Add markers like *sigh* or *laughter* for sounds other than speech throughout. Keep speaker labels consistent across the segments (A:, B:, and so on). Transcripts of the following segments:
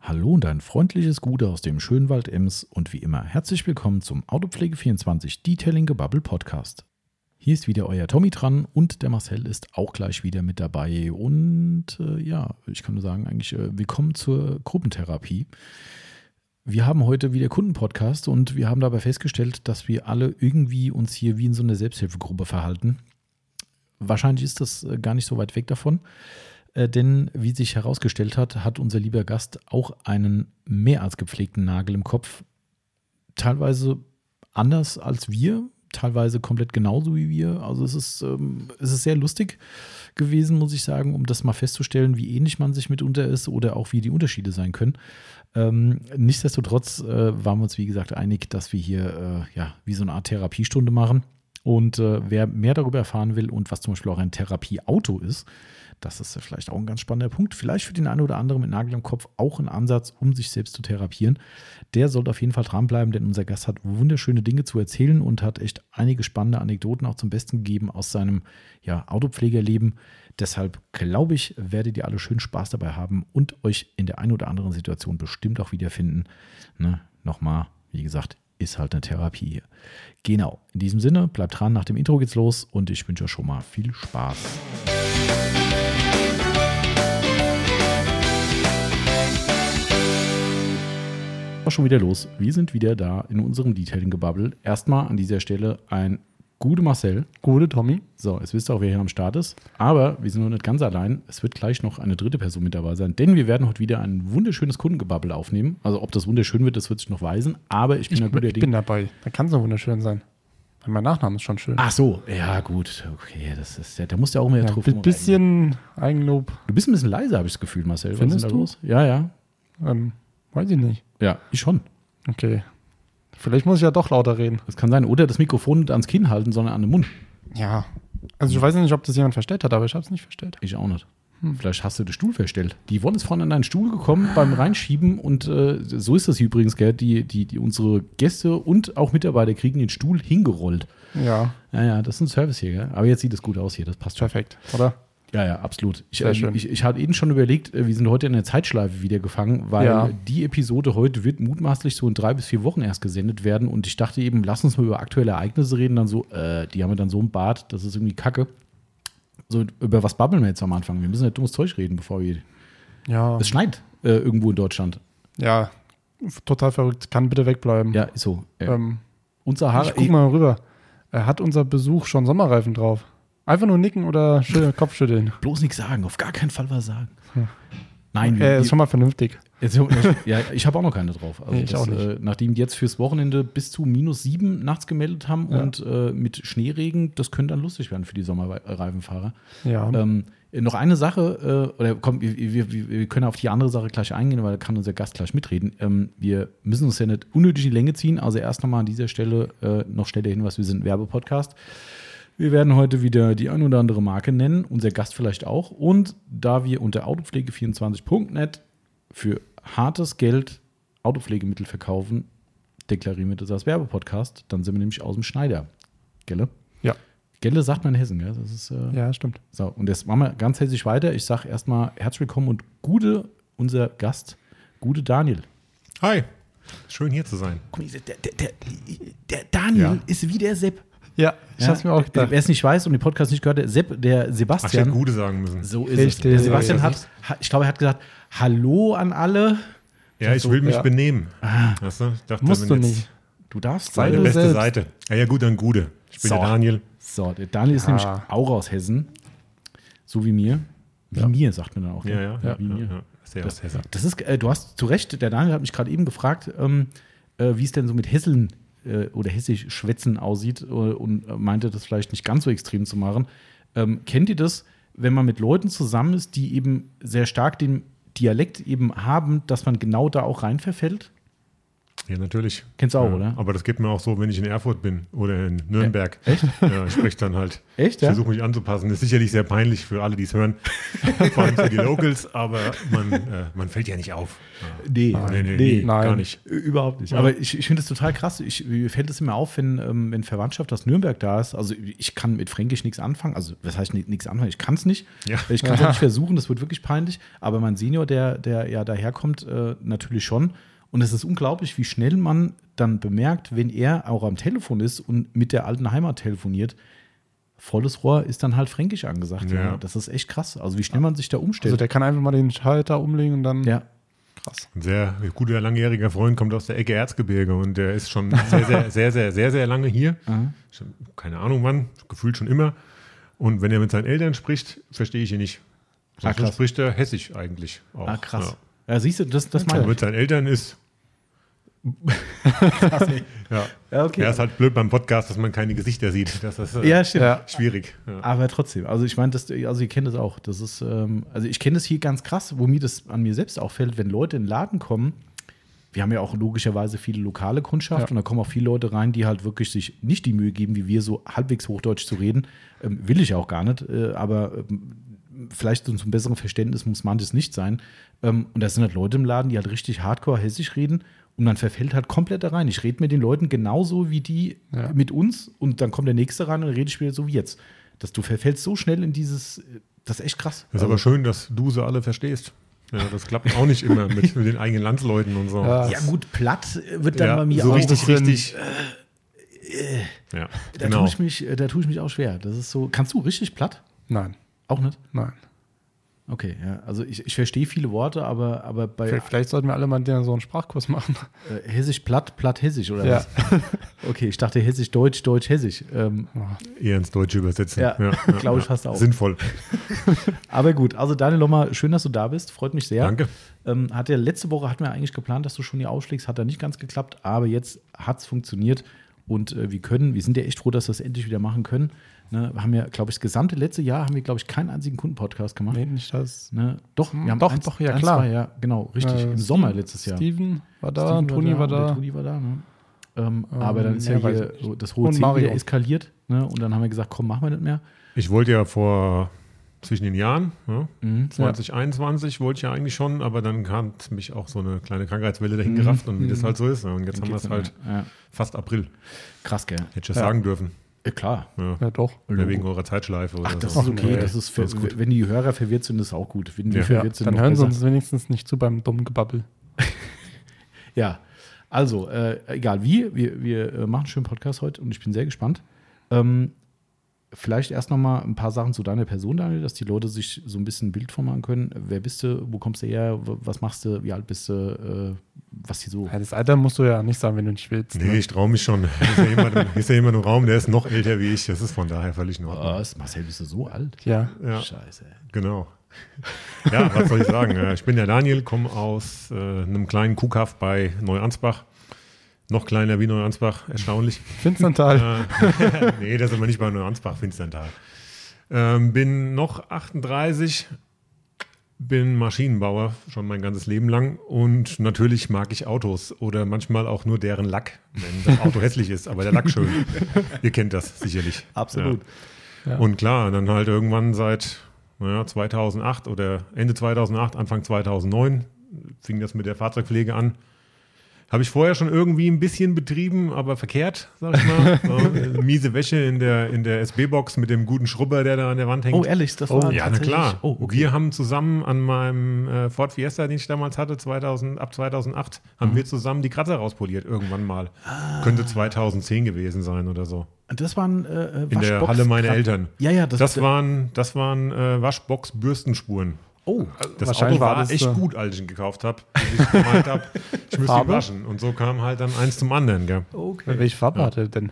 A: Hallo und ein freundliches Gute aus dem Schönwald Ems und wie immer herzlich willkommen zum Autopflege24 Detailing Gebabbel Podcast. Hier ist wieder euer Tommy dran und der Marcel ist auch gleich wieder mit dabei. Und äh, ja, ich kann nur sagen, eigentlich äh, willkommen zur Gruppentherapie. Wir haben heute wieder Kundenpodcast und wir haben dabei festgestellt, dass wir alle irgendwie uns hier wie in so einer Selbsthilfegruppe verhalten. Wahrscheinlich ist das äh, gar nicht so weit weg davon. Äh, denn wie sich herausgestellt hat, hat unser lieber Gast auch einen mehr als gepflegten Nagel im Kopf. Teilweise anders als wir, teilweise komplett genauso wie wir. Also es ist, ähm, es ist sehr lustig gewesen, muss ich sagen, um das mal festzustellen, wie ähnlich man sich mitunter ist oder auch wie die Unterschiede sein können. Ähm, nichtsdestotrotz äh, waren wir uns, wie gesagt, einig, dass wir hier äh, ja, wie so eine Art Therapiestunde machen. Und äh, wer mehr darüber erfahren will und was zum Beispiel auch ein Therapieauto ist, das ist vielleicht auch ein ganz spannender Punkt. Vielleicht für den einen oder anderen mit Nagel im Kopf auch ein Ansatz, um sich selbst zu therapieren. Der sollte auf jeden Fall dranbleiben, denn unser Gast hat wunderschöne Dinge zu erzählen und hat echt einige spannende Anekdoten auch zum Besten gegeben aus seinem ja, Autopflegerleben. Deshalb glaube ich, werdet ihr alle schön Spaß dabei haben und euch in der einen oder anderen Situation bestimmt auch wiederfinden. Ne? Nochmal, wie gesagt, ist halt eine Therapie hier. Genau, in diesem Sinne, bleibt dran, nach dem Intro geht's los und ich wünsche euch schon mal viel Spaß. auch schon wieder los. Wir sind wieder da in unserem Detailing-Gebabbel. Erstmal an dieser Stelle ein gute Marcel.
B: Gute Tommy.
A: So, jetzt wisst ihr auch, wer hier am Start ist. Aber wir sind noch nicht ganz allein. Es wird gleich noch eine dritte Person mit dabei sein, denn wir werden heute wieder ein wunderschönes Kundengebabbel aufnehmen. Also, ob das wunderschön wird, das wird sich noch weisen. Aber ich bin ein
B: Ich,
A: guter
B: ich
A: Ding.
B: bin dabei. Da kann es nur wunderschön sein. Weil mein Nachname ist schon schön.
A: Ach so, ja, gut. Okay, das ist ja, da musst du ja auch mehr
B: ja,
A: drauf
B: bi-
A: rumreiten.
B: bisschen Eigenlob.
A: Du bist ein bisschen leiser, habe ich das Gefühl, Marcel. Was
B: Findest
A: ist denn da
B: du?
A: los? Ja, ja.
B: Ähm, weiß ich nicht.
A: Ja, ich schon.
B: Okay. Vielleicht muss ich ja doch lauter reden.
A: Das kann sein. Oder das Mikrofon nicht ans Kinn halten, sondern an den Mund.
B: Ja. Also ich weiß nicht, ob das jemand verstellt hat, aber ich habe es nicht verstellt.
A: Ich auch nicht. Vielleicht hast du den Stuhl verstellt. Die Yvonne ist vorne an deinen Stuhl gekommen beim Reinschieben und äh, so ist das übrigens, gell? Die, die, die unsere Gäste und auch Mitarbeiter kriegen den Stuhl hingerollt.
B: Ja.
A: Ja, ja, das ist ein Service hier, gell? Aber jetzt sieht es gut aus hier, das passt schon.
B: Perfekt, oder?
A: Ja, ja, absolut. Ich,
B: Sehr
A: äh,
B: schön.
A: ich, ich hatte eben schon überlegt, äh, wir sind heute in der Zeitschleife wieder gefangen, weil
B: Ja.
A: die Episode heute wird mutmaßlich so in drei bis vier Wochen erst gesendet werden und ich dachte eben, lass uns mal über aktuelle Ereignisse reden, dann so, äh, die haben wir dann so im Bad, das ist irgendwie kacke. So, über was babbeln wir jetzt am Anfang? Wir müssen ja dummes Zeug reden, bevor wir.
B: Ja.
A: Es schneit äh, irgendwo in Deutschland.
B: Ja. F- Total verrückt. Kann bitte wegbleiben.
A: Ja, ist so. Äh, Ja.
B: Ähm,
A: Und Sahara.
B: ich guck mal rüber. Äh, hat unser Besuch schon Sommerreifen drauf? Einfach nur nicken oder schön *laughs* Kopfschütteln.
A: ey, bloß nichts sagen, auf gar keinen Fall was sagen. Nein,
B: Äh, ist schon mal vernünftig.
A: Jetzt, ja, ich habe auch noch keine drauf. Also
B: Nee, ich
A: das,
B: auch nicht.
A: Äh, nachdem die jetzt fürs Wochenende bis zu minus sieben nachts gemeldet haben
B: Ja.
A: und äh, mit Schneeregen, das könnte dann lustig werden für die Sommerreifenfahrer.
B: Ja.
A: Ähm, noch eine Sache, äh, oder komm, wir, wir, wir wir können auf die andere Sache gleich eingehen, weil da kann unser Gast gleich mitreden. Ähm, wir müssen uns ja nicht unnötig in die Länge ziehen. Also erst nochmal an dieser Stelle äh, noch schnell der Hinweis, wir sind ein Werbepodcast. Wir werden heute wieder die ein oder andere Marke nennen, unser Gast vielleicht auch. Und da wir unter autopflege24.net für hartes Geld Autopflegemittel verkaufen, deklarieren wir das als Werbepodcast. Dann sind wir nämlich aus dem Schneider. Gelle?
B: Ja.
A: Gelle sagt man in Hessen, gell? Das ist, äh,
B: Ja, stimmt.
A: so, und jetzt machen wir ganz herzlich weiter. Ich sage erstmal herzlich willkommen und gute, unser Gast, gute Daniel.
C: Hi, schön hier zu sein.
A: Guck mal, der, der, der, der Daniel
C: Ja.
A: ist wie der Sepp.
B: Ja, Äh, ich hab's mir auch gedacht.
A: Wer es nicht weiß und den Podcast nicht gehört, der Sepp, der
C: Ach, ich hätte
A: Sebastian.
C: Gute sagen müssen.
A: so ist
B: Richtig.
A: es. Der Sebastian
C: Ja,
A: hat, ha- ich glaube, er hat gesagt, Hallo an alle.
C: ja, ich will mich
B: ja.
C: benehmen. Weißt du? Ich dachte,
B: Musst du
C: wenn jetzt-
B: nicht.
A: Du darfst
C: Meine
B: du
A: sein.
B: bist-
C: beste
B: selbst.
C: Seite. Ja, ja, gut, dann Gute. Ich bin
A: So.
C: der Daniel.
A: So, der Daniel ist nämlich auch aus Hessen. So wie mir. Wie mir, sagt man dann auch.
C: Ja,
A: gell?
C: ja,
A: wie mir.
C: Sehr
A: Das,
C: aus Hessen.
A: das ist, äh, du hast zu Recht, der Daniel hat mich gerade eben gefragt, ähm, äh, wie es denn so mit Hesseln äh, oder hessisch Schwätzen aussieht äh, und äh, meinte, das vielleicht nicht ganz so extrem zu machen. Ähm, kennt ihr das, wenn man mit Leuten zusammen ist, die eben sehr stark den Dialekt eben haben, dass man genau da auch rein verfällt?
C: Ja, natürlich.
A: Kennst du auch,
C: ja,
A: oder?
C: Aber das geht mir auch so, wenn ich in Erfurt bin oder in Nürnberg.
A: echt?
C: Ja, ich spreche dann halt.
A: Echt,
C: Ich versuche mich anzupassen. Ist sicherlich sehr peinlich für alle, die es hören. Vor allem für die Locals, aber man, äh, man fällt ja nicht auf.
A: Nee,
C: Ja.
A: nee,
B: Nein.
C: gar nicht.
A: Überhaupt nicht.
C: Ja.
A: Aber ich, ich finde das total krass. Ich, mir fällt es immer auf, wenn, ähm, wenn Verwandtschaft aus Nürnberg da ist. Also ich kann mit Fränkisch nichts anfangen. Also was heißt nichts anfangen? Ich kann es nicht.
C: Ja.
A: Ich kann es auch nicht versuchen, das wird wirklich peinlich. Aber mein Senior, der, der ja daherkommt, äh, natürlich schon. Und es ist unglaublich, wie schnell man dann bemerkt, wenn er auch am Telefon ist und mit der alten Heimat telefoniert, volles Rohr ist dann halt Fränkisch angesagt. Ja.
C: Ja.
A: Das ist echt krass. Also wie schnell man sich da umstellt.
B: Also der kann einfach mal den Schalter umlegen und dann.
A: ja.
B: Krass.
C: Ein sehr guter langjähriger Freund kommt aus der Ecke Erzgebirge und der ist schon sehr, sehr, sehr, sehr, sehr, sehr lange hier. Schon- Keine Ahnung wann, gefühlt schon immer. Und wenn er mit seinen Eltern spricht, verstehe ich ihn nicht.
A: Ah,
C: Sonst
A: krass.
C: spricht er Hessisch eigentlich auch.
A: Ah, krass.
C: Ja.
A: Ja. siehst du, das, das meine
C: Aber
A: ich.
C: mit seinen
A: *laughs*
C: Eltern ist. ja.
A: Ja, okay.
C: ja, ist halt blöd beim Podcast, dass man keine Gesichter sieht. Das ist äh,
A: Ja, stimmt.
B: Ja.
C: schwierig. Ja.
A: Aber trotzdem, also ich meine, das, also ihr kennt das auch. Das ist, ähm, also ich kenne das hier ganz krass, wo mir das an mir selbst auffällt, wenn Leute in den Laden kommen. Wir haben ja auch logischerweise viele lokale Kundschaft
B: Ja.
A: und da kommen auch viele Leute rein, die halt wirklich sich nicht die Mühe geben, wie wir so halbwegs Hochdeutsch zu reden. Ähm, will ich auch gar nicht, äh, aber ähm, vielleicht so zum besseren Verständnis muss manches nicht sein. Ähm, und da sind halt Leute im Laden, die halt richtig hardcore hessisch reden und man verfällt halt komplett da rein. Ich rede mit den Leuten genauso wie die
B: Ja.
A: mit uns und dann kommt der nächste rein und rede ich wieder so wie jetzt. Dass du verfällst so schnell in dieses, äh, das ist echt krass.
C: Das ist aber schön, dass du sie alle verstehst. Ja, das klappt auch nicht immer mit, mit den eigenen Landsleuten und so.
B: Ja.
A: Ähm, ja gut, platt äh, wird dann
C: Ja,
A: bei mir
C: so
A: auch.
C: richtig,
B: bisschen-
C: richtig. äh, ja,
A: Da,
C: genau.
A: tue ich mich, äh, da tue ich mich auch schwer. Das ist so, kannst du richtig platt?
B: Nein,
A: Auch nicht?
B: nein.
A: Okay, ja. Also ich, ich verstehe viele Worte, aber, aber bei
B: Vielleicht- Vielleicht sollten wir alle mal so einen Sprachkurs machen.
A: äh, Hessisch platt, platt Hessisch oder
B: Ja.
A: was? Okay, ich dachte Hessisch, Deutsch, Deutsch, Hessisch. Ähm,
C: Eher ins Deutsche übersetzen.
A: Ja, *laughs* glaube ich fast auch.
C: Sinnvoll.
A: aber gut, also Daniel Lommer, schön, dass du da bist. Freut mich sehr.
C: Danke.
A: Ähm, hat ja, letzte Woche hatten wir eigentlich geplant, dass du schon hier ausschlägst. Hat da nicht ganz geklappt, aber jetzt hat es funktioniert. Und äh, wir können, wir sind ja echt froh, dass wir es endlich wieder machen können. Ne, wir haben ja, glaube ich, das gesamte letzte Jahr haben wir, glaube ich, keinen einzigen Kundenpodcast gemacht.
B: *laughs* Nee, nicht das.
A: Ne? Doch, wir haben
B: Doch,
A: eins,
B: doch, ja,
A: eins,
B: klar.
A: Zwei, ja, genau, richtig.
B: Äh,
A: Im
B: Steven-
A: Sommer letztes Jahr.
B: Steven war da,
A: Steven
B: Toni war
A: und der
B: da.
A: Toni war da. Ne? Ähm, aber dann ist ja
B: nee, weiß
A: hier
B: ich nicht.
A: das hohe
B: Und
A: Ziel wieder
B: Mario.
A: eskaliert. Ne? Und dann haben wir gesagt, komm, machen wir nicht mehr.
C: Ich wollte ja vor zwischen den Jahren, ja,
A: Mhm.
C: 2021 wollte ich ja eigentlich schon, aber dann hat mich auch so eine kleine Krankheitswelle dahin gerafft und wie das halt so ist. ja. Und jetzt haben wir es
A: Mhm. Geht's
C: halt
A: nicht mehr. Ja.
C: fast April.
A: Krass, gell?
C: Hätte ich das
B: Ja.
C: sagen dürfen.
A: Äh, klar.
C: Ja.
B: Ja, doch.
C: Oder wegen eurer Zeitschleife oder
A: Ach, das
C: so.
A: ist okay.
B: nee,
A: Das ist
C: alles
A: für, wenn die Hörer verwirrt sind, ist auch gut. Wenn die
C: Ja.
B: Ja,
A: verwirrt sind,
B: dann
A: noch
B: hören sie
A: besser.
B: uns wenigstens nicht zu beim dummen Gebabbel.
A: Ja. Also, äh, egal wie, wir, wir äh, machen einen schönen Podcast heute und ich bin sehr gespannt. Ähm, vielleicht erst noch mal ein paar Sachen zu deiner Person, Daniel, dass die Leute sich so ein bisschen ein Bild von machen können. Wer bist du, wo kommst du her, w- was machst du, wie alt bist du, äh, was hier so.
B: Ja, das Alter musst du ja nicht sagen, wenn du nicht willst.
C: Nee, ich traue mich schon. Ist ja, jemand, im- ist ja jemand im Raum, der ist noch älter wie ich. Das ist von daher völlig in Ordnung.
A: Ah. Was, Marcel, bist du so alt?
B: Ja.
C: Ja.
A: Scheiße.
C: Genau. Ja, was soll ich sagen? Äh, Ich bin der Daniel, komme aus äh, einem kleinen Kuhkaff bei Neuansbach. Noch kleiner wie Neuansbach, erstaunlich. *laughs*
B: *laughs* Finsterntal.
C: Äh, nee, das sind wir nicht bei Neuansbach, Finsterntal. Ähm, bin noch 38, bin Maschinenbauer schon mein ganzes Leben lang und natürlich mag ich Autos oder manchmal auch nur deren Lack, wenn das Auto hässlich ist, aber der Lack schön. Ihr kennt das sicherlich.
A: Absolut.
C: Ja.
B: Ja.
C: Und klar, dann halt irgendwann seit naja, 2008 oder Ende 2008, Anfang 2009 fing das mit der Fahrzeugpflege an. Habe ich vorher schon irgendwie ein bisschen betrieben, aber verkehrt, sag ich mal.
A: *laughs*
C: So, äh, miese Wäsche in der, in der SB-Box mit dem guten Schrubber, der da an der Wand hängt.
A: Oh, ehrlich, das
B: Oh,
A: war
C: ja, na
A: tatsächlich-
C: klar.
A: Oh, okay.
C: Wir haben zusammen an meinem äh, Ford Fiesta, den ich damals hatte, 2000, ab 2008,
A: Mhm.
C: haben wir zusammen die Kratzer rauspoliert, irgendwann mal.
A: Ah.
C: Könnte 2010 gewesen sein oder so.
A: das waren äh,
C: In der Halle meiner Eltern.
A: Ja, ja, das, äh,
C: Das waren, das waren äh, Waschbox-Bürstenspuren. Also
A: Oh,
C: Das
B: Wahrscheinlich
C: Auto war,
B: war das,
C: echt
B: äh,
C: gut, als ich ihn gekauft habe. Bis ich gemeint habe, ich müsste ihn
B: Farbe?
C: waschen. Und so kam halt dann eins zum anderen. Gell?
A: okay.
B: Welche Farbe hat er denn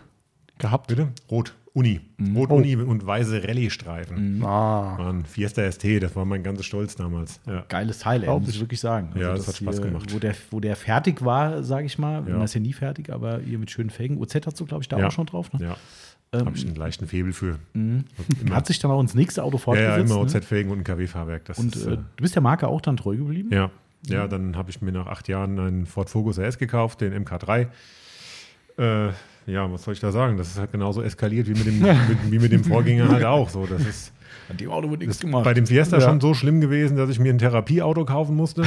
B: gehabt?
C: Bitte? Rot, Uni. Rot, Uni und weiße Rallye-Streifen.
B: Ah.
C: Waren Fiesta ST, das war mein ganzer Stolz damals. Ja.
A: geiles Teil, ey,
B: Glaub
A: muss ich wirklich sagen. Also
C: Ja, das hat Spaß
A: hier,
C: gemacht.
A: Wo der, wo der fertig war, sage ich mal,
C: Ja.
A: man ist ja nie fertig, aber hier mit schönen Felgen. OZ hast du, glaube ich, da
C: Ja.
A: auch schon drauf. Ne?
C: ja. Habe ich einen leichten Febel für.
A: Hat sich dann auch ins nächste Auto
C: Ja, ja,
A: fortgesetzt.
C: immer
A: ne?
C: OZ-Felgen und ein KW-Fahrwerk. Das
A: Und
C: ist,
A: äh,
C: äh,
A: du bist der Marke auch dann treu geblieben.
C: ja. Ja, dann habe ich mir nach acht Jahren einen Ford Focus RS gekauft, den MK3. Äh, ja, was soll ich da sagen? Das ist halt genauso eskaliert wie mit dem, mit, wie mit dem Vorgänger halt auch. So, das ist
A: An dem Auto wird nichts
C: bei
A: gemacht.
C: dem Fiesta
B: Ja.
C: schon so schlimm gewesen, dass ich mir ein Therapieauto
A: *laughs*
C: kaufen musste,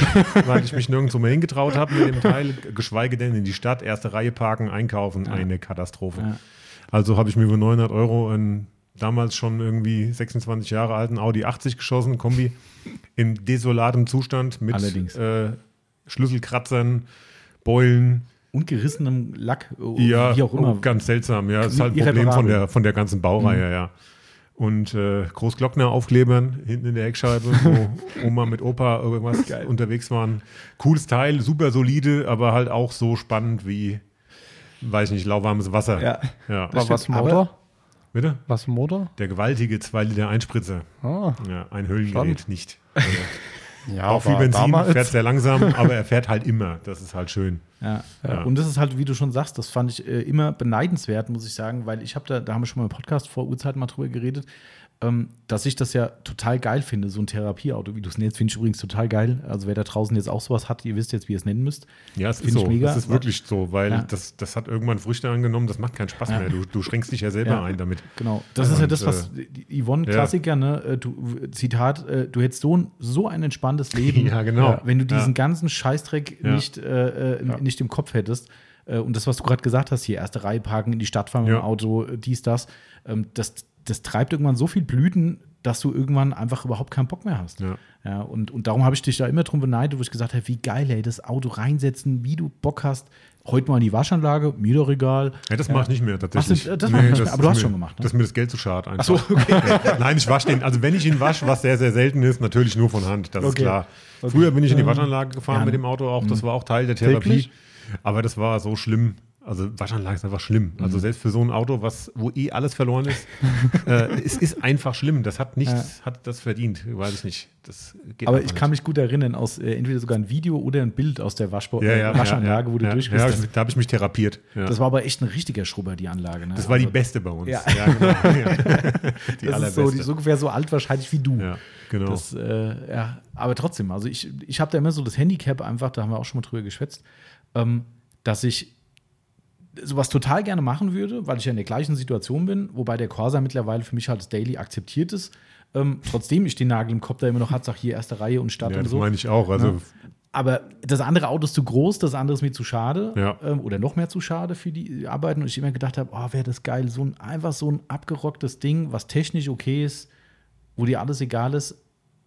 C: weil ich mich nirgendwo mehr hingetraut habe mit dem Teil, geschweige denn in die Stadt, erste Reihe parken, einkaufen, eine Katastrophe.
A: Ja.
C: Also habe ich mir für 900 Euro einen damals schon irgendwie 26 Jahre alten Audi 80 geschossen, Kombi, im desolatem Zustand mit
A: Allerdings.
C: äh, Schlüsselkratzern, Beulen,
A: Und gerissenem Lack, äh,
C: ja,
A: wie auch immer.
C: oh, ganz seltsam. Ja, das ist
A: Knie-
C: halt ein Problem von
A: irreparabel.
C: der, von der ganzen Baureihe,
A: Mhm.
C: ja. Und äh, Großglockner-Aufklebern hinten in der Heckscheibe,
A: *laughs*
C: wo Oma mit Opa irgendwas unterwegs waren. Cooles Teil, super solide, aber halt auch so spannend wie, weiß ich nicht, lauwarmes Wasser.
A: Ja.
C: ja.
B: War was
A: stimmt,
B: Motor?
C: Bitte?
B: Was Motor?
C: Der gewaltige 2 Liter Einspritzer.
B: Ah,
C: Ja, ein Höhlengerät
B: Spannend.
C: nicht. Also,
B: ja,
C: Auch
B: *laughs*
C: wie
B: aber
C: Benzin,
B: damals-
C: fährt sehr langsam, aber er fährt halt immer. Das ist halt schön.
A: Ja.
C: Ja.
A: Und das ist halt, wie du schon sagst, das fand ich äh, immer beneidenswert, muss ich sagen, weil ich habe da, da haben wir schon mal im Podcast vor Urzeiten mal drüber geredet, ähm, dass ich das ja total geil finde, so ein Therapieauto, wie du es nennst, finde ich übrigens total geil. Also wer da draußen jetzt auch sowas hat, ihr wisst jetzt, wie ihr es nennen müsst.
C: Ja, es ist
A: Finde ich
C: so.
A: mega.
C: Es ist wirklich so, weil
A: Ja.
C: das, das hat irgendwann Früchte angenommen, das macht keinen Spaß mehr. Du, du schränkst dich ja selber
A: Ja.
C: ein damit.
A: Genau, das ist ja
C: Und, äh,
A: das, was die Yvonne
C: ja.
A: Klassiker, ne, äh, du, w- Zitat, äh, du hättest so ein, so ein entspanntes Leben,
C: *laughs*
A: äh,
C: Ja, genau.
A: wenn du diesen
C: Ja.
A: ganzen Scheißdreck
C: Ja.
A: nicht, äh, äh, nicht im Kopf hättest. Äh, und das, was du gerade gesagt hast, hier erste Reihe parken, in die Stadt fahren mit
C: Ja.
A: dem Auto, äh, dies, das, ähm, das, das treibt irgendwann so viel Blüten, dass du irgendwann einfach überhaupt keinen Bock mehr hast.
C: Ja.
A: Ja, und, und darum habe ich dich da immer drum beneidet, wo ich gesagt habe, wie geil, ey, das Auto reinsetzen, wie du Bock hast. Heute mal in die Waschanlage, mir doch egal.
C: Ja, das mache ich nicht mehr tatsächlich.
A: Ach so, das mach ich nicht mehr. Aber du
C: ist
A: hast
C: mir,
A: schon gemacht, ne?
C: Das ist mir das Geld zu schad einfach. *laughs* Ja. Nein, ich wasche den. Also wenn ich ihn wasche, was sehr, sehr selten ist, natürlich nur von Hand, das ist
A: Okay.
C: klar. Früher bin ich in die Waschanlage gefahren
A: Ja. ne? Mhm.
C: mit dem Auto auch, das war auch Teil der Therapie.
B: Täglich?
C: Aber das war so schlimm. Also Waschanlage ist einfach schlimm. Also
A: Mhm.
C: selbst für so ein Auto, was, wo eh alles
A: *laughs*
C: verloren ist, äh, es ist einfach schlimm. Das hat nichts, hat das verdient, weiß ich nicht. Das geht
A: Aber
C: einfach
A: ich
C: nicht.
A: kann mich gut erinnern, aus äh, entweder sogar ein Video oder ein Bild aus der Waschba
C: ja,
A: äh,
C: ja,
A: Waschanlage,
C: ja,
A: wo du
C: ja,
A: durchriss.
C: ja,
A: das,
C: Da habe ich mich therapiert. Ja.
A: das
C: Das,
A: war aber echt ein richtiger Schrubber, die Anlage. Ne?
C: war die
A: Also,
C: beste bei uns.
A: Ja.
C: genau.
B: *laughs*
C: Ja. *laughs* Die
A: Das ist
C: allerbeste.
A: so, die ist ungefähr so alt wahrscheinlich wie du.
C: ja, genau.
A: Das, äh, ja, aber trotzdem, also ich, ich habe da immer so das Handicap einfach, da haben wir auch schon mal drüber geschwätzt, ähm, dass ich sowas total gerne machen würde, weil ich ja in der gleichen Situation bin, wobei der Corsa mittlerweile für mich halt das Daily akzeptiert ist. Ähm, trotzdem ich den Nagel im Kopf da immer noch hat, sag hier erste Reihe und Start
C: ja,
A: und
C: das
A: so. ne?
C: meine ich auch. Also,
A: Aber das andere Auto ist zu groß, das andere ist mir zu schade
C: Ja.
A: ähm, oder noch mehr zu schade für die Arbeiten. Und ich immer gedacht habe, oh, wäre das geil, so ein, einfach so ein abgerocktes Ding, was technisch okay ist, wo dir alles egal ist.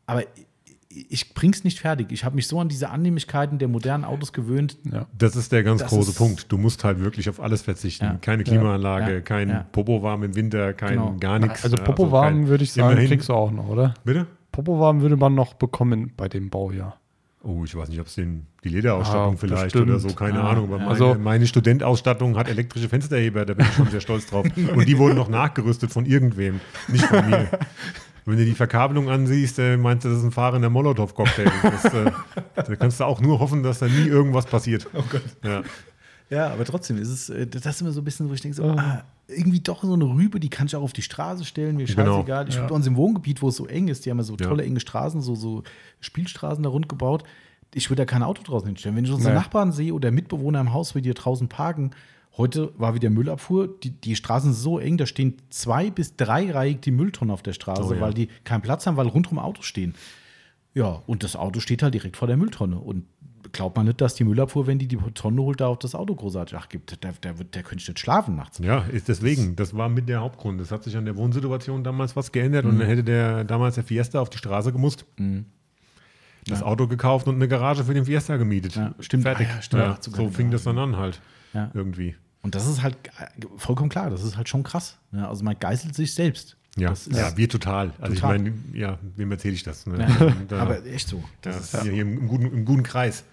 A: Aber ich, ich bring's nicht fertig. Ich habe mich so an diese Annehmlichkeiten der modernen Autos gewöhnt.
C: das ist der ganz
A: Das
C: große
A: ist-
C: Punkt. Du musst halt wirklich auf alles verzichten.
A: Ja.
C: Keine Klimaanlage,
A: Ja.
C: kein
A: Ja.
C: Popo warm im Winter, kein
A: Genau.
C: gar nichts.
B: Also
C: Ja,
B: Popowarm
C: kein-
B: würde ich sagen,
C: immerhin-
B: kriegst du auch noch, oder?
C: Bitte?
B: Popowarm würde man noch bekommen bei dem Baujahr.
C: Oh, ich weiß nicht, ob es den- die Lederausstattung
B: Ah,
C: vielleicht
B: bestimmt.
C: oder so, keine
A: Ah,
C: Ahnung. Aber
A: ja.
C: meine,
B: Also-
C: meine Studentausstattung hat elektrische Fensterheber, da bin ich schon sehr stolz drauf. Und die wurden noch nachgerüstet von irgendwem, nicht von mir. Wenn du die Verkabelung ansiehst, äh, meinst du, das ist ein fahrender Molotow-Cocktail. Das, äh, Da kannst du auch nur hoffen, dass da nie irgendwas passiert. Oh Gott. Ja.
A: Ja, aber trotzdem ist es, äh, das ist immer so ein bisschen, wo ich denke, so, ah, irgendwie doch so eine Rübe, die kann ich auch auf die Straße stellen, mir
C: Genau.
A: scheißegal. Ich bin bei uns im Wohngebiet, wo es so eng ist, die haben ja so
C: Ja.
A: tolle enge Straßen, so, so Spielstraßen da rund gebaut. Ich würde da kein Auto draußen hinstellen. Wenn ich unsere
B: Nee.
A: Nachbarn sehe oder Mitbewohner im Haus, wie die hier draußen parken, heute war wieder Müllabfuhr, die, die Straßen sind so eng, da stehen zwei bis dreireihig die Mülltonnen auf der Straße,
C: Oh ja.
A: weil die keinen Platz haben, weil rundherum Autos stehen. Ja, und das Auto steht halt direkt vor der Mülltonne. Und glaubt man nicht, dass die Müllabfuhr, wenn die die Tonne holt, da auf das Auto großartig Acht gibt. Der, der, wird- der könnte nicht schlafen nachts. ne?
C: Ja, ist deswegen. Das war mit der Hauptgrund. Es hat sich an der Wohnsituation damals was geändert
A: Mhm.
C: und dann hätte der damals der Fiesta auf die Straße gemusst. Das Auto gekauft und eine Garage für den Fiesta gemietet.
A: Ja, stimmt.
C: Fertig.
A: Ah ja, stimmt.
C: Ja,
A: Ach, sogar
C: so
A: eine
C: fing das dann an halt.
A: Ja.
C: Irgendwie.
A: Und das ist halt ge- vollkommen klar. Das ist halt schon krass. Ne? Also man geißelt sich selbst.
C: Ja,
A: Das ist,
C: ja wir total. Also
A: Total.
C: ich meine, ja, wem erzähle ich das? Ne? *laughs* Da,
A: Aber echt so.
C: das ist hier, hier im, guten, im guten Kreis.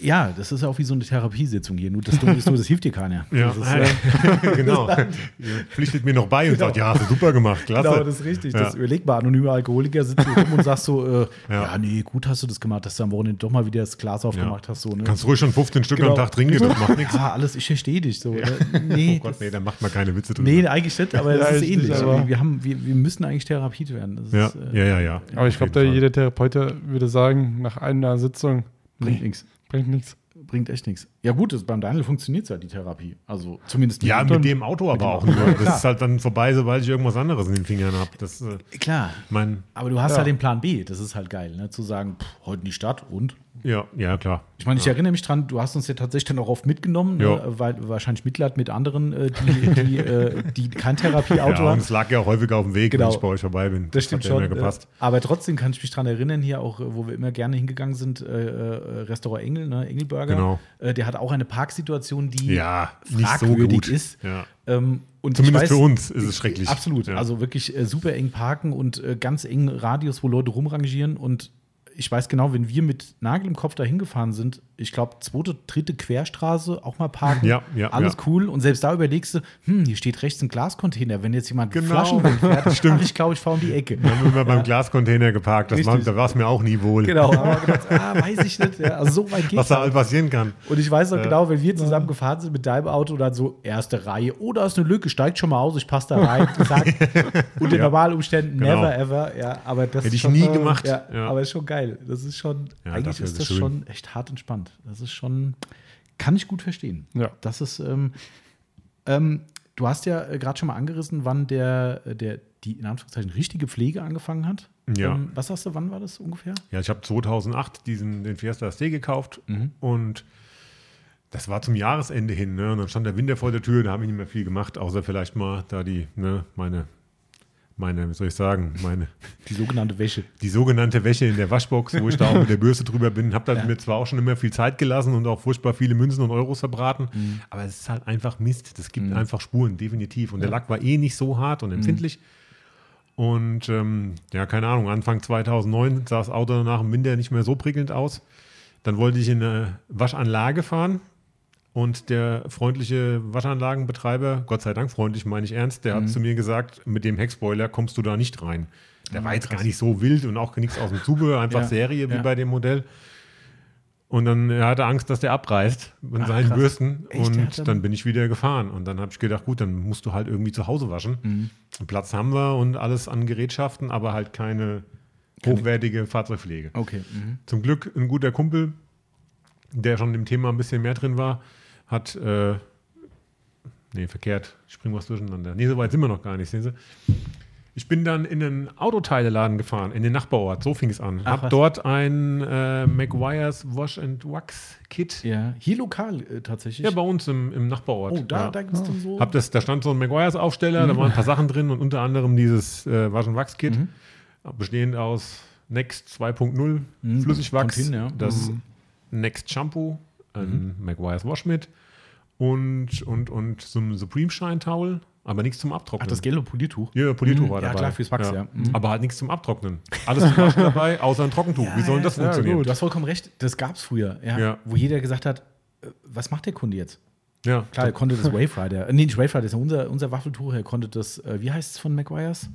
A: Ja, das ist ja auch wie so eine Therapiesitzung hier. Nur das Dumme ist nur, das hilft dir keiner.
C: Ja,
A: Das ist, äh, *laughs*
C: genau. *laughs* Ihr pflichtet mir noch bei und sagt, ja, hast du super gemacht, klasse.
A: Genau, das ist richtig.
C: Ja.
A: Das überleg mal, anonyme Alkoholiker sitzt hier rum und sagst so, äh, ja.
C: Ja.
A: nee, gut hast du das gemacht, dass du am Wochenende doch mal wieder das Glas aufgemacht hast. So, ne?
C: Kannst ruhig schon 15 Stück
A: Genau.
C: am Tag trinken, das macht nichts.
A: Ja, alles, ich verstehe dich so. Ne? *laughs* Nee,
C: Oh Gott,
A: das-
C: nee, da macht man keine Witze drüber.
A: Nee, eigentlich nicht,
C: *laughs*
A: aber
B: Ja,
A: das ist
B: ich
A: ähnlich. Also
B: nicht, aber-
A: wir, haben, wir, wir müssen eigentlich therapiert werden. Das
C: Ja,
A: ist, äh,
C: ja, ja, ja.
B: Aber ich
C: Auf
B: glaube,
C: jeden Fall.
B: jeder Therapeut würde sagen, nach einer Sitzung,
A: Bringt
B: Nee.
A: nichts.
B: Bringt nichts.
A: Bringt echt nichts. Ja, gut, das, beim Daniel funktioniert ja die Therapie. Also zumindest
C: Ja,
A: momentan.
C: mit dem Auto
B: Genau.
C: aber auch nur.
B: *laughs*
C: Das ist halt dann vorbei, sobald ich irgendwas anderes in den Fingern habe. Das, äh,
A: Klar.
C: mein,
A: Aber du hast
B: Ja.
A: halt den Plan B. Das ist halt geil, ne? zu sagen, pff, heute in die Stadt und.
C: ja, ja, klar.
A: Ich meine, ich erinnere mich dran, du hast uns ja tatsächlich dann auch oft mitgenommen, ne?
C: Ja.
A: weil wahrscheinlich Mitleid mit anderen, äh, die, die, äh, die kein Therapieauto
C: Ja, und
A: haben.
C: es lag ja auch häufig auf dem Weg,
A: Genau.
C: wenn ich bei euch vorbei bin.
A: Das stimmt
C: Hat
A: schon.
C: Ja immer gepasst.
A: äh, Aber trotzdem kann ich mich daran erinnern, hier auch, äh, wo wir immer gerne hingegangen sind, äh, äh, Restaurant Engel, ne? Engelburger.
C: Genau.
A: Äh, der hat auch eine Parksituation, die
C: Ja, nicht so
A: fragwürdig
C: gut.
A: ist.
C: Ja.
A: Ähm, und
C: Zumindest
A: ich weiß,
C: für uns ist es schrecklich.
A: Absolut.
C: Ja.
A: Also wirklich äh, super eng parken und äh, ganz engen Radius, wo Leute rumrangieren. Und ich weiß genau, wenn wir mit Nagel im Kopf dahin gefahren sind, ich glaube, zweite, dritte Querstraße auch mal parken.
C: Ja, ja,
A: Alles
C: ja.
A: cool. Und selbst da überlegst du, hm, hier steht rechts ein Glascontainer. Wenn jetzt jemand
C: Genau.
A: Flaschen
C: *laughs*
A: fährt, dann
C: Stimmt.
A: fahr ich, glaube ich, fahre um die Ecke.
C: Dann haben wir beim Glascontainer geparkt. Das war,
A: Richtig.
C: da war es mir auch nie wohl.
A: Genau, *laughs* aber gedacht, ah, weiß ich nicht. Ja, also so weit
C: Was
A: geht's.
C: da halt passieren kann.
A: Und ich weiß noch genau, wenn wir zusammen gefahren sind mit deinem Auto, dann so erste Reihe, oh, da ist eine Lücke, steigt schon mal aus, ich passe da
C: *laughs*
A: rein, zack. Unter normalen Umständen
C: Genau.
A: never ever, ja, aber das
C: Hätte
A: ist
C: ich
A: schon,
C: nie
A: äh,
C: gemacht.
A: Ja,
C: Ja.
A: aber ist schon geil. Das ist schon,
C: Ja,
A: eigentlich
C: dafür
A: ist
C: ist
A: das
C: es schön.
A: schon echt hart entspannt. Das ist schon, kann ich gut verstehen.
B: Ja.
A: Das ist, ähm, ähm, du hast ja äh, gerade schon mal angerissen, wann der, äh, der, die in Anführungszeichen richtige Pflege angefangen hat.
C: Ja.
A: Ähm, was hast du, wann war das ungefähr?
C: Ja, ich habe 2008 diesen, den Fiesta ST gekauft und das war zum Jahresende hin. Ne? Und dann stand der Winter vor der Tür, da habe ich nicht mehr viel gemacht, außer vielleicht mal da die, ne, meine, meine, wie soll ich sagen, meine,
A: Die sogenannte Wäsche.
C: die sogenannte Wäsche in der Waschbox, wo ich da auch mit der Bürste drüber bin. Habe da
A: Ja.
C: mir zwar auch schon immer viel Zeit gelassen und auch furchtbar viele Münzen und Euros verbraten, aber es ist halt einfach Mist. Das gibt einfach Spuren, definitiv. Und der Lack war eh nicht so hart und empfindlich. Und ähm, ja, keine Ahnung, Anfang 2009 sah das Auto nach dem Winter nicht mehr so prickelnd aus. Dann wollte ich in eine Waschanlage fahren und der freundliche Waschanlagenbetreiber, Gott sei Dank freundlich, meine ich
A: Mhm.
C: ernst, der hat zu mir gesagt, mit dem Heckspoiler kommst du da nicht rein. Der war jetzt gar nicht so wild und auch nichts aus dem
A: *laughs*
C: Zubehör, einfach
A: Ah, Ja,
C: Serie wie
A: ja.
C: bei dem Modell. Und dann er hatte Angst, dass der abreißt mit
A: Ach,
C: seinen
A: Ah, krass.
C: Bürsten.
A: Echt, der hat
C: und
A: dann-
C: dann, bin ich wieder gefahren. Und dann habe ich gedacht, gut, dann musst du halt irgendwie zu Hause waschen. Platz haben wir und alles an Gerätschaften, aber halt keine hochwertige Fahrzeugpflege.
A: Okay. Mhm.
C: Zum Glück ein guter Kumpel, der schon im Thema ein bisschen mehr drin war, hat. Äh, nee, verkehrt. Ich spring was durcheinander. Nee, so weit sind wir noch gar nicht, sehen Sie. Ich bin dann in einen Autoteileladen gefahren, in den Nachbarort. So fing es an.
A: Ach, was.
C: hab dort ein äh, McGuire's Wash and Wax Kit.
A: Ja, hier lokal äh, tatsächlich.
C: Ja, bei uns im, im Nachbarort.
A: Oh, da,
C: ja.
A: da gibt es dann so.
C: Hab das, da stand so ein McGuire's Aufsteller,
A: Mhm.
C: da waren ein paar Sachen drin und unter anderem dieses äh, Wasch- und Wachs-Kit, bestehend aus Next 2.0
A: Mhm,
C: Flüssigwachs,
A: kommt hin, ja. Mhm.
C: das Next Shampoo, ein McGuire's Wash mit und, und, und so ein Supreme Shine Towel, aber nichts zum Abtrocknen.
A: Ach, das gelbe Poliertuch.
C: ja, Poliertuch
A: Mhm,
C: war
A: ja,
C: dabei.
A: klar, fürs Wachs, ja. Mhm.
C: Aber halt nichts zum Abtrocknen. Alles zum
A: *laughs*
C: Waschen dabei, außer ein Trockentuch. Wie soll denn das
A: ja,
C: funktionieren?
A: Du hast vollkommen recht, das gab es früher, ja,
C: Ja.
A: wo jeder gesagt hat, äh, was macht der Kunde jetzt?
C: Ja,
A: Klar, er konnte
C: *laughs*
A: das Wave Rider, äh, nee, nicht Wave Rider, das ist ja unser, unser Waffeltuch, er konnte das, äh, wie heißt es von McGuire's?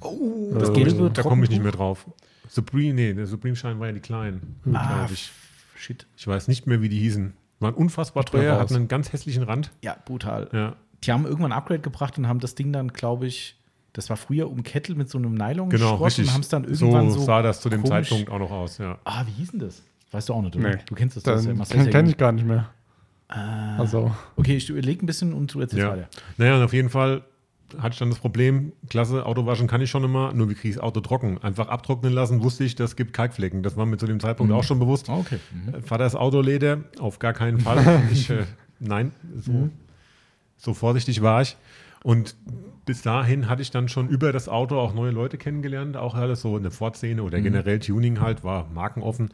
C: Oh,
A: Das
C: das
A: gelbe
C: Da komme ich
A: Trockentuch?
C: nicht mehr drauf. Supreme, nee, der Supreme Shine war ja die kleinen,
A: Ah,
C: glaube ich.
A: Shit.
C: Ich weiß nicht mehr, wie die hießen. Waren unfassbar
B: bin
C: teuer,
B: raus.
C: hatten einen ganz hässlichen Rand.
A: Ja, brutal.
C: Ja,
A: Die haben irgendwann ein Upgrade gebracht und haben das Ding dann, glaube ich, das war früher um Kettel mit so einem Nylon
C: genau,
A: geschrottet
C: richtig.
A: und haben es dann irgendwann so.
C: sah das zu dem
A: komisch-
C: Zeitpunkt auch noch aus, ja.
A: Ah, wie hieß denn das? Weißt du auch nicht, oder?
B: Nee.
A: Du kennst das, das ist
B: Dann
A: Marcel
B: kenn, kenn ich gar nicht mehr. Also,
A: Okay, ich überlege ein bisschen und du erzählst
C: ja.
A: weiter.
C: Naja, und auf jeden Fall hatte ich dann das Problem, klasse, Auto waschen kann ich schon immer, nur wie kriege ich das Auto trocken? Einfach abtrocknen lassen, wusste ich, das gibt Kalkflecken. Das war mir zu dem Zeitpunkt auch schon bewusst.
A: Ah, Okay. Mhm.
C: Äh, Vaters Autoleder, auf gar keinen Fall. Ich, äh, nein, so, so vorsichtig war ich. Und bis dahin hatte ich dann schon über das Auto auch neue Leute kennengelernt, auch alles so eine Ford-Szene oder generell Tuning halt, war markenoffen.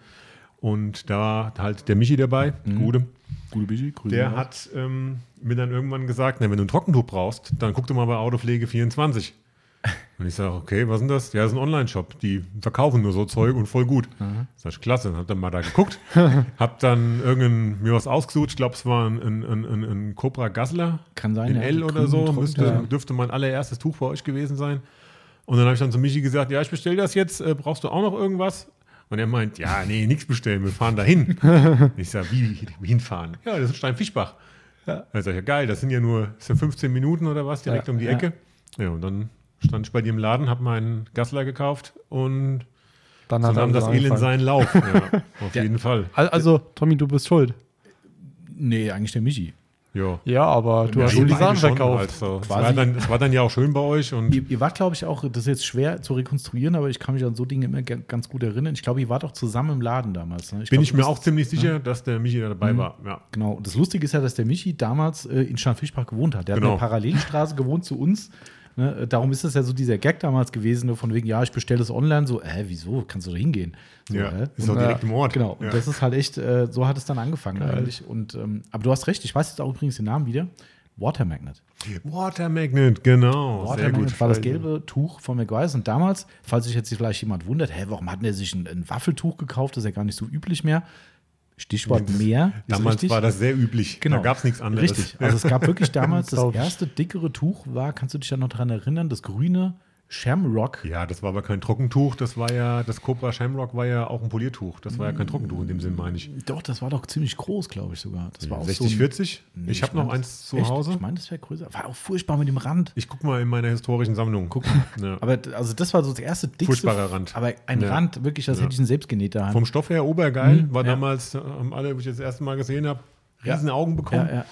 C: Und da halt der Michi dabei, Gude,
A: Gute Bischi, grüne
C: der
A: Maus.
C: hat ähm, mir dann irgendwann gesagt, na, wenn du ein Trockentuch brauchst, dann guck du mal bei
A: *laughs*
C: Autopflege 24. Und ich sage, okay, was ist denn das? Ja, das ist ein Online-Shop. Die verkaufen nur so Zeug und voll gut.
A: Mhm.
C: Sag ich, klasse. Dann hab dann mal
A: *laughs*
C: da geguckt. hab dann irgendein, mir was ausgesucht. Ich glaube, es war ein, ein, ein, ein, ein Cobra Gassler.
A: Kann sein,
C: In
A: ja,
C: L
A: mit
C: oder so.
A: grünem
C: Müsste,
A: Trockentuch.
C: Dürfte mein allererstes Tuch bei euch gewesen sein. Und dann habe ich dann zu Michi gesagt, ja, ich bestelle das jetzt. Äh, brauchst du auch noch irgendwas? Und er meint, ja, nee, nichts bestellen, wir fahren dahin. Und ich sage, wie, wie hinfahren? Ja, das ist Steinfischbach. Ja. Dann sag ich, ja geil, das sind ja nur das sind 15 Minuten oder was, direkt
A: Ja,
C: um die
A: ja.
C: Ecke. Ja, und dann stand ich bei dir im Laden, habe meinen Gassler gekauft und
B: Dann
C: So
B: hat er
C: nahm
B: uns
C: das Elend
B: angefangen.
C: seinen Lauf.
A: *laughs*
C: Ja, auf jeden Fall.
B: Al- Also, Tommy, du bist schuld.
A: Nee, eigentlich der Michi.
C: Ja.
B: Ja, aber du
C: Ja,
B: hast
C: ihr
B: schon die
C: beide
B: Sachen
C: schon
B: verkauft.
C: halt so. Es
A: Quasi.
C: war, dann, es war dann ja auch schön bei euch und
A: Ihr, ihr wart, glaube ich, auch, das ist jetzt schwer zu rekonstruieren, aber ich kann mich an so Dinge immer ge- ganz gut erinnern. Ich glaube, ihr wart auch zusammen im Laden damals. Ne?
C: bin
A: glaub,
C: ich
A: du
C: mir
A: bist-
C: auch ziemlich sicher, dass der Michi da dabei war. Ja.
A: Genau, und das Lustige ist ja, dass der Michi damals äh, in Schanfischbach gewohnt hat. Der
C: Genau.
A: hat in der Parallelstraße gewohnt zu uns. Ne? Äh, Darum ist das ja so dieser Gag damals gewesen, ne? von wegen, ja, ich bestelle es online. So, äh, wieso? Kannst du da hingehen? So,
C: Ja,
A: hä?
C: ist doch
A: Und,
C: direkt im Ort.
A: Genau, und
C: Ja.
A: das ist halt echt, äh, so hat es dann angefangen eigentlich. Und, ähm, aber du hast recht, ich weiß jetzt auch übrigens den Namen wieder. Water Magnet.
C: Water Magnet, genau.
A: Water
C: sehr gut.
A: Magnet war das gelbe Tuch von McGuire's. Und damals, falls sich jetzt hier vielleicht jemand wundert, hä, warum hat denn er sich ein, ein Waffeltuch gekauft? Das ist ja gar nicht so üblich mehr. Stichwort mehr. ist
C: Damals
A: richtig.
C: war das sehr üblich.
A: Genau.
C: Da gab es nichts anderes.
A: Richtig. Also es gab wirklich damals das
B: Glaub ich.
A: erste dickere Tuch war, kannst du dich da noch dran erinnern, das grüne Shamrock.
C: Ja, das war aber kein Trockentuch. Das war ja, das Cobra Shamrock war ja auch ein Poliertuch. Das war ja kein Trockentuch in dem Sinn, meine ich.
A: Doch, das war doch ziemlich groß, glaube ich sogar. Das war auch
C: 60,
A: so ein-
C: 40?
A: Nee,
C: ich habe
A: mein,
C: noch eins
A: das-
C: zu
A: echt?
C: Hause.
A: Ich meine, das wäre größer. War auch furchtbar mit dem Rand.
C: Ich guck mal in meiner historischen Sammlung. *laughs* Guck mal. Ja.
A: Aber d- also das war so das erste dickste.
C: Furchtbarer Rand.
A: Aber ein
C: Ja.
A: Rand, wirklich, das hätte ich ein selbstgenähter Hand.
C: Vom Stoff her obergeil. war
A: Mhm. ja.
C: damals, äh, haben alle, wo ich das erste Mal gesehen habe,
A: Ja.
C: riesen Augen bekommen.
A: Ja, ja.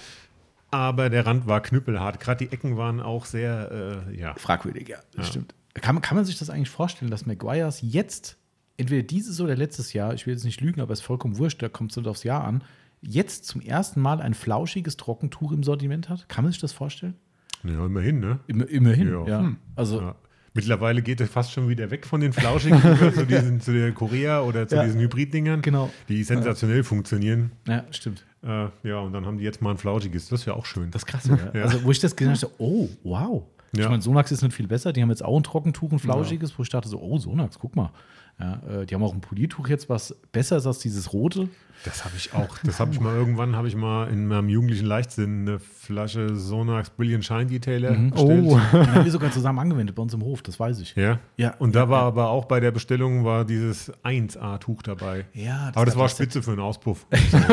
C: Aber der Rand war knüppelhart. Gerade die Ecken waren auch sehr, äh, ja.
A: Fragwürdig, ja, das stimmt. Kann, kann man sich das eigentlich vorstellen, dass Maguires jetzt, entweder dieses oder letztes Jahr, ich will jetzt nicht lügen, aber es ist vollkommen wurscht, da kommt es nicht aufs Jahr an, jetzt zum ersten Mal ein flauschiges Trockentuch im Sortiment hat? Kann man sich das vorstellen?
C: Ja, immerhin, ne?
A: Immer- immerhin,
C: Ja. Hm.
A: ja. Also,
C: Ja. Mittlerweile geht es fast schon wieder weg von den Flauschigen über zu, diesen, zu der Korea oder zu
A: Ja.
C: diesen Hybriddingern,
A: Genau.
C: die sensationell funktionieren.
A: ja, stimmt.
C: Äh, ja, und dann haben die jetzt mal ein Flauschiges. Das ist ja auch schön.
A: Das ist krass, ja.
C: *laughs* Ja.
A: Also, wo ich das gesehen habe, ich so, oh, wow. Ich
C: Ja.
A: meine, Sonax ist nicht viel besser. Die haben jetzt auch ein Trockentuch, ein flauschiges, wo ich dachte so, oh, Sonax, guck mal. Ja, äh, die haben auch ein Poliertuch jetzt, was besser ist als dieses rote.
C: Das habe ich auch. Das habe ich mal irgendwann, habe ich mal in meinem jugendlichen Leichtsinn eine Flasche Sonax Brilliant Shine Detailer
A: Mhm.
C: bestellt.
B: Oh,
A: Den haben wir sogar zusammen angewendet bei uns im Hof, das
C: *laughs*
A: weiß ich.
C: Ja.
A: Ja.
C: Und da war aber auch bei der Bestellung war dieses 1A-Tuch dabei.
A: Ja, das
C: aber das
A: war
C: war
A: *laughs* das-
C: spitze für einen Auspuff.
A: Das, das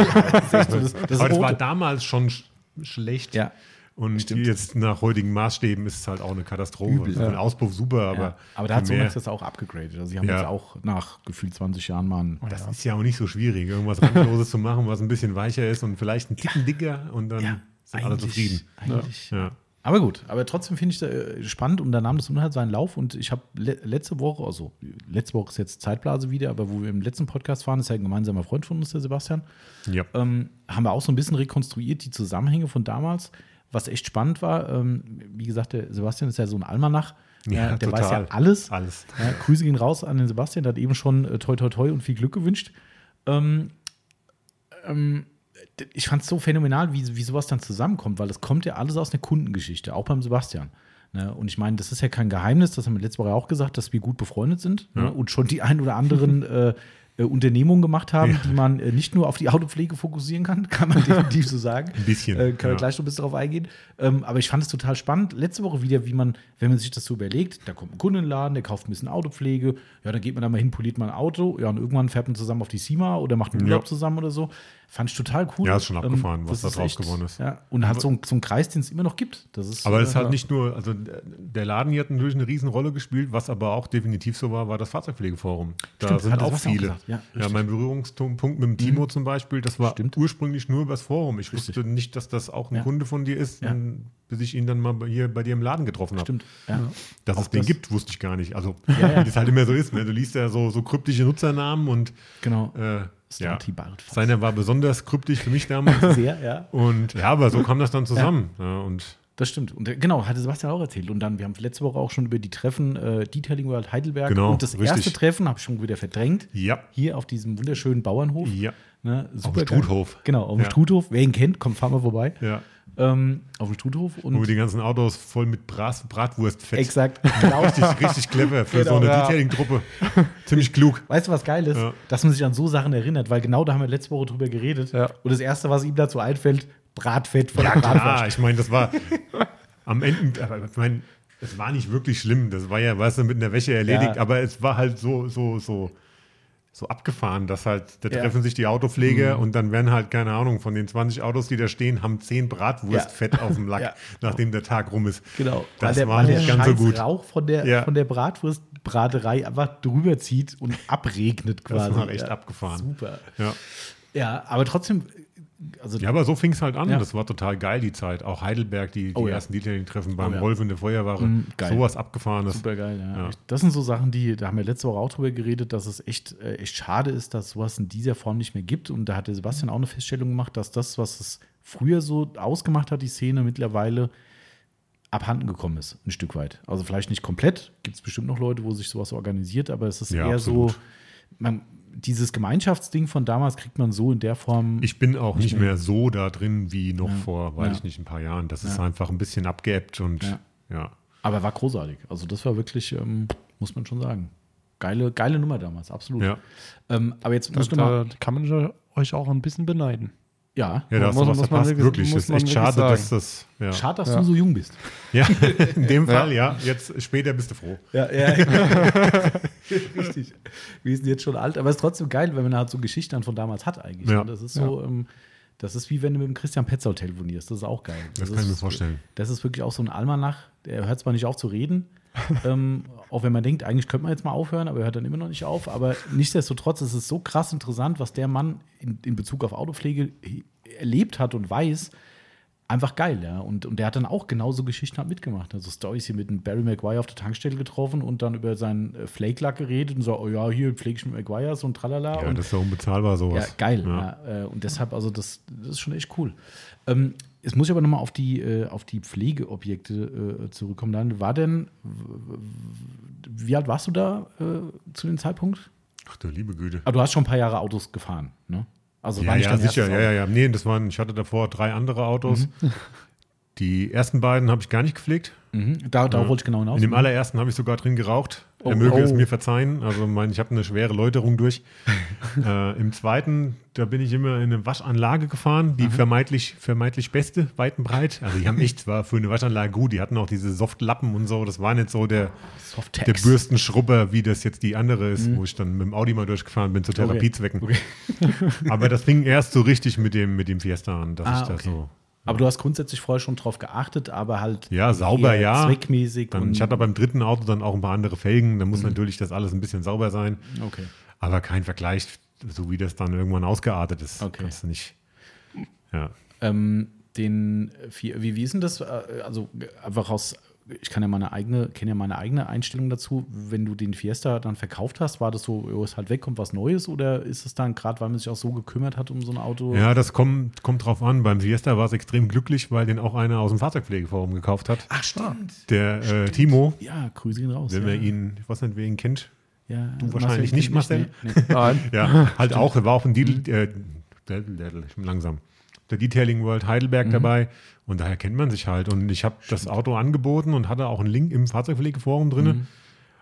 C: aber das war
A: rote.
C: damals schon sch schlecht.
A: Ja.
C: Und jetzt nach heutigen Maßstäben ist es halt auch eine Katastrophe.
A: Übel.
C: Für einen Auspuff super, aber.
A: ja. aber da hat
C: für mehr-
A: Sonax das auch abgegradet. Also sie haben
C: Ja.
A: jetzt auch nach gefühlt 20 Jahren mal einen,
C: das ist ja auch nicht so schwierig, irgendwas Randloses zu machen, was ein bisschen weicher ist und vielleicht einen Ticken dicker und dann sind alle
A: eigentlich-
C: zufrieden.
A: Eigentlich.
C: Ja.
A: Aber gut, aber trotzdem finde ich äh, spannend und da nahm das Unheil seinen Lauf und ich habe le letzte Woche, also letzte Woche ist jetzt Zeitblase wieder, aber wo wir im letzten Podcast waren, ist ja ein gemeinsamer Freund von uns, der Sebastian,
C: Ja.
A: ähm, haben wir auch so ein bisschen rekonstruiert die Zusammenhänge von damals, was echt spannend war. Ähm, wie gesagt, der Sebastian ist ja so ein Almanach,
C: Ja,
A: äh, der
C: total.
A: weiß ja alles.
C: Alles.
A: Ja, Grüße gehen raus an den Sebastian, der hat eben schon äh, toi toi toi und viel Glück gewünscht. Ähm, ähm, d- ich fand es so phänomenal, wie, wie sowas dann zusammenkommt, weil das kommt ja alles aus einer Kundengeschichte, auch beim Sebastian. Ne? Und ich meine, das ist ja kein Geheimnis, das haben wir letzte Woche auch gesagt, dass wir gut befreundet sind ne? und schon die ein oder anderen *laughs* äh, äh, Unternehmungen gemacht haben, die man äh, nicht nur auf die Autopflege fokussieren kann, *laughs* kann man definitiv so sagen.
C: Ein bisschen,
A: Äh, können wir
C: ja.
A: gleich noch ein bisschen drauf eingehen. Ähm, aber ich fand es total spannend. Letzte Woche wieder, wie man, wenn man sich das so überlegt, da kommt ein Kundenladen, der kauft ein bisschen Autopflege, ja, dann geht man da mal hin, poliert mal ein Auto, ja, und irgendwann fährt man zusammen auf die SEMA oder macht einen
C: Ja.
A: Urlaub zusammen oder so. Fand ich total cool. Ähm,
C: Ja, ist schon abgefahren,
A: das
C: was da
A: ist
C: draus
A: echt-
C: geworden ist.
A: Ja, und hat so, einen- so einen Kreis, den es immer noch gibt. Das ist,
C: Aber das ist
A: äh,
C: halt nicht nur, also der der Laden hier hat natürlich eine Riesenrolle gespielt, was aber auch definitiv so war, war das Fahrzeugpflegeforum. Da
A: Stimmt,
C: sind
A: hat das
C: auch
A: Wasser auch
C: viele.
A: gesagt, ja,
C: ja,
A: richtig. Mhm.
C: mein Berührungspunkt mit dem Timo zum Beispiel, das war
A: Stimmt.
C: ursprünglich nur übers Forum. Ich wusste nicht, dass das auch ein
A: Ja.
C: Kunde von dir ist,
A: Ja.
C: bis ich ihn dann mal bei- hier bei dir im Laden getroffen habe.
A: Stimmt, ja.
C: Dass es
A: Auch
C: den
A: das-
C: gibt, wusste ich gar nicht. Also, wie es halt immer so ist. Ne? Du liest ja so, so kryptische Nutzernamen und
A: Genau.
C: äh, ja.
A: Starty Bart.
C: seiner war besonders kryptisch für mich damals.
A: *laughs* Sehr, ja.
C: und ja, aber so kam das dann zusammen. Ja. und
A: Das stimmt. Und äh, genau, hatte Sebastian auch erzählt. Und dann, wir haben letzte Woche auch schon über die Treffen äh, Detailing World Heidelberg.
C: Genau,
A: und das
C: richtig.
A: erste Treffen habe ich schon wieder verdrängt.
C: ja,
A: Hier auf diesem wunderschönen Bauernhof.
C: Ja.
A: Ne, super
C: Struthof.
A: Genau, auf dem
C: Ja.
A: Struthof. Wer ihn kennt, kommt, fahr mal vorbei.
C: ja.
A: Ähm, auf dem Struthof.
C: Wo wir
A: Und
C: die ganzen Autos voll mit Bras, Bratwurstfett. *laughs*
A: exakt. Genau.
C: Richtig, richtig clever
A: *laughs*
C: für so
A: Genau,
C: eine
B: ja.
C: Detailing-Truppe. Ziemlich klug.
A: Weißt du, was geil ist?
C: Ja.
A: Dass man sich an so Sachen erinnert, weil genau da haben wir letzte Woche drüber geredet.
B: Ja.
A: Und das Erste, was ihm dazu einfällt, Bratfett von der Bratwurst.
C: Klar, ich meine, das war am Ende, aber ich meine, es war nicht wirklich schlimm. Das war ja, weißt du, mit einer Wäsche erledigt,
A: Ja.
C: aber es war halt so, so, so, so abgefahren, dass halt, da
A: Ja. Mhm.
C: treffen sich die Autopfleger und dann werden halt, keine Ahnung, von den 20 Autos, die da stehen, haben 10 Bratwurstfett auf dem Lack,
A: *laughs* Ja.
C: nachdem der Tag rum ist.
A: Genau.
C: Das
A: weil der,
C: war
A: weil
C: nicht
A: der
C: ganz so
A: scheiß
C: gut.
A: Rauch von der,
C: Ja.
A: von der Bratwurst Braterei einfach drüber zieht und abregnet quasi.
C: war echt
A: ja.
C: abgefahren.
A: Super.
C: Ja.
A: Ja, aber trotzdem, also
C: Ja, aber so fing es halt an.
A: Ja.
C: Das war total geil, die Zeit. Auch Heidelberg, die, die
A: Oh ja.
C: ersten Detailing-Treffen beim
A: Oh ja.
C: Rolf in der Feuerwache.
A: Mm, geil.
C: Sowas abgefahrenes.
A: super geil. Ja.
C: Ja.
A: Echt. Das sind so Sachen, die, da haben wir letzte Woche auch drüber geredet, dass es echt, äh, echt schade ist, dass sowas in dieser Form nicht mehr gibt. Und da hat der Sebastian auch eine Feststellung gemacht, dass das, was es früher so ausgemacht hat, die Szene mittlerweile abhanden gekommen ist, ein Stück weit. Also vielleicht nicht komplett, gibt es bestimmt noch Leute, wo sich sowas organisiert, aber es ist
C: Ja,
A: eher so,
C: absolut.
A: man, dieses Gemeinschaftsding von damals kriegt man so in der Form.
C: Ich bin auch nicht mehr so da drin wie noch
A: Ja.
C: vor, weiß
A: Ja.
C: ich nicht, ein paar Jahren. Das ist
A: Ja.
C: einfach ein bisschen abgeebbt und
A: Ja.
C: ja.
A: Aber war großartig. Also das war wirklich, ähm, muss man schon sagen. Geile, geile Nummer damals, absolut.
C: Ja.
A: Ähm, aber jetzt
B: Da,
A: muss man mal,
B: da kann man ja euch auch ein bisschen beneiden.
A: ja.
C: Ja, da hast
B: Muss-
C: du was
B: muss man
C: verpasst.
B: wirklich-
C: wirklich,
B: muss
C: das ist
B: man
C: echt
B: wirklich
C: schade,
B: sagen.
C: dass das. Ja.
A: Schade, dass
B: Ja.
A: du so jung bist.
C: ja, *laughs* in dem Fall, ja. Jetzt später bist du froh.
A: Ja, ja. *laughs* Richtig. Wir sind jetzt schon alt, aber es ist trotzdem geil, wenn man halt so Geschichten von damals hat eigentlich.
C: Ja.
A: Und Das ist so, ähm, das ist wie wenn du mit dem Christian Petzold telefonierst. Das ist auch geil.
C: Das
A: ist,
C: kann ich mir vorstellen.
A: Das ist wirklich auch so ein Almanach. Der hört zwar nicht auf zu
C: *laughs*
A: reden, ähm, auch wenn man denkt, eigentlich könnte man jetzt mal aufhören, aber er hört dann immer noch nicht auf. Aber nichtsdestotrotz ist es so krass interessant, was der Mann in, in Bezug auf Autopflege erlebt hat und weiß einfach geil, ja. Und, und der hat dann auch genauso Geschichten halt mitgemacht. Also Storys hier mit einem Barry Maguire auf der Tankstelle getroffen und dann über seinen äh, Flake-Lack geredet und so, oh ja, hier pflege ich mit Maguires und tralala.
C: Ja,
A: und,
C: das ist ja unbezahlbar,
A: ja
C: sowas.
A: geil.
C: Ja.
A: Ja. äh, Und deshalb, also das, das ist schon echt cool. Ähm, jetzt muss ich aber nochmal auf die, äh, auf die Pflegeobjekte äh, zurückkommen. Dann war denn, w- w- wie alt warst du da äh, zu dem Zeitpunkt?
C: Ach du liebe Güte.
A: Ah, du hast schon ein paar Jahre Autos gefahren, ne? Also
C: Ja, ja,
A: dein
C: sicher.
A: erstes
C: Ja, ja, ja. Nee, das waren, ich hatte davor drei andere Autos. Die ersten beiden habe ich gar nicht gepflegt.
A: Auto. Mhm. Da, darauf
C: Ja.
A: wollte ich genau hinaus.
C: In dem allerersten habe ich sogar drin geraucht.
A: Oh,
C: er möge
A: oh.
C: es mir verzeihen. Also mein, ich habe eine schwere
A: *laughs*
C: Läuterung durch. äh, Im zweiten, da bin ich immer in eine Waschanlage gefahren, die vermeintlich, vermeintlich beste, weit und breit. Also die haben echt, war für eine Waschanlage gut. Die hatten auch diese Softlappen und so. Das war nicht so der, der
A: Softex.
C: Bürstenschrubber, wie das jetzt die andere ist,
A: Mhm.
C: wo ich dann mit dem Audi mal durchgefahren bin zu Therapiezwecken. Aber das fing erst so richtig mit dem, mit dem Fiesta an, dass
A: Ah,
C: ich da
A: okay.
C: so.
A: Aber du hast grundsätzlich vorher schon drauf geachtet, aber halt
C: Ja, sauber,
A: eher
C: ja.
A: zweckmäßig.
C: Dann,
A: und, Mhm.
C: ich hatte beim dritten Auto dann auch ein paar andere Felgen. Da muss natürlich das alles ein bisschen sauber sein.
A: okay.
C: Aber kein Vergleich, so wie das dann irgendwann ausgeartet ist.
A: Okay.
C: Kannst du nicht. Ja.
A: Ähm, den, wie, wie wie ist denn das? Äh, Also äh, einfach aus, ich kann ja meine eigene, kenne ja meine eigene Einstellung dazu. Wenn du den Fiesta dann verkauft hast, war das so, jo, ist halt weg, kommt was Neues oder ist es dann gerade, weil man sich auch so gekümmert hat um so ein Auto?
C: ja, das kommt, kommt drauf an. Beim Fiesta war es extrem glücklich, weil den auch einer aus dem Fahrzeugpflegeforum gekauft hat.
A: Ach, stimmt.
C: Der äh, Timo,
A: Ja, Grüße gehen raus.
C: wenn
A: ja.
C: wir ihn, ich weiß nicht, wer ihn kennt,
A: ja,
C: du wahrscheinlich nicht, Marcel.
A: Nee, nee.
B: *laughs* Nein.
C: Ja, halt auch, er war auch in Dietl, äh, Dietl- Dietl, ich bin langsam. Der Detailing World Heidelberg dabei und daher kennt man sich halt. Und ich habe das Auto angeboten und hatte auch einen Link im Fahrzeugpflegeforum drin.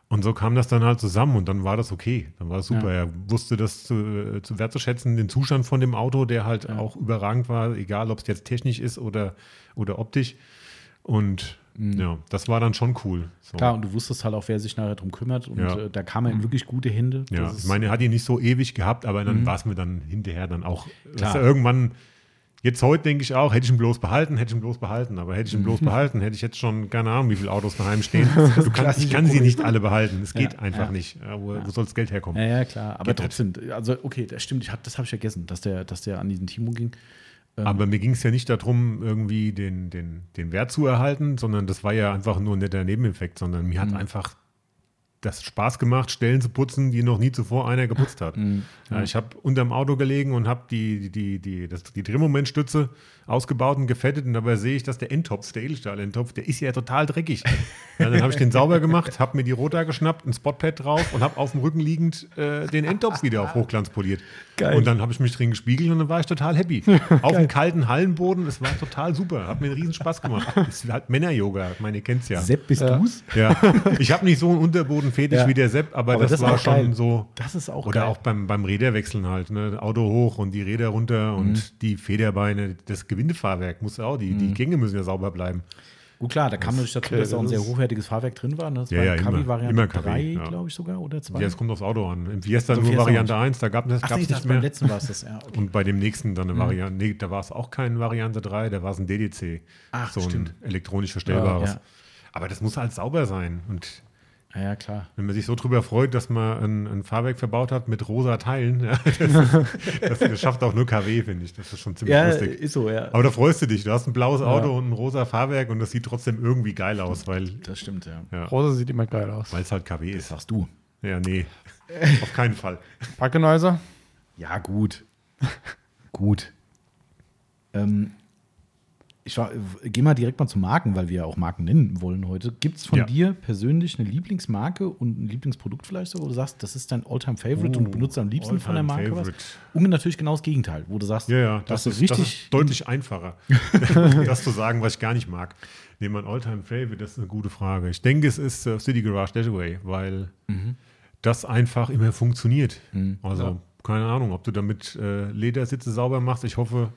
C: Und so kam das dann halt zusammen und dann war das okay. Dann war das super. Er wusste das zu, äh, zu wertzuschätzen, den Zustand von dem Auto, der halt auch überragend war, egal ob es jetzt technisch ist oder, oder optisch. Und ja, das war dann schon cool. So.
A: Klar, und du wusstest halt auch, wer sich nachher drum kümmert und
C: Ja.
A: äh, da kam er in wirklich gute Hände.
C: Ja,
A: Das ist-
C: ich meine, er hat ihn nicht so ewig gehabt, aber dann war es mir dann hinterher dann auch.
A: Klar.
C: Weißt du, irgendwann, jetzt heute denke ich auch, hätte ich ihn bloß behalten, hätte ich ihn bloß behalten, aber hätte ich ihn bloß behalten, hätte ich jetzt schon keine Ahnung, wie viele Autos daheim stehen. Du kannst, ich kann sie nicht alle behalten. Es geht einfach nicht. Ja, wo, wo soll das Geld herkommen?
A: Ja, ja, klar. Aber
C: Geht
A: trotzdem, also okay, das stimmt, ich hab, das habe ich vergessen, dass der, dass der an diesen Timo ging.
C: Aber mir ging es ja nicht darum, irgendwie den, den, den Wert zu erhalten, sondern das war ja einfach nur ein netter Nebeneffekt, sondern mir hat einfach das Spaß gemacht, Stellen zu putzen, die noch nie zuvor einer geputzt hat. Ja, ich habe unterm Auto gelegen und habe die, die, die, das, die Drehmomentstütze ausgebaut und gefettet und dabei sehe ich, dass der Endtopf, der Edelstahl-Endtopf, der ist ja total dreckig. ja, dann habe ich den sauber gemacht, habe mir die Rota geschnappt, ein Spotpad drauf und habe auf dem Rücken liegend äh, den Endtopf wieder auf Hochglanz poliert.
A: Geil.
C: Und dann habe ich mich drin gespiegelt und dann war ich total
A: *laughs*
C: happy. Auf dem kalten Hallenboden, das war total super. Hat mir einen riesen Spaß gemacht. Das ist halt Männer-Yoga, ich meine, ihr kennt es ja.
A: Sepp, bist
B: Ja.
A: du's?
C: Ja, ich habe nicht so einen Unterbodenfetisch
A: Ja.
C: wie der Sepp, aber,
A: Aber
C: das,
A: das ist
C: war
A: auch
C: schon
A: geil.
C: so.
A: Das ist auch
C: Oder
A: geil.
C: auch beim, beim Räderwechseln halt. Ne? Auto hoch und die Räder
A: Mhm.
C: runter und die Federbeine, das Gewindefahrwerk muss auch, die,
A: Mhm.
C: die Gänge müssen ja sauber bleiben.
A: Gut, klar, da kam natürlich dazu,
B: okay,
A: dass da auch ein
B: das
A: sehr
B: ist-
A: hochwertiges Fahrwerk drin war. Ne? Das
C: Ja,
A: war
C: ja,
A: in
C: immer.
A: KW-Variante
C: Immer KW,
A: 3,
C: ja.
A: glaube ich sogar, oder 2?
C: Ja, es kommt aufs Auto an. Im Fiesta
A: So
C: nur
A: Fiesta
C: Variante 1, da gab es
A: Ach nee, das
C: nicht
A: beim
C: mehr.
A: letzten war es das, ja. Okay.
C: Und bei dem nächsten
A: Mhm.
C: dann eine Variante, nee, da war es auch kein Variante 3, da war es ein DDC.
A: Ach,
C: so ein
A: stimmt.
C: elektronisch verstellbares.
A: Ja, ja.
C: Aber das muss halt sauber sein. Und
A: Ja, ja, klar.
C: Wenn man sich so drüber freut, dass man ein, ein Fahrwerk verbaut hat mit rosa Teilen, *laughs* ja, das, das, das schafft auch nur KW, finde ich. Das ist schon ziemlich
A: Ja,
C: lustig.
A: ist so, ja.
C: Aber da freust du dich. Du hast ein blaues Auto
A: Ja.
C: und ein rosa Fahrwerk und das sieht trotzdem irgendwie geil aus, weil
A: Das stimmt, ja.
C: ja,
B: Rosa sieht immer geil aus.
C: weil es halt KW
A: Das
C: ist.
A: sagst du.
C: Ja,
A: *laughs*
C: nee. Auf keinen Fall.
B: Packenizer?
A: Ja, gut. gut. Ähm, ich war, geh mal direkt mal zu Marken, weil wir ja auch Marken nennen wollen heute. Gibt es von
C: Ja.
A: dir persönlich eine Lieblingsmarke und ein Lieblingsprodukt vielleicht so, wo du sagst, das ist dein All-Time-Favorite und du
C: Oh,
A: benutzt am liebsten von der Marke
C: All-Time-Favorite.
A: was? Und natürlich genau das Gegenteil, wo du sagst,
C: Ja, ja,
A: das,
C: das,
A: ist
C: ist,
A: richtig.
C: das ist
A: *laughs*
C: deutlich einfacher, *laughs* das zu sagen, was ich gar nicht mag. Nee, mein All-Time-Favorite, das ist eine gute Frage. Ich denke, es ist äh, City Garage Getaway, weil
A: Mhm.
C: das einfach immer funktioniert. Also, keine Ahnung, ob du damit äh, Ledersitze sauber machst. Ich hoffe,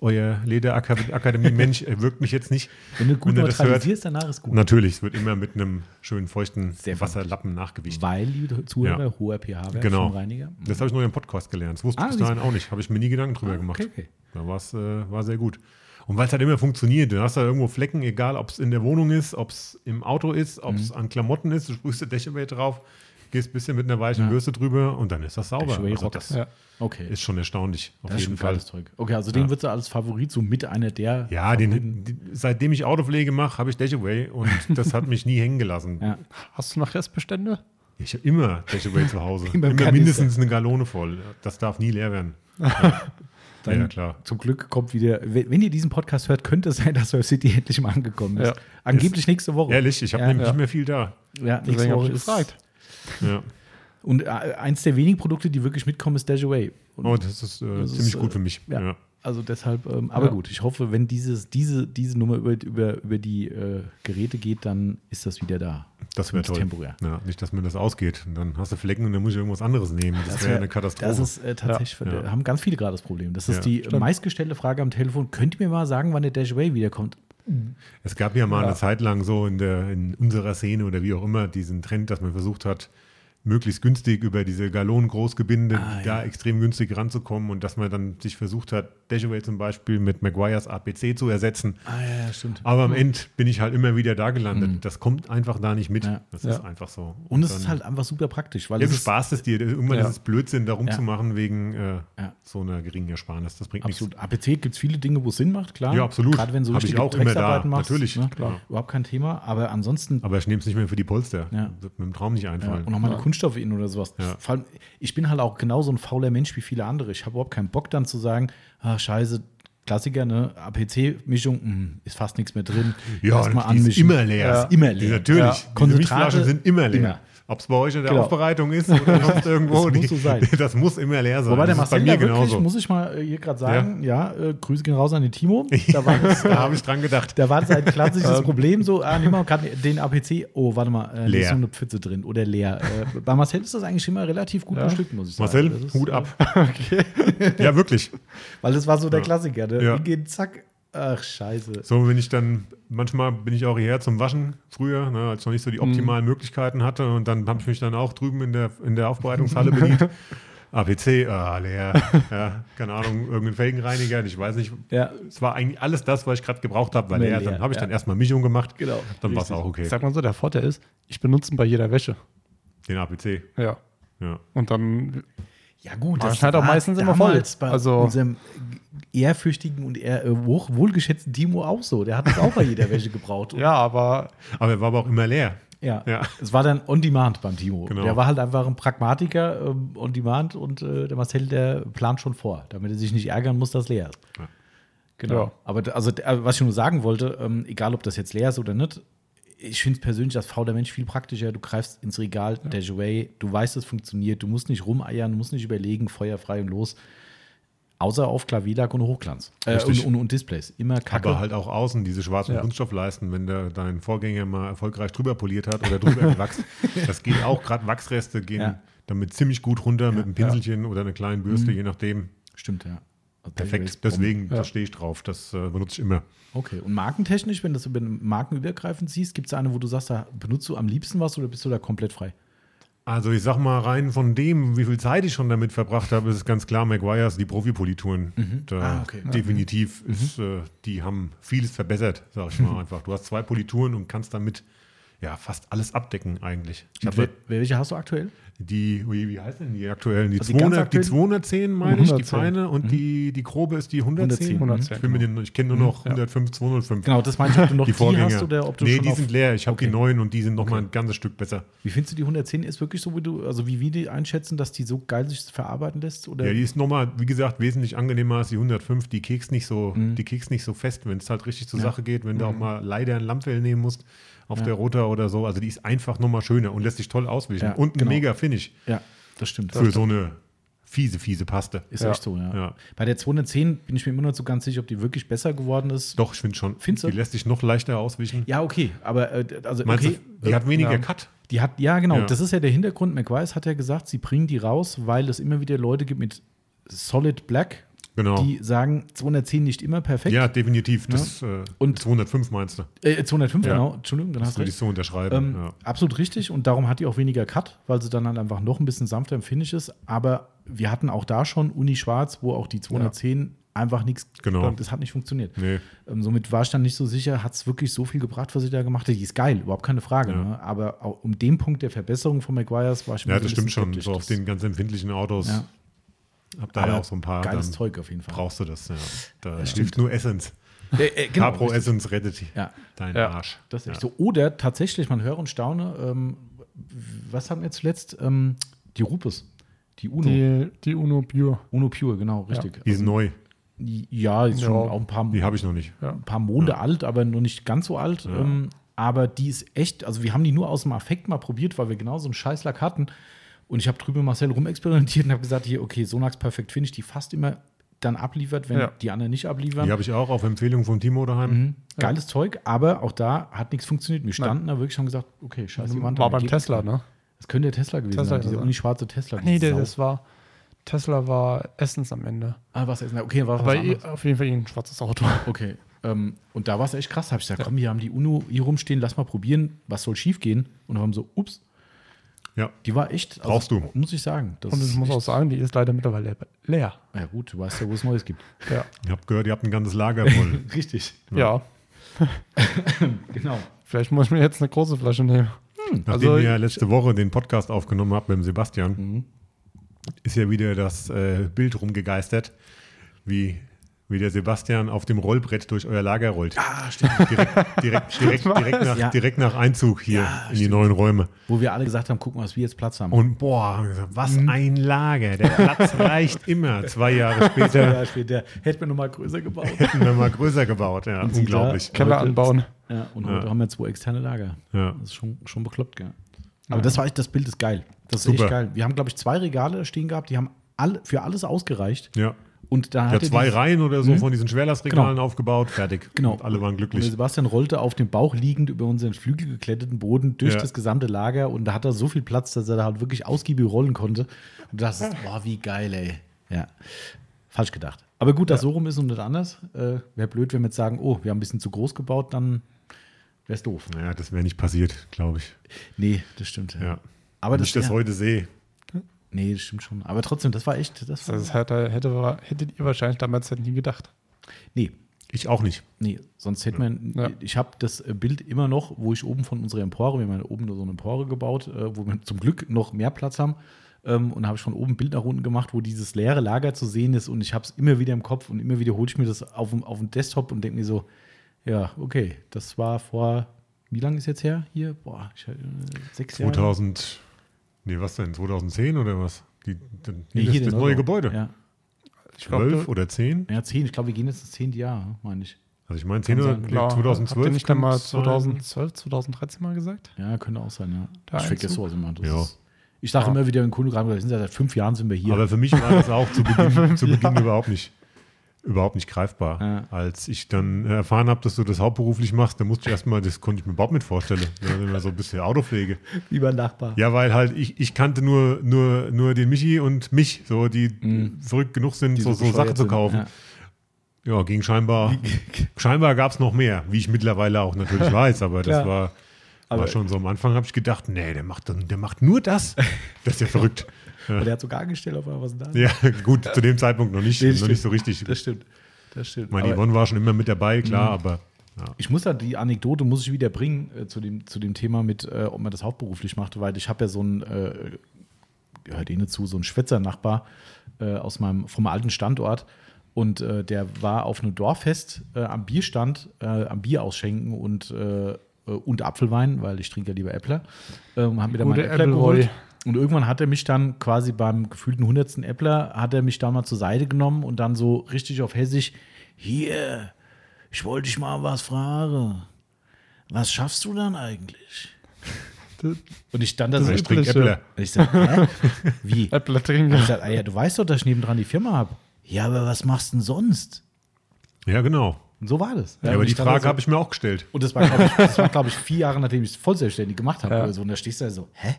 C: euer Lederakademie-Mensch wirkt mich jetzt nicht.
A: wenn du gut
C: *laughs* wenn er das hört.
A: neutralisierst, danach ist gut.
C: Natürlich, es wird immer mit einem schönen feuchten
A: Sehr
C: Wasserlappen nachgewicht.
A: Weil, liebe Zuhörer,
C: Ja.
A: hoher pH-Wert
C: Genau.
A: Äh, vom Reiniger.
C: Das habe ich nur im Podcast gelernt. Das wusste
A: Ah,
C: ich bis
A: siehst
C: dahin auch nicht. Habe ich mir nie Gedanken drüber
A: Ah,
C: gemacht.
A: okay, okay.
C: Da war's, äh, war sehr gut. Und weil es halt immer funktioniert. Du hast da irgendwo Flecken, egal ob es in der Wohnung ist, ob es im Auto ist, ob
A: Mhm.
C: es an Klamotten ist. Du sprühst der Dechelwelt drauf, gehst ein bisschen mit einer weichen
A: Ja.
C: Bürste drüber und dann ist das sauber.
A: Actually
C: Also
A: rockt.
C: das
B: Ja.
A: Okay.
C: ist schon erstaunlich. Auf
A: das ist
C: jeden
A: schon
C: Fall.
A: geiles Zeug. Okay, also den würdest du als Favorit so mit einer der.
C: Ja, den, die- seitdem ich Autopflege mache, habe ich Dashaway und das hat mich nie hängen
A: *laughs*
C: gelassen.
A: Ja.
B: Hast du noch Restbestände?
C: Ich habe immer Dashaway zu Hause.
A: *laughs* Immer
C: Immer,
A: im Kanister.
C: mindestens eine Galone voll. Das darf nie leer
A: *laughs*
C: werden. Ja, ja klar.
A: Zum Glück kommt wieder, wenn wenn ihr diesen Podcast hört, könnte es sein, dass Surf City *laughs* endlich mal angekommen ist.
B: Ja.
A: Angeblich nächste Woche.
C: Ehrlich, ich habe
A: Ja,
C: nämlich
B: ja.
C: nicht mehr viel da.
A: Ja, nächste
B: Deswegen habe
A: Woche
B: ich
A: ist.
B: gefragt.
C: Ja.
A: Und äh, eins der wenigen Produkte, die wirklich mitkommen, ist Dash Away. Und
C: Oh, das ist äh,
A: das ist,
C: ziemlich
A: äh,
C: gut für mich.
A: ja.
C: Ja.
A: Also deshalb, ähm, aber
B: Ja.
A: gut, ich hoffe, wenn dieses, diese, diese Nummer über, über, über die äh, Geräte geht, dann ist das wieder da.
C: Das wäre
A: Zumindest
C: toll.
A: temporär.
C: Ja, nicht, dass mir das ausgeht. Und dann hast du Flecken und dann muss ich irgendwas anderes nehmen. Das, wäre
A: wär-
C: eine Katastrophe.
A: Das ist äh, tatsächlich, für,
C: Oh. Ja.
A: haben ganz viele gerade das Problem. Das ist
C: Ja,
A: die meistgestellte Frage am Telefon. Könnt ihr mir mal sagen, wann der Dash Away wiederkommt?
C: es gab ja mal
B: Ja.
C: eine Zeit lang so in, der, in unserer Szene oder wie auch immer diesen Trend, dass man versucht hat, möglichst günstig über diese Gallonen-Großgebinde
A: Ah, ja.
C: da extrem günstig ranzukommen und dass man dann sich versucht hat, Dashaway zum Beispiel mit Maguires APC zu ersetzen.
A: Ah ja, stimmt.
C: Aber am Ende bin ich halt immer wieder da gelandet. Das kommt einfach da nicht mit.
A: Ja.
C: Das
B: Ja.
C: ist einfach so.
A: Und es
C: dann-
A: ist halt einfach super praktisch, weil
C: Ja,
A: es
C: du
A: ist
C: sparst es dir. Irgendwann
B: Ja.
C: ist es Blödsinn, da rumzumachen wegen äh,
A: Ja.
C: so einer geringen Ersparnis. Das bringt
A: Absolut. APC gibt es viele Dinge, wo es Sinn macht, klar.
C: Ja, absolut.
A: Gerade wenn so
C: Hab ich
A: richtige
C: auch immer da.
A: Drecksarbeiten machst.
C: Natürlich,
A: ne?
C: klar.
A: Überhaupt kein Thema. Aber ansonsten,
C: nichts. Aber ich nehme es nicht mehr für die Polster.
A: Ja.
C: Wird mir im Traum nicht
A: ja,
C: einfallen.
A: und nochmal eine Kunststoffe in oder sowas.
C: Ja.
A: Vor allem, ich bin halt auch genauso ein fauler Mensch wie viele andere. Ich habe überhaupt keinen Bock dann zu sagen, ah, scheiße, Klassiker, ne? APC-Mischung, hm, ist fast nichts mehr drin.
C: ja,
A: Erst mal
C: die ist
A: anmischen.
C: immer leer.
A: Ist immer leer.
C: Die, natürlich.
B: Ja.
C: Diese
A: Konzentrate-
C: Milchflaschen sind immer leer.
A: immer.
C: Ob es bei euch in der
A: Genau.
C: Aufbereitung ist oder sonst
A: *laughs*
C: irgendwo.
A: Das muss
C: die-
A: so sein.
C: *laughs* das muss immer leer sein.
A: Wobei der
C: das ist bei
A: Marcel
C: mir
A: da wirklich,
C: genauso.
A: muss ich mal äh, hier gerade sagen, ja, äh, Grüße gehen raus an den
C: *laughs*
A: Timo. Da war das,
C: da habe ich dran gedacht.
A: *laughs* Da war das halt ein
C: *laughs*
A: klassisches
B: Ähm.
A: Problem, so, ah, nimm mal grad den APC, oh, warte mal, äh, da ist
C: Leer.
A: so eine Pfütze drin oder leer. Äh, bei Marcel ist das eigentlich immer relativ gut bestückt, muss ich sagen.
C: Marcel,
A: Das ist, äh,
C: Hut ab. Ja, wirklich.
A: Weil das war so der Klassiker, ne?
C: Ja.
A: Hingehen, zack, ach, scheiße.
C: So, wenn ich dann, manchmal bin ich auch hierher zum Waschen früher, ne, als ich noch nicht so
A: Mhm.
C: die optimalen Möglichkeiten hatte. Und dann habe ich mich dann auch drüben in der, in der Aufbereitungshalle
A: *laughs*
C: bedient. APC, ah, leer. Ja, keine Ahnung, irgendein Felgenreiniger, ich weiß nicht.
A: Ja.
C: Es war eigentlich alles das, was ich gerade gebraucht habe, weil
A: Nee,
C: leer.
A: leer,
C: Dann habe ich
A: ja.
C: dann erstmal Mischung gemacht.
A: Genau,
C: Dann war es
A: richtig.
C: auch okay.
B: Ich sag mal so, der Vorteil ist, ich benutze ihn bei jeder Wäsche.
C: Den APC.
B: Ja.
C: Ja.
B: Und dann,
A: Ja, gut,
B: Man schneidet auch
A: war
B: meistens immer
A: damals
B: voll.
A: bei
B: Also-
A: unserem ehrfürchtigen und eher, äh, hoch, wohlgeschätzten Timo auch so. Der hat das auch bei jeder Wäsche gebraucht.
B: ja, aber
C: Aber er war aber auch immer leer.
A: Ja.
C: Ja.
A: Es war dann on demand beim Timo.
C: Genau.
A: Der war halt einfach ein Pragmatiker ähm, on demand und äh, der Marcel, der plant schon vor, damit er sich nicht ärgern muss, dass leer ist.
C: Ja.
A: Genau.
B: Ja.
A: Aber d- also, d- also, was ich nur sagen wollte, ähm, egal ob das jetzt leer ist oder nicht, ich finde es persönlich als fauler Mensch viel praktischer. Du greifst ins Regal, ja. Dash Away, du weißt, es funktioniert, du musst nicht rumeiern, du musst nicht überlegen, feuerfrei und los. Außer auf Klavierlack und Hochglanz. Äh, und,
C: Richtig.
A: und, und Displays. Immer kacke.
C: Aber halt auch außen, diese schwarzen
B: Ja.
C: Kunststoffleisten, wenn der, dein Vorgänger mal erfolgreich drüber poliert hat oder drüber
A: *laughs*
C: gewachst, das geht auch. Gerade Wachsreste gehen
A: Ja.
C: damit ziemlich gut runter mit einem Pinselchen oder einer kleinen Bürste, je nachdem.
A: Stimmt, ja. Also Dash Away ist
C: Perfekt.
A: Bombe.
C: Deswegen, da stehe ich drauf. Das äh, benutze ich immer.
A: Okay, und markentechnisch, wenn du das über markenübergreifend siehst, gibt es eine, wo du sagst, da benutzt du am liebsten was oder bist du da komplett frei?
C: Also ich sag mal, rein von dem, wie viel Zeit ich schon damit verbracht habe, ist es ganz klar, Maguires, die Profipolituren, da
A: Ah, okay. Mhm.
C: definitiv,
A: *laughs*
C: ist, äh, die haben vieles verbessert, sag ich mal einfach. Du hast zwei Polituren und kannst damit ja, fast alles abdecken eigentlich. Ich halt
A: Mit
C: habe
A: wel- welche hast du aktuell?
C: die, ui, wie heißt denn die aktuellen? Die,
A: Also die ganz
C: 200, die
A: aktuellen?
C: 210 meine ich, die
B: 110.
C: feine
A: Mhm.
C: und die, die grobe ist die 110.
B: 110,
C: ich bin mit denen, ich kenne nur noch 105, 205.
A: Genau, das meine ich, ob du noch
C: Die Vorgänger.
A: hast oder ob du
C: nee,
A: schon
C: die
A: auf,
C: sind leer. Ich habe
A: Okay.
C: die neuen und die sind nochmal mal ein ganzes Stück besser.
A: Wie findest du die 110 ist wirklich so, wie du, also wie wir die einschätzen, dass die so geil sich verarbeiten lässt? Oder?
C: Ja, die ist nochmal, wie gesagt, wesentlich angenehmer als die 105. Die Keks nicht so, die Keks nicht so fest, wenn es halt richtig zur
A: Mhm. Ja. Mhm.
C: Sache geht, wenn du auch mal leider ein Lampfell nehmen musst auf der Roter oder so. Also die ist einfach nochmal schöner und lässt sich toll auswischen.
A: Ja,
C: und ein
A: genau.
C: mega Finish
A: ja das stimmt.
C: für so eine fiese, fiese Paste.
A: Ist
B: Ja.
A: echt so, ja.
C: Ja.
A: Bei der 210 bin ich mir immer noch so ganz sicher, ob die wirklich besser geworden ist.
C: Doch, ich finde schon,
A: Findest du?
C: die lässt sich noch leichter auswischen.
A: Ja, okay, aber äh, also
C: Meinst
A: okay,
C: du, die hat weniger
B: Ja.
C: Cut.
A: die hat ja genau,
C: Ja.
A: das ist ja der Hintergrund. McWise hat ja gesagt, sie bringen die raus, weil es immer wieder Leute gibt mit Solid Black,
C: Genau.
A: die sagen 210 nicht immer perfekt.
C: ja, definitiv. Das, Äh,
A: Und-
C: 205 meinst du?
A: Äh, 205
C: Ja.
A: genau, Entschuldigung, dann
C: Das
A: hast du
C: würde
A: recht.
C: ich so unterschreiben.
A: Ähm,
C: ja.
A: Absolut richtig und darum hat die auch weniger Cut, weil sie dann halt einfach noch ein bisschen sanfter im Finish ist. Aber wir hatten auch da schon Uni Schwarz, wo auch die 210 einfach nichts,
C: Genau.
A: das hat nicht funktioniert.
C: Nee.
A: Ähm, somit war ich dann nicht so sicher, hat es wirklich so viel gebracht, was sie da gemacht hat. Die ist geil, überhaupt keine Frage.
C: Ja.
A: Ne? Aber auch um den Punkt der Verbesserung von McGuire's war ich
C: Ja,
A: so ein
C: das stimmt
A: bisschen
C: schon.
A: skeptisch.
C: So auf
A: Das-
C: den ganz empfindlichen Autos.
A: Ja.
C: Hab da ja
A: Aber
C: auch so ein paar.
A: Geiles
C: dann
A: Zeug auf jeden Fall.
C: Brauchst du das, ja. Da hilft nur Essence.
A: Äh, äh,
C: Genau,
A: genau,
C: Capro
A: richtig.
C: Essence rettet die.
A: Ja.
C: deinen
B: Ja.
C: Arsch.
A: Das ist echt so. Oder tatsächlich, man höre und staune, ähm, was hatten wir zuletzt? Ähm, die Rupes. Die Uno.
B: Die, die Uno Pure.
A: Uno Pure, genau, richtig.
C: Die ist neu.
A: Ja, ist schon
B: Ja.
A: auch ein paar,
C: Die habe ich noch nicht.
A: ein paar Monde alt, aber noch nicht ganz so alt. Ähm, aber die ist echt, also wir haben die nur aus dem Affekt mal probiert, weil wir genau so einen Scheißlack hatten. Und ich habe drüber Marcel rumexperimentiert und habe gesagt, hier, okay, Sonax Perfekt Finish, die fast immer dann abliefert, wenn
B: Ja.
A: die anderen nicht abliefern.
C: Die habe ich auch auf Empfehlung von Timo daheim.
A: Mhm. Geiles Zeug, aber auch da hat nichts funktioniert. Wir standen da wirklich und haben gesagt, okay, scheiße, die Wand.
B: War
A: da
B: beim
A: geht-
B: Tesla, ne?
A: Das könnte der Tesla gewesen
B: Tesla
A: sein,
B: kann
A: dieser
B: sein.
A: unischwarze Tesla.
B: Nee,
A: diese
B: der,
A: Sau.
B: das war. Tesla war Essens am Ende.
A: Ah, was ist Okay, war was
B: Aber eh,
A: anderes.
B: auf jeden Fall ein schwarzes
C: *laughs*
B: Auto.
A: Okay. Ähm, und da war es echt krass. Da habe ich gesagt, komm, wir haben die UNO hier rumstehen, lass mal probieren, was soll schief gehen? Und haben so, ups,
C: Ja.
A: die war echt. also,
C: Brauchst du.
A: Muss ich sagen. Das
B: Und
A: ist
B: ich muss
A: echt-
B: auch sagen, die ist leider mittlerweile leer.
A: Ja, gut, du weißt ja, wo es Neues gibt.
B: Ja.
C: Ich habe gehört, ihr habt ein ganzes Lager
A: *laughs*
C: voll.
A: Richtig.
B: ja.
A: Genau.
B: Vielleicht muss ich mir jetzt eine große Flasche nehmen.
C: Nachdem
B: Also-
C: ihr letzte Woche den Podcast aufgenommen habt mit dem Sebastian,
A: Mhm.
C: ist ja wieder das äh, Bild rumgegeistert, wie, wie der Sebastian auf dem Rollbrett durch euer Lager rollt. Ah, stimmt. *laughs* Direkt,
A: *laughs*
C: direkt, direkt, direkt, nach,
A: Ja.
C: direkt nach Einzug hier in die neuen Räume.
A: Wo wir alle gesagt haben, gucken, was wir jetzt Platz haben.
C: Und boah, haben wir gesagt, was
A: Mhm.
C: ein Lager.
A: *laughs*
C: Der Platz reicht immer. Zwei Jahre später
A: ja, später hätten wir nochmal größer gebaut.
C: *laughs* hätten wir mal größer gebaut. Ja,
A: sieht da-
C: unglaublich.
B: Keller
A: Heute-
B: anbauen.
A: Ja, und heute haben wir zwei externe Lager.
C: Ja.
A: Das ist schon, schon bekloppt, gell? Aber das war echt, das Bild ist geil. Das ist
C: Super.
A: echt geil. Wir haben, glaube ich, zwei Regale stehen gehabt, die haben alle, für alles ausgereicht.
C: Ja.
A: Und da
C: Ja,
A: hatte
C: zwei
A: dieses-
C: Reihen oder so von diesen Schwerlastregalen
A: Genau.
C: aufgebaut, fertig.
A: Genau.
C: Und alle waren
A: Und der
C: glücklich.
A: Sebastian rollte auf dem Bauch liegend über unseren flügelgekletteten Boden durch
C: Ja.
A: das gesamte Lager und da hat er so viel Platz, dass er da halt wirklich ausgiebig rollen konnte. Und das ist, boah, wie geil, ey. Ja. Falsch gedacht. Aber gut, dass so rum ist und nicht anders. Äh, Wäre blöd, wenn wir jetzt sagen, oh, wir haben ein bisschen zu groß gebaut, dann wäre es doof.
C: Naja, das wäre nicht passiert, glaube ich.
A: Nee, das stimmt.
C: Ja.
A: Aber
C: Wenn
A: das,
C: ich das
A: ja,
C: heute sehe.
A: Nee, das stimmt schon. Aber trotzdem, das war echt. Das war,
B: Das hätte, hätte, hättet ihr wahrscheinlich damals nie gedacht.
A: nee,
C: Ich auch nicht.
A: Nee, sonst hätte man.
B: Ja.
A: Ich habe das äh, Bild immer noch, wo ich oben von unserer Empore, wir haben ja oben so eine Empore gebaut, äh, wo wir zum Glück noch mehr Platz haben. Ähm, und da habe ich von oben ein Bild nach unten gemacht, wo dieses leere Lager zu sehen ist. Und ich habe es immer wieder im Kopf und immer wieder hole ich mir das auf dem, auf dem Desktop und denke mir so: Ja, okay, das war vor. Wie lange ist jetzt her? Hier? Boah, ich, äh, sechs Jahre.
C: 2000. Nee, was denn? 2010 oder was? Die, die,
A: Nee,
C: das,
A: hier
C: das
A: den
C: neue
A: Neubau.
C: Gebäude.
A: Ja.
B: Ich glaub,
C: Zwölf
B: du-
C: oder zehn?
A: ja, zehn. Ich glaube, wir gehen jetzt ins zehnte Jahr, meine ich.
C: Also ich meine, zehn
A: Kann
C: oder
A: sein.
C: nee,
B: Klar,
C: 2012.
B: Habt ihr nicht dann mal
C: könnte es sein.
B: 2012, 2013 mal gesagt?
A: Ja, könnte auch sein, ja.
B: Der
A: ich vergesse
B: Einzug?
A: sowas immer. Das
C: Ja.
A: ist, ich sage immer wieder in Kunden rein, wir sind ja seit fünf Jahren sind wir hier.
C: Aber für mich war das auch
A: *laughs*
C: zu Beginn, zu Beginn überhaupt nicht überhaupt nicht greifbar.
A: Ja.
C: Als ich dann erfahren habe, dass du das hauptberuflich machst, dann musste ich erstmal, das konnte ich mir überhaupt nicht vorstellen. Wenn man so ein bisschen Autopflege.
A: Lieber Nachbar.
C: Ja, weil halt ich, ich kannte nur, nur, nur den Michi und mich, so die
A: Mhm.
C: verrückt genug sind, so, so Sachen zu kaufen. Ja,
A: *laughs*
C: ging scheinbar. scheinbar gab es noch mehr, wie ich mittlerweile auch natürlich weiß, aber das
A: Klar.
C: war,
A: Aber-
C: war schon so am Anfang, habe ich gedacht, nee, der macht, dann- der macht
A: *laughs*
C: nur das. Das ist ja verrückt.
A: Und der hat sogar angestellt auf einmal, was denn da?
C: Ja, gut, zu dem Zeitpunkt noch nicht,
A: Nee, das
C: noch nicht
A: stimmt.
C: so richtig.
A: Das
C: Ich
A: stimmt. Das stimmt.
C: meine,
A: Aber Mhm.
C: Yvonne war schon immer mit dabei, klar, aber
A: Ich muss da die Anekdote muss ich wieder bringen äh, zu, dem, zu dem Thema mit, äh, ob man das hauptberuflich macht, weil ich habe ja so einen, äh, hört eh nicht zu, so einen Schwätzer-Nachbar äh, aus meinem, vom alten Standort. Und äh, der war auf einem Dorffest äh, am Bierstand, äh, am Bier ausschenken und, äh, äh, und Apfelwein, weil ich trinke ja lieber Äppler. Ähm, hab mir da mal
B: Gute
A: einen Äppler
B: Äppelroy.
A: geholt. Und irgendwann hat er mich dann quasi beim gefühlten hundertsten Äppler, hat er mich da mal zur Seite genommen und dann so richtig auf Hessisch, hier, ich wollte dich mal was fragen. Was schaffst du dann eigentlich?
B: Das-
A: Und ich stand da so.
C: Also ich trinke
B: übliche.
C: Äppler.
A: Und ich sag, hä? Wie?
B: Äppler
A: Und ich
C: Also,
B: trinken.
A: sag, ah ja, du weißt doch, dass ich nebendran die Firma habe. Ja, aber was machst du denn sonst?
C: Ja, genau.
A: Und so war das.
C: Ja,
A: Und
C: aber
A: ich
C: die
A: stand da
C: Frage
A: so,
C: habe ich mir auch gestellt.
A: Und das war, glaube ich, das war, glaub ich, vier Jahre, nachdem ich es voll selbstständig gemacht habe.
B: Ja.
A: oder So. Und da stehst du da so, hä?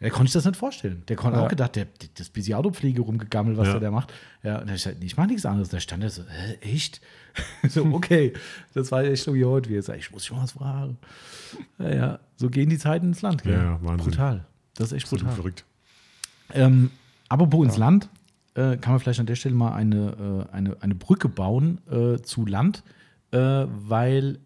A: Der konnte ich das nicht vorstellen. Der konnte
B: Ja.
A: auch gedacht, der, der das bisschen Autopflege rumgegammelt, was
C: Ja.
A: der da macht. Ja, und dann hab ich gesagt, nee, ich mache nichts anderes. Da stand er so, hä, echt? *laughs* so, okay, das war echt so wie heute. Wie er sagt, ich muss schon was fragen. Ja, ja, so gehen die Zeiten ins Land. Gell?
C: Ja, ja, Wahnsinn.
A: Brutal. Das ist echt
C: Absolut
A: brutal.
C: verrückt.
A: Ähm, apropos ins Land, äh, kann man vielleicht an der Stelle mal eine, äh, eine, eine Brücke bauen äh, zu Land, äh, weil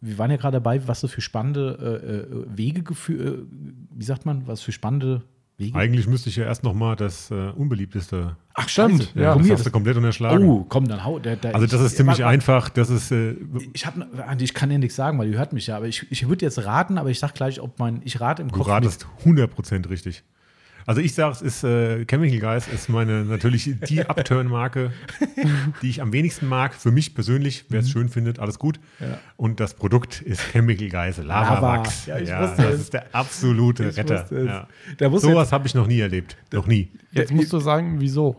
A: wir waren ja gerade dabei, was es für spannende äh, äh, Wege geführt, äh, wie sagt man, was für spannende Wege.
C: Eigentlich müsste ich ja erst nochmal das äh, unbeliebteste.
A: Ach,
B: stimmt,
A: scheiße.
B: ja,
C: das
A: komm, hier,
C: hast du
A: das,
C: komplett unterschlagen.
A: oh, komm, dann hau. Der, der,
C: also das ist ziemlich
A: ich,
C: einfach. Das ist äh,
A: Ich, hab, ne- ich kann ja nichts sagen, weil ihr hört mich ja, aber ich, ich würde jetzt raten, aber ich sag gleich, ob mein, ich rate im
C: Du
A: Kopf. mit.
C: ratest 100% richtig. Also ich sage, es ist äh, Chemical Guys ist meine natürlich
A: *laughs*
C: die Upturn-Marke, die ich am wenigsten mag. Für mich persönlich, wer
A: Mhm.
C: es schön findet, alles gut. Und das Produkt ist Chemical Guys Lava
A: Lava.
C: Wax.
A: Ja,
C: Ja,
A: ich wusste
C: das
A: es.
C: ist der absolute
A: Ich
C: Retter.
A: wusste es.
C: Ja.
A: Da muss
C: Sowas habe ich noch nie erlebt, noch nie.
B: Jetzt musst du sagen, wieso.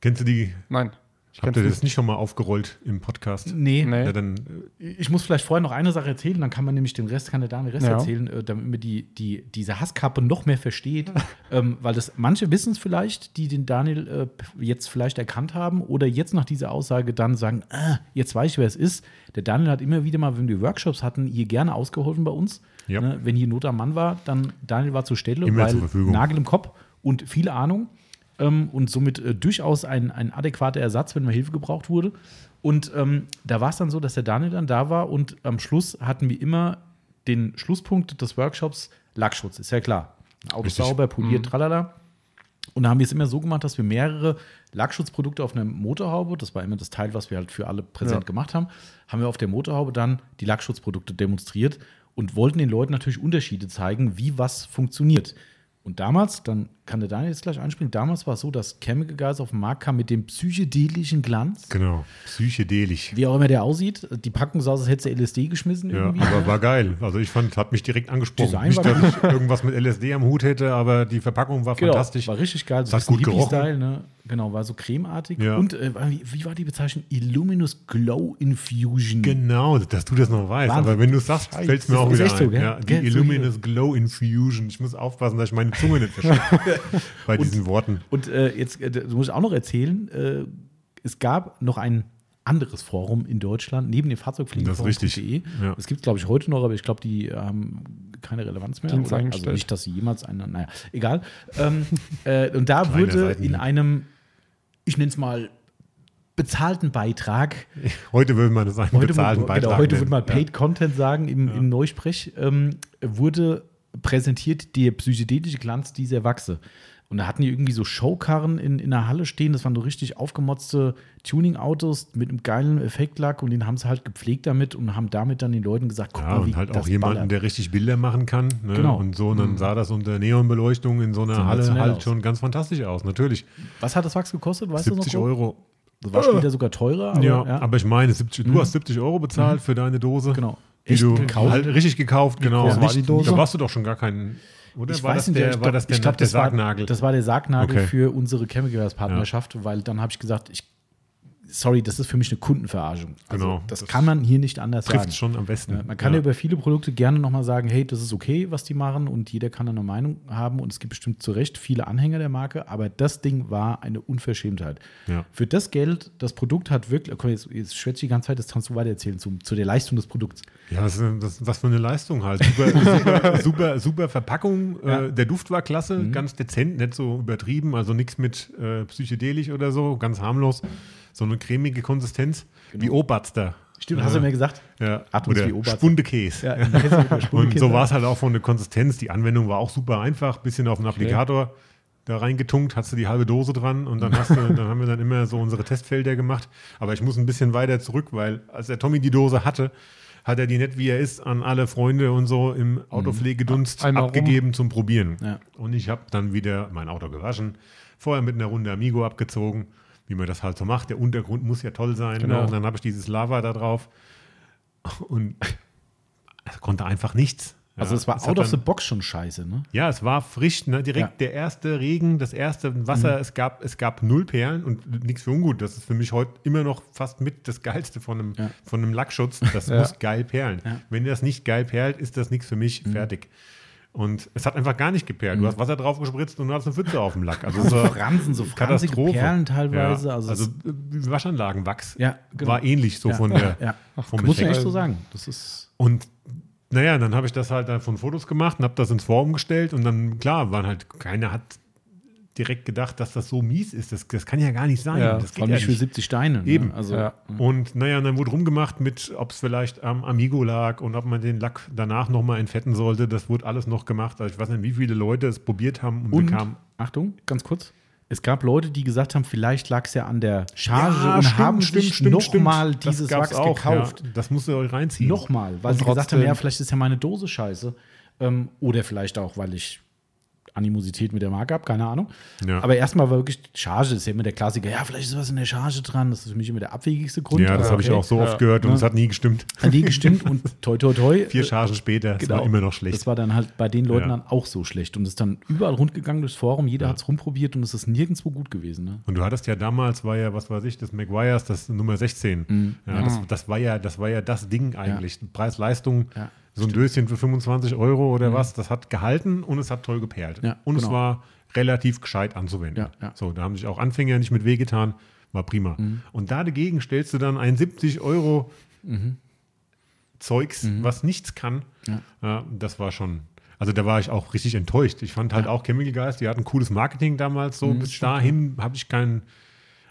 C: Kennst du die?
B: Nein. Ich
C: Habt
B: kenn's
C: ihr
B: nicht.
C: das nicht schon mal aufgerollt im Podcast?
A: Nee,
B: Nee.
C: Ja, dann äh,
A: Ich muss vielleicht vorher noch eine Sache erzählen, dann kann man nämlich den Rest, kann der Dan den Rest
B: Ja.
A: erzählen, äh, damit man die, die, diese Hasskappe noch mehr versteht. ähm, weil das, manche wissen es vielleicht, die den Daniel äh, jetzt vielleicht erkannt haben oder jetzt nach dieser Aussage dann sagen, ah, jetzt weiß ich, wer es ist. Der Daniel hat immer wieder mal, wenn wir Workshops hatten, hier gerne ausgeholfen bei uns.
C: Ja.
A: Ne, wenn hier Not am Mann war, dann Daniel war zur Stelle,
C: Immer
A: weil
C: zur Verfügung.
A: Nagel im Kopf und viel Ahnung ähm, und somit äh, durchaus ein, ein adäquater Ersatz, wenn mal Hilfe gebraucht wurde. Und ähm, da war es dann so, dass der Daniel dann da war und am Schluss hatten wir immer den Schlusspunkt des Workshops Lackschutz, ist ja klar. Auto
C: Richtig. Mhm.
A: sauber, poliert, tralala. Und da haben wir es immer so gemacht, dass wir mehrere Lackschutzprodukte auf einer Motorhaube, das war immer das Teil, was wir halt für alle präsent
B: Ja.
A: gemacht haben, haben wir auf der Motorhaube dann die Lackschutzprodukte demonstriert und wollten den Leuten natürlich Unterschiede zeigen, wie was funktioniert. Und damals, dann kann der Daniel jetzt gleich einspringen, damals war es so, dass Chemical Guys auf den Markt kam mit dem psychedelischen Glanz,
C: genau psychedelisch.
A: wie auch immer der aussieht. Die Packung sah aus, als hätte sie LSD geschmissen
C: Ja,
A: irgendwie.
C: aber war geil. Also ich fand, hat mich direkt angesprochen.
A: Design
C: Nicht,
A: war
C: dass ich irgendwas mit LSD am Hut hätte, aber die Verpackung war
A: Genau,
C: fantastisch.
A: war richtig geil. So
C: hat gut
A: bisschen
C: gerochen.
A: Hippie-Style, ne? Genau, war so cremeartig.
C: Ja.
A: Und äh, war- wie, wie war die Bezeichnung? Illuminous Glow Infusion.
C: Genau, dass du das noch weißt.
A: Wahnsinn.
C: Aber wenn du es sagst,
A: Scheiße.
C: fällt es mir
A: Das
C: auch
A: ist
C: wieder
A: echt so,
C: ein.
A: gell?
C: ja, die
A: Gell, so
C: Illuminous Glow Infusion. Ich muss aufpassen, dass ich meine Zunge nicht
A: *laughs*
C: verschicke bei diesen Worten.
A: Und äh, jetzt äh, das muss ich auch noch erzählen, äh, es gab noch ein anderes Forum in Deutschland, neben dem
C: Das ist
A: Fahrzeugfliegenforum.de.
C: richtig, ja.
A: Das gibt es, glaube ich, heute noch, aber ich glaube, die haben keine Relevanz mehr.
B: Die haben's
A: Oder, also
B: eingestellt.
A: nicht, dass sie jemals einen, naja, egal. Ähm, *laughs* äh, und da
C: Kleiner
A: wurde in
C: Seitenhieb.
A: einem, ich nenne es mal, bezahlten Beitrag
C: Heute würde man das einen
A: heute,
C: bezahlten
A: wird,
C: Beitrag ne?
A: genau, heute würde man
C: nennen.
A: Paid Content sagen im, im Neusprech, ähm, wurde präsentiert der psychedelische Glanz dieser Wachse. Und da hatten die irgendwie so Showkarren in, in der Halle stehen. Das waren so richtig aufgemotzte Tuning-Autos mit einem geilen Effektlack. Und den haben sie halt gepflegt damit und haben damit dann den Leuten gesagt, guck mal,
C: Ja,
A: wie
C: und halt
A: das
C: auch jemanden,
A: ballert.
C: der richtig Bilder machen kann. Ne?
A: Genau.
C: Und so, und dann sah das unter Neonbeleuchtung in so einer Halle
A: Sensationell
C: halt
A: aus.
C: schon ganz fantastisch aus. Natürlich.
A: Was hat das Wachs gekostet? Weißt
C: 70
A: du noch? grob?
C: Euro.
A: Das war schon wieder sogar teurer. Aber, Mhm.
C: ja, aber ich meine, 70, du hast 70 Euro bezahlt für deine Dose.
A: Genau.
C: Die
A: Echt
C: du
A: gekauft?
C: Halt richtig gekauft, genau.
B: groß war die Dose?
C: Da warst du doch schon gar kein. Oder
A: Ich
C: Ne, war,
A: weiß
C: das
A: nicht,
C: der,
A: ich
C: war
A: glaub-
C: das der,
A: ich glaub,
C: der
A: das war-
C: Sargnagel?
A: Das war der Sargnagel
C: Okay.
A: für unsere Chemikers-Partnerschaft, weil dann habe ich gesagt, ich, sorry, das ist für mich eine Kundenverarschung. Also,
C: Genau.
A: Das,
C: Das
A: kann man hier nicht anders sagen.
C: trifft schon am besten.
A: Ja, Man kann ja. über viele Produkte gerne nochmal sagen, hey, das ist okay, was die machen und jeder kann eine Meinung haben und es gibt bestimmt zu Recht viele Anhänger der Marke, aber das Ding war eine Unverschämtheit.
C: Ja.
A: Für das Geld, das Produkt hat wirklich, komm, jetzt, jetzt schwätze ich die ganze Zeit, das kannst du weitererzählen zu, zu der Leistung des Produkts.
C: Ja, das, ist- das, was für eine Leistung halt. Super,
A: *laughs*
C: super, super, super Verpackung.
A: Ja. Mhm.
C: Äh, der Duft war klasse, ganz dezent, nicht so übertrieben, also nichts mit äh, psychedelisch oder so, ganz harmlos. So eine cremige Konsistenz, wie Obatster.
A: Genau. Stimmt, hast du mir gesagt?
C: Ja.
A: Atemlos wie
C: Oder
A: Oberarzt.
C: Spunde Käse.
A: Ja,
C: *laughs*
A: im Hessischen
C: Und so
A: Spulkinder.
C: war es halt auch von der Konsistenz. Die Anwendung war auch super einfach. Bisschen auf den Applikator da reingetunkt, hast du die halbe Dose dran und dann,
B: *laughs*
C: hast du, dann haben wir dann immer so unsere Testfelder gemacht. Aber ich muss ein bisschen weiter zurück, weil als der Tommy die Dose hatte, hat er die nett wie er ist an alle Freunde und so im Autopflegedunst
B: Mhm. Einmal rum.
C: abgegeben zum Probieren.
A: Ja.
C: Und ich habe dann wieder mein Auto gewaschen, vorher mit einer Runde Amigo abgezogen, wie man das halt so macht. Der Untergrund muss ja toll sein.
B: Genau.
C: Ne? Und dann habe ich dieses Lava da drauf und es konnte einfach nichts.
A: Also
C: Ja,
A: es war
C: es hat
A: out of
C: dann-
A: the box schon scheiße, ne?
C: ja, es war frisch, ne?
A: Ja.
C: direkt
A: Mhm.
C: der erste Regen, das erste Wasser. Es, gab, es gab null Perlen und nichts für ungut. Das ist für mich heute immer noch fast mit das Geilste von einem,
A: Ja.
C: von einem Lackschutz. Das
B: Ja.
C: muss geil perlen.
A: Ja. Mhm.
C: Wenn das nicht geil perlt, ist das nichts für mich. Fertig. Und es hat einfach gar nicht geperlt. Du hast Wasser drauf gespritzt und du hast eine Pfütze auf dem Lack. Also es war
A: Fransen, Mhm. *laughs* so franzige Perlen teilweise.
C: Ja.
A: Also,
C: Also,
A: es-
C: äh, Waschanlagenwachs
A: Ja, genau.
C: war ähnlich so
A: Ja.
C: von der
A: ja.
C: vom
A: muss man
C: Effekt.
A: echt so sagen. Das ist
C: Und naja, dann habe ich das halt davon Fotos gemacht und habe das ins Forum gestellt und dann, klar, waren halt, keiner hat direkt gedacht, dass das so mies ist. Das, das kann ja gar nicht sein.
B: Ja,
C: das
A: vor
C: geht
A: allem
C: ja
A: nicht für
C: nicht.
A: 70 Steine. Ne?
C: Eben.
A: Also,
B: Ja.
C: Und naja, und dann wurde rumgemacht mit, ob es vielleicht am Amigo lag und ob man den Lack danach nochmal entfetten sollte. Das wurde alles noch gemacht. Also ich weiß nicht, wie viele Leute es probiert haben und,
A: Und,
C: bekamen.
A: Achtung, ganz kurz. Es gab Leute, die gesagt haben, vielleicht lag es ja an der Charge
C: Ja,
A: und
C: stimmt,
A: haben
C: stimmt,
A: sich
C: stimmt, stimmt.
A: nochmal
C: Das
A: dieses
C: gab's
A: Wachs
C: auch,
A: gekauft.
C: Ja. Mhm. Das musst ihr euch reinziehen.
A: Nochmal, weil
B: Und
A: sie gesagt haben,
B: trotzdem-
A: ja, vielleicht ist ja meine Dose scheiße. Ähm, oder vielleicht auch, weil ich Animosität mit der Marke habe, keine Ahnung.
C: Ja.
A: Aber erstmal war wirklich Charge, ist ja immer der Klassiker, ja, vielleicht ist was in der Charge dran. Das ist für mich immer der abwegigste Grund.
C: Ja, das
A: Aber
C: habe ich
A: okay. Also,
C: auch so oft
B: Ja.
C: gehört und es hat nie gestimmt.
A: Hat nie Ah, gestimmt und toi toi toi.
C: *laughs* Vier
A: äh,
C: Chargen später, es war immer noch schlecht.
A: Das war dann halt bei den Leuten
C: Ja.
A: dann auch so schlecht. Und es ist dann überall rundgegangen durchs Forum, jeder hat es rumprobiert und es ist nirgendwo gut gewesen. Ne?
C: Und du hattest ja damals, war ja, was weiß ich, das McGuire's, das Nummer 16.
A: Mhm.
C: Ja, das, das, war ja, das war ja das Ding eigentlich. Preis-Leistung,
A: Ja, Mhm.
C: so ein Döschen für 25 Euro oder was, das hat gehalten und es hat toll geperlt.
A: Ja,
C: und es
A: genau.
C: war relativ gescheit anzuwenden.
A: Ja, Mhm. ja.
C: So, da haben sich auch Anfänger nicht mit wehgetan, war prima. Und da dagegen stellst du dann ein 70 Euro Zeugs, was nichts kann.
A: Mhm. Ja.
C: Ja, das war schon. Also da war ich auch richtig enttäuscht. Ich fand halt auch Chemical Guys, die hatten cooles Marketing damals
A: Mhm.
C: so. Bis dahin habe ich keinen.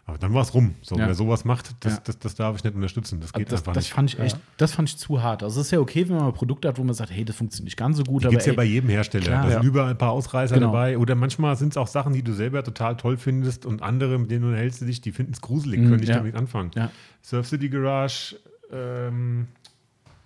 C: Aber dann war es rum. So,
A: Ja.
C: Wer sowas macht, das,
A: Ja.
C: das, das darf ich nicht unterstützen. Das
A: Also
C: geht
A: Das,
C: einfach
A: das
C: nicht.
A: fand ich echt, das fand ich zu hart. Also es ist ja okay, wenn man ein Produkt hat, wo man sagt, hey, das funktioniert nicht ganz so gut,
C: Die
A: aber
C: gibt es ja
A: ey,
C: bei jedem Hersteller.
A: Klar,
C: da sind
A: ja.
C: überall ein paar Ausreißer
A: Genau.
C: dabei. Oder manchmal sind es auch Sachen, die du selber total toll findest und andere, mit denen du hältst du dich, die finden es gruselig, können nicht
A: Mhm, ja.
C: damit anfangen.
A: Ja.
C: Surf City Garage, ähm,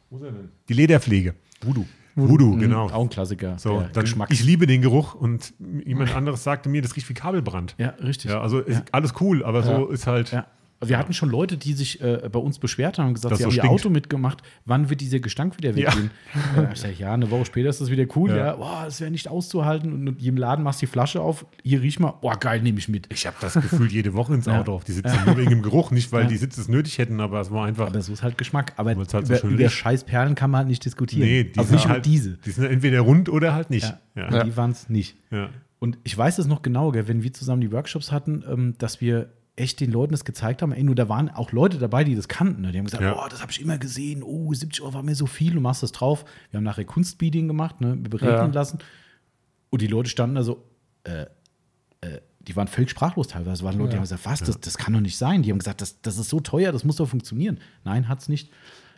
C: wo ist er denn? Die Lederpflege. Voodoo. Voodoo, genau.
A: Mhm. hm, auch ein Klassiker.
C: So,
A: der
C: dann,
A: Geschmack.
C: ich liebe den Geruch und jemand anderes sagte mir, das riecht wie Kabelbrand.
A: ja, richtig.
C: Ja, also ist alles cool, aber so ist halt.
A: Ja. Wir hatten schon Leute, die sich äh, bei uns beschwert haben und gesagt,
C: Dass
A: sie
C: so
A: haben ihr
C: stinkt.
A: Auto mitgemacht, wann wird dieser Gestank wieder weggehen? Ja. ich sag, ja, eine Woche später ist das wieder cool, ja,
C: Ja.
A: boah, das wäre nicht auszuhalten. Und in jedem Laden machst du die Flasche auf, hier riech mal, boah, geil, nehme ich mit.
C: Ich habe das Gefühl jede Woche ins Auto auf die Sitze, nur wegen dem Geruch, nicht weil die Sitze es nötig hätten, aber es war einfach.
A: *laughs* Aber so ist halt Geschmack. Aber
C: Weil's halt so
A: über,
C: schön
A: über
C: riecht.
A: scheiß Perlen kann man halt nicht diskutieren.
C: Nee, die
A: also
C: sind
A: nicht
C: halt,
A: mit diese.
C: Die sind entweder rund oder halt nicht.
A: Ja.
C: Ja.
A: Und Die waren es nicht.
C: Ja.
A: Und ich weiß es noch genau, gell, wenn wir zusammen die Workshops hatten, ähm, dass wir echt den Leuten das gezeigt haben. Ey, nur da waren auch Leute dabei, die das kannten. Ne? Die haben gesagt,
C: Ja.
A: oh, das habe ich immer gesehen. Oh, 70 Euro war mir so viel. Du machst das drauf. Wir haben nachher Kunstbeading gemacht, ne? wir berechnen
B: Ja.
A: lassen. Und die Leute standen da so, äh, äh, die waren völlig sprachlos teilweise. Es waren Leute, die haben gesagt, was, das, das kann doch nicht sein. Die haben gesagt, das, das ist so teuer, das muss doch funktionieren. Nein, hat es nicht.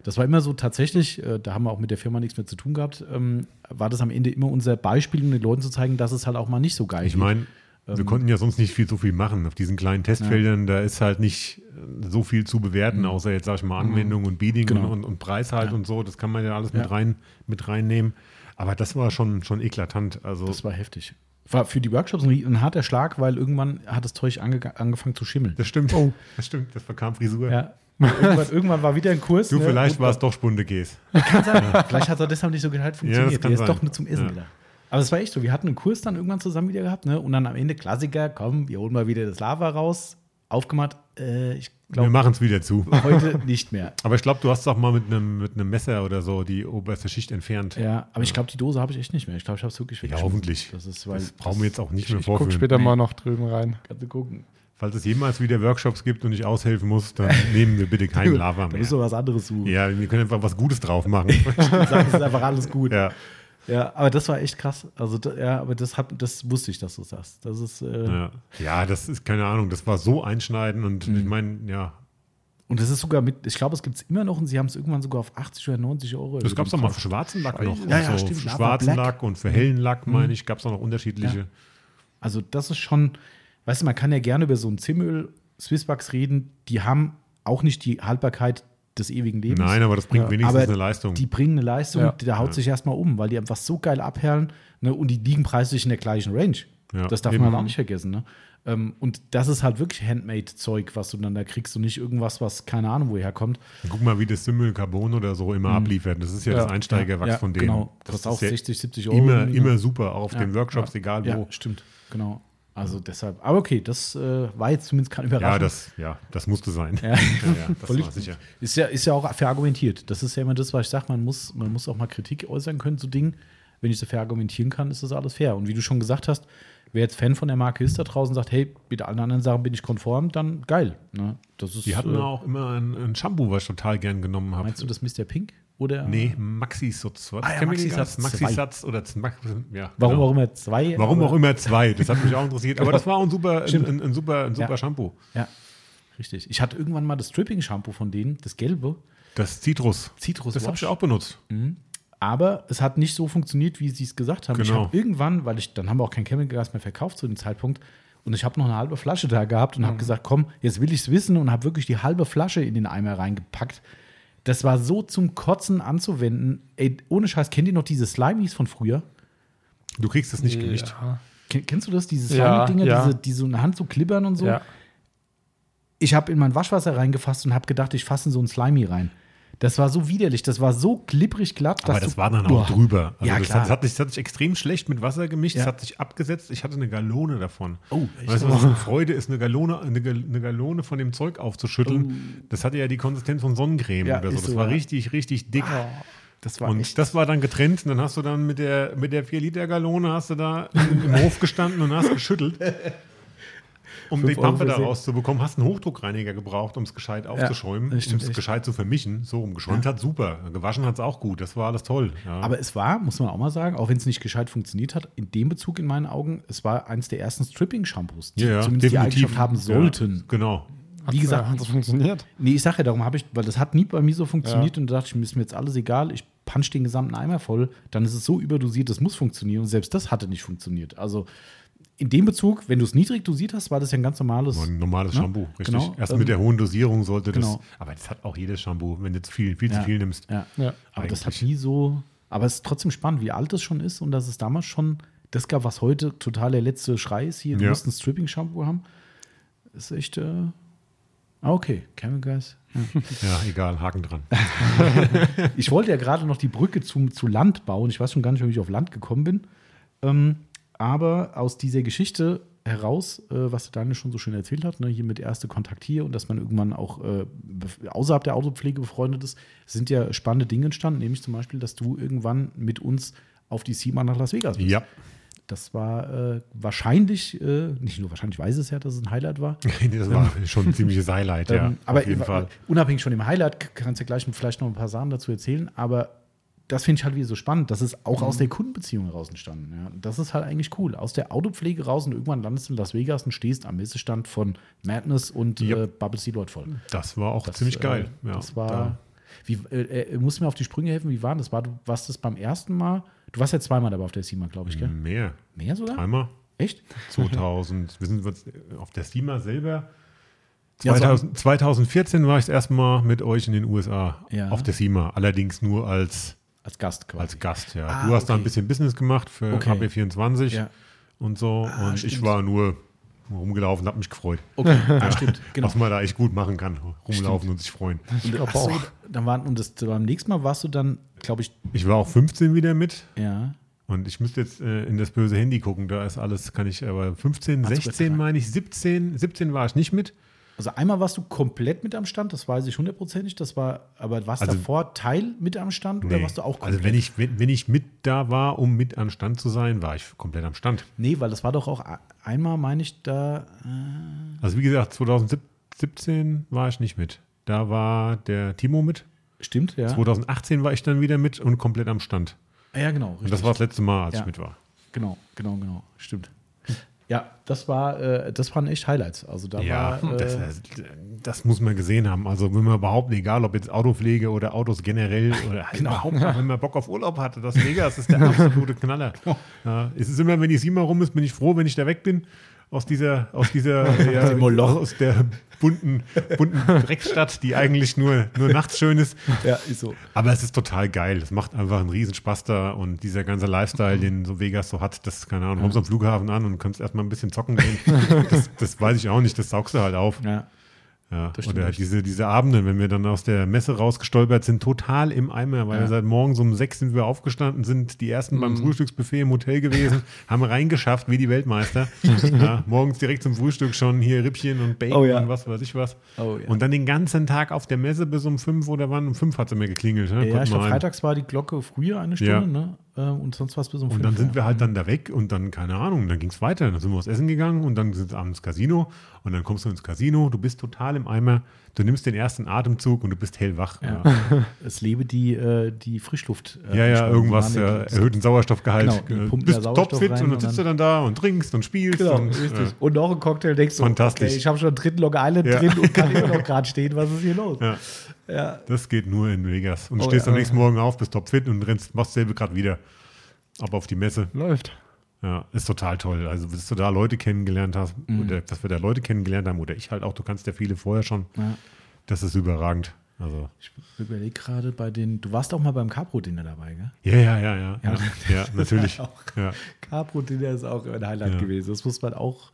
A: Das war immer so tatsächlich, äh, da haben wir auch mit der Firma nichts mehr zu tun gehabt, ähm, war das am Ende immer unser Beispiel, um den Leuten zu zeigen, dass es halt auch mal nicht so geil
C: Ich meine,
A: Ähm.
C: wir konnten ja sonst nicht viel so viel machen. Auf diesen kleinen Testfeldern, da ist halt nicht äh, so viel zu bewerten, außer jetzt sag ich mal Anwendung und Bidding
A: Mhm. Genau.
C: und, und, und Preis halt und so. Das kann man ja alles
A: Ja.
C: mit rein mit reinnehmen. Aber das war schon, schon eklatant. Also
A: Das war heftig. War für die Workshops ein, ein harter Schlag, weil irgendwann hat das Zeug ange angefangen zu schimmeln.
C: Das stimmt. Das stimmt. Das verkam Frisur.
A: Oh. Ja. irgendwann, irgendwann war wieder ein Kurs.
C: Du,
A: ne?
C: vielleicht
A: Und-
C: war es doch Spundegees.
A: Kann sein. Vielleicht hat er deshalb nicht so gescheit funktioniert.
C: Ja, das kann
A: Der ist
C: sein.
A: doch nur zum Essen
C: Ja.
A: gedacht. Aber es war echt so. Wir hatten einen Kurs dann irgendwann zusammen wieder gehabt, ne? Und dann am Ende Klassiker, komm, wir holen mal wieder das Lava raus. Aufgemacht, äh, ich
C: Wir
A: glaube
C: machen es wieder zu.
A: *laughs* heute nicht mehr.
C: Aber ich glaube, du hast auch mal mit einem mit einem Messer oder so die oberste Schicht entfernt.
A: Ja, aber ich glaube, die Dose habe ich echt nicht mehr. Ich glaube, ich habe es wirklich
C: Ja,
A: weggeschmissen.
C: hoffentlich.
A: Das ist, weil
C: Das brauchen wir jetzt auch nicht mehr
B: Guck
C: vorführen.
B: später mal noch drüben rein.
A: Kannst du gucken.
C: Falls es jemals wieder Workshops gibt und ich aushelfen
A: *laughs*
C: muss, dann nehmen wir bitte keinen Lava
A: Da
C: mehr.
A: müssen wir was anderes suchen.
C: Ja, wir können einfach was Gutes drauf machen.
A: Sagen, es ist einfach alles gut.
C: ja.
A: *laughs* Ja, aber das war echt krass. Also, da- ja, aber das, hab, das wusste ich, dass du sagst. Das ist, äh, Mhm. Also
C: Ja. ja, das ist keine Ahnung. Das war so einschneidend und ich meine, ja,
A: Und das ist sogar mit, ich glaube, es gibt es immer noch und sie haben es irgendwann sogar auf 80 oder 90 Euro.
C: Das gab es doch mal für schwarzen Lack noch.
A: Ja, ja, stimmt,
C: für
A: Lava
C: schwarzen
A: Black. Mhm.
C: Lack und für hellen Lack, meine ich, gab es auch noch unterschiedliche.
A: Also das ist schon, weißt du, man kann ja gerne über so ein Zimmöl, Swissbucks reden, die haben auch nicht die Haltbarkeit des ewigen Lebens.
C: Nein, aber das bringt
B: Ja,
C: wenigstens
A: aber
C: eine Leistung.
A: Die bringen eine Leistung,
B: Ja.
A: da haut sich erstmal um, weil die einfach so geil abperlen ne, und die liegen preislich in der gleichen Range.
C: Ja,
A: das darf
C: eben.
A: man auch nicht vergessen. Ne? Ähm, und das ist halt wirklich Handmade-Zeug, was du dann da kriegst und nicht irgendwas, was keine Ahnung woher kommt.
C: Guck mal, wie das Simmel Carbon oder so immer abliefert. Das ist ja,
B: Ja,
C: das Einsteigerwachs
A: Mhm. ja,
C: von denen.
A: genau.
C: Das
A: Kostet auch
C: ist ja
A: 60, 70 Euro.
C: Immer,
A: irgendwie, ne?
C: immer super, auch auf den Workshops, egal
A: Ja,
C: wo.
A: stimmt, genau. Also deshalb, aber okay, das äh, war jetzt zumindest keine Überraschung.
C: Ja, das, ja, das musste sein.
A: Ja.
C: *laughs* ja, das war
A: Verlicht-
C: sicher.
A: Ist ja, ist ja auch verargumentiert. Das ist ja immer das, was ich sage, man muss, man muss auch mal Kritik äußern können zu Dingen. Wenn ich so verargumentieren kann, ist das alles fair. Und wie du schon gesagt hast, wer jetzt Fan von der Marke ist da draußen sagt, hey, mit allen anderen Sachen bin ich konform, dann geil. Ne? Das ist,
C: Die hatten
A: äh,
C: auch immer ein, ein Shampoo, was ich total gern genommen habe.
A: Meinst du das Mr. Pink? Oder?
C: Nee, Maxi-Sutz. Was?
A: Ah ja,
C: Kennen wir den
A: Maxi-Satz
C: Satz?
A: zwei.
C: Maxi-Satz oder Z- Max, ja,
A: Warum
C: genau.
A: auch immer zwei?
C: Warum
A: aber-
C: auch immer zwei? Das hat mich auch interessiert. Aber das war auch ein super, ein,
A: Stimmt.
C: ein, ein super, ein super
A: Ja.
C: Shampoo.
A: Ja, richtig. Ich hatte irgendwann mal das Stripping-Shampoo von denen, das gelbe,
C: Das Citrus.
A: Citrus
C: Das habe
A: Watch.
C: ich auch benutzt.
A: Aber es hat nicht so funktioniert, wie sie es gesagt haben. Ich
C: Genau.
A: habe irgendwann, weil ich, dann haben wir auch kein Chemical Gas mehr verkauft zu dem Zeitpunkt. Und ich habe noch eine halbe Flasche da gehabt und
B: Mhm.
A: habe gesagt, komm, jetzt will ich es wissen und habe wirklich die halbe Flasche in den Eimer reingepackt. Das war so zum Kotzen anzuwenden. Ey, ohne Scheiß, kennt ihr noch diese Slimies von früher?
C: Du kriegst es nicht gemischt.
B: Ja.
A: Ken, kennst du das? Diese
B: Ja,
A: Slimy-Dinger,
B: ja.
A: diese, die so in der Hand so klibbern und so?
B: Ja.
A: ich habe in mein Waschwasser reingefasst und habe gedacht, ich fasse in so ein Slimy rein. Das war so widerlich, das war so klipprig glatt.
C: Aber
A: dass
C: das
A: du-
C: war dann
A: Boah.
C: auch drüber. Also
A: ja,
C: das,
A: klar.
C: hat, das, hat sich, das hat sich extrem schlecht mit Wasser gemischt. Es
A: Ja.
C: hat sich abgesetzt. Ich hatte eine Gallone davon.
A: Oh, echt?
C: weißt du, was für eine Freude ist, eine Gallone, eine Gal- eine Gallone von dem Zeug aufzuschütteln. Das hatte ja die Konsistenz von Sonnencreme
A: Oh. Ja,
C: oder so.
A: ist
C: Das
A: so,
C: war
A: ja. Oh.
C: richtig, richtig dick.
A: das war
C: und
A: echt.
C: das war dann getrennt. Und dann hast du dann mit der, mit der 4-Liter-Gallone hast du da im im Hof gestanden und
A: *laughs*
C: hast geschüttelt. Um die
A: Fünf Euro
C: Pampe da
A: für sie.
C: rauszubekommen, hast einen Hochdruckreiniger gebraucht, um es gescheit aufzuschäumen,
A: das
C: um
A: stimmt
C: es
A: echt.
C: gescheit zu vermischen. So rum. Geschäumt hat super. Gewaschen hat es auch gut. Das war alles toll. Ja.
A: aber es war, muss man auch mal sagen, auch wenn es nicht gescheit funktioniert hat, in dem Bezug in meinen Augen, es war eins der ersten Stripping-Shampoos, die
C: ja, ja,
A: zumindest die
C: definitiv.
A: Eigenschaft haben
C: Ja,
A: sollten.
C: genau.
A: Wie gesagt,
B: hat das funktioniert?
A: nee, ich sage ja, darum habe ich, weil das hat nie bei mir so funktioniert und da dachte ich, mir ist mir jetzt alles egal, ich punch den gesamten Eimer voll, dann ist es so überdosiert, das muss funktionieren und selbst das hatte nicht funktioniert. Also in dem Bezug, wenn du es niedrig dosiert hast, war das ja ein ganz normales.
C: War Ein normales
A: Ne?
C: Shampoo, richtig.
A: Genau,
C: Erst
A: ähm,
C: mit der hohen Dosierung sollte
A: genau.
C: das. Aber das hat auch jedes Shampoo, wenn du jetzt viel, viel zu viel nimmst.
A: Ja.
B: Ja.
A: Aber das hat
C: Eigentlich.
A: nie so. Aber es ist trotzdem spannend, wie alt das schon ist und dass es damals schon das gab, was heute total der letzte Schrei ist. Hier, du
C: Ja.
A: musst ein Stripping-Shampoo haben. Ist echt. Äh, ah, okay. Chemical Guys.
C: Ja, egal,
A: *laughs*
C: Haken dran.
A: Ich wollte ja gerade noch die Brücke zum, zu Land bauen. Ich weiß schon gar nicht, wie ich auf Land gekommen bin. Ähm, aber aus dieser Geschichte heraus, äh, was der Daniel schon so schön erzählt hat, ne, hier mit erste Kontakt hier und dass man irgendwann auch äh, bef- außerhalb der Autopflege befreundet ist, sind ja spannende Dinge entstanden. Nämlich zum Beispiel, dass du irgendwann mit uns auf die SEMA nach Las Vegas bist.
C: ja. *laughs*
A: Das war äh, wahrscheinlich, äh, nicht nur wahrscheinlich, ich weiß es ja, dass es ein Highlight war.
C: Das war schon ein ziemliches Highlight, ja.
A: Ähm, aber
C: auf jeden
A: äh,
C: Fall.
A: unabhängig schon im Highlight, k- kannst du gleich vielleicht noch ein paar Sachen dazu erzählen, aber das finde ich halt wieder so spannend. Das ist auch aus der Kundenbeziehung raus entstanden. Ja. Das ist halt eigentlich cool. Aus der Autopflege raus und irgendwann landest du in Las Vegas und stehst am Messestand von Madness und
C: Yep.
A: äh, Bubble Sea Lord voll.
C: Das war auch
A: Das,
C: ziemlich geil.
A: Äh,
C: ja,
A: das war.
C: da.
A: Wie, äh, äh, musst du mir auf die Sprünge helfen, wie war das? War, du warst das beim ersten Mal? Du warst ja zweimal dabei auf der SEMA, glaube ich, gell?
C: mehr.
A: Mehr sogar?
C: Dreimal.
A: Echt?
C: 2000. wir sind jetzt auf der SEMA selber.
A: Ja, also- so-
C: 2000, 2014 war ich das erste Mal mit euch in den USA
A: Ja.
C: auf der SEMA. Allerdings nur als,
A: Als Gast quasi.
C: als Gast, ja.
A: Ah,
C: du hast da
A: okay.
C: ein bisschen Business gemacht für
A: Okay.
C: KB24.
A: Ja.
C: und so.
A: Ah,
C: und ich
A: stimmt.
C: war nur rumgelaufen, habe mich gefreut. *laughs*
A: Okay, ah, stimmt. Genau.
C: Was man da echt gut machen kann. Rumlaufen und sich freuen.
A: Und, äh,
B: glaub
A: ach so,
B: auch.
A: Dann waren, und das, beim nächsten Mal warst du dann, glaube ich,
C: Ich war auch 15 wieder mit
A: ja.
C: und ich müsste jetzt äh, in das böse Handy gucken. Da ist alles, kann ich aber 15,
A: Hast du
C: 16
A: gesagt?
C: meine ich, 17, 17 war ich nicht mit.
A: Also einmal warst du komplett mit am Stand, das weiß ich hundertprozentig. Das war, aber warst
C: Also-
A: davor Teil mit am Stand oder
C: Nee.
A: warst du auch komplett?
C: also wenn ich, wenn, wenn ich mit da war, um mit am Stand zu sein, war ich komplett am Stand.
A: Nee, weil das war doch auch a- einmal, meine ich, da.
C: Also wie gesagt, 2017 war ich nicht mit. Da war der Timo mit.
A: Äh, stimmt, ja.
C: 2018 war ich dann wieder mit und komplett am Stand.
A: Ah, Ja, genau. Richtig.
C: Und das war das letzte Mal, als
A: Ja.
C: ich mit war.
A: Genau, genau, genau. Stimmt. Ja, das war, äh, das waren echt Highlights. Also da
C: Ja,
A: war, äh,
C: das, äh, das muss man gesehen haben. Also wenn man überhaupt, egal ob jetzt Autopflege oder Autos generell oder halt
A: genau.
C: überhaupt, wenn man Bock auf Urlaub hatte, das
A: *laughs*
C: Vegas ist der absolute Knaller.
A: Genau.
C: Ja, es ist immer, wenn die Sima rum ist, bin ich froh, wenn ich da weg bin. Aus dieser, aus
A: *laughs*
C: dieser, ja,
A: dem Moloch.
C: aus der bunten,
A: *laughs*
C: bunten Dreckstadt, die eigentlich nur, nur nachts schön ist.
A: ja, ist so.
C: Aber es ist total geil. Es macht einfach einen Riesenspaß da und dieser ganze Lifestyle, den so Vegas so hat, das, keine Ahnung, kommst am Flughafen an und kannst erstmal ein bisschen zocken gehen. das, das weiß ich auch nicht, das saugst du halt auf.
A: Ja.
C: Ja,
A: Das stimmt
C: oder
A: echt.
C: diese, diese Abenden, wenn wir dann aus der Messe rausgestolpert sind, total im Eimer, weil
A: Ja. Mhm.
C: seit morgens um sechs sind wir aufgestanden, sind die ersten beim Frühstücksbuffet im
A: *laughs*
C: Hotel gewesen, haben reingeschafft wie die Weltmeister. ja, morgens direkt zum Frühstück schon hier Rippchen und Bacon
A: Oh ja.
C: und was weiß ich was.
A: Oh ja.
C: Und dann den ganzen Tag auf der Messe bis um fünf oder wann? Um fünf hat sie mir geklingelt. Ne?
A: Ja,
C: Konnten
A: ich
C: wir
A: glaube,
C: rein.
A: freitags war die Glocke früher eine Stunde,
C: Ja.
A: ne? Äh, Und sonst war es bis um
C: Und
A: fünf,
C: dann
A: ja.
C: sind wir halt dann da weg und dann, keine Ahnung, dann ging es weiter. Dann sind wir aus Essen gegangen und dann sind wir abends ins Casino und dann kommst du ins Casino, du bist total im Eimer, du nimmst den ersten Atemzug und du bist hellwach.
A: Ja. es lebe die, äh, die Frischluft. äh,
C: Ja, ja,
A: Entspannung,
C: irgendwas,
A: die
C: ja,
A: waren
C: erhöhten Sauerstoffgehalt.
A: Genau, die
C: Genau,
A: pumpen
C: bist
A: da Sauerstoff
C: topfit
A: rein
C: und dann
A: und
C: sitzt
A: dann-
C: du dann da und trinkst und spielst.
A: Genau,
C: und,
A: richtig. Und noch ein Cocktail denkst du,
C: Fantastisch.
A: okay, ich habe schon einen dritten Long Island
C: Ja.
A: drin und
C: *laughs*
A: kann immer noch gerade stehen, was ist hier los?
C: Ja.
A: Ja.
C: äh, Das geht nur in Vegas. Und du
A: Oh,
C: stehst
A: ja.
C: am nächsten Morgen auf, bist topfit und rennst, machst selber gerade wieder. Ab auf die Messe.
B: Läuft.
C: Ja, ist total toll. Also, dass du da Leute kennengelernt hast,
A: Mhm.
C: oder dass wir da Leute kennengelernt haben, oder ich halt auch, du kannst ja viele vorher schon.
A: Ja.
C: Das ist überragend. Also,
A: Ich überlege gerade bei den, du warst auch mal beim Capro-Dinner dabei, gell?
C: ja, ja, ja, ja. Ja, ja
A: *laughs*
C: natürlich.
A: auch-
C: Ja.
A: Capro-Dinner ist auch ein Highlight
C: Ja.
A: gewesen, das muss man auch.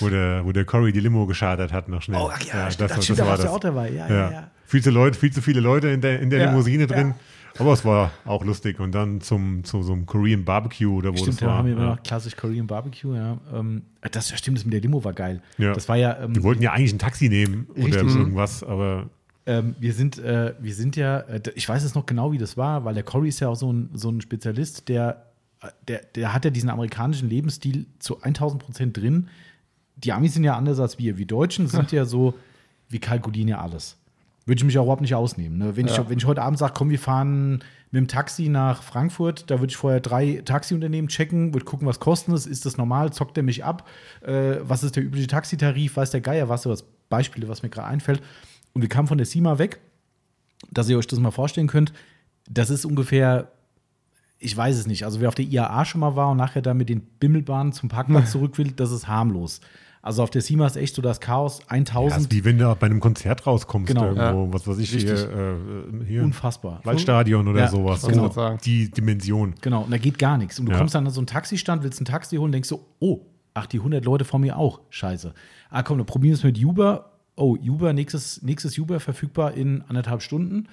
C: Wo, der, wo der Corey die Limo geschadert hat, noch schnell.
A: Oh, ach ja, stimmt, ach, stimmt, da warst du auch dabei. Ja, ja, ja.
C: Viel, zu Leute, viel zu viele Leute in der, in der
A: Ja,
C: Limousine
A: ja.
C: drin. Aber es war auch lustig. Und dann zum, zu so einem Korean Barbecue oder wo
A: Stimmt,
C: das
A: da
C: war.
A: haben wir immer
C: ja.
A: noch klassisch Korean Barbecue, ja. Ähm, das ja, stimmt, das mit der Limo war geil.
C: Ja.
A: Das war ja, ähm,
C: Wir wollten ja eigentlich ein Taxi nehmen oder
A: Richtig.
C: irgendwas, aber
A: Ähm, wir sind, äh, wir sind ja, äh, d- ich weiß jetzt noch genau, wie das war, weil der Corey ist ja auch so ein, so ein Spezialist, der, äh, der, der hat ja diesen amerikanischen Lebensstil zu 1000 Prozent drin. Die Amis sind ja anders als wir. Wir Deutschen sind ja so, wir kalkulieren ja alles. Würde ich mich auch überhaupt nicht ausnehmen. Ne? Wenn, ich, wenn ich heute Abend sage, komm, wir fahren mit dem Taxi nach Frankfurt, da würde ich vorher drei Taxiunternehmen checken, würde gucken, was kosten es, ist das normal, zockt er mich ab, äh, was ist der übliche Taxitarif, weiß der Geier, was so das Beispiele, was mir gerade einfällt. Und wir kamen von der CIMA weg, dass ihr euch das mal vorstellen könnt. Das ist ungefähr, ich weiß es nicht, also wer auf der IAA schon mal war und nachher dann mit den Bimmelbahnen zum Parkplatz zurück will, das ist harmlos. Also auf der CIMA ist echt so das Chaos,
C: ja,
A: 1000,
C: ist wie wenn du bei einem Konzert rauskommst
A: Genau.
C: irgendwo, was weiß ich, hier,
A: Richtig.
C: äh, hier
A: unfassbar.
C: Waldstadion oder
A: Ja,
C: sowas.
B: genau.
C: So Die Dimension.
A: Genau, und da geht gar nichts. Und du
C: Ja.
A: kommst dann an so einen Taxistand, willst ein Taxi holen, denkst so, oh, ach, die 100 Leute vor mir auch. Scheiße. Ah, komm, dann probieren wir es mit Uber. Oh, Uber, nächstes, nächstes Uber verfügbar in anderthalb Stunden.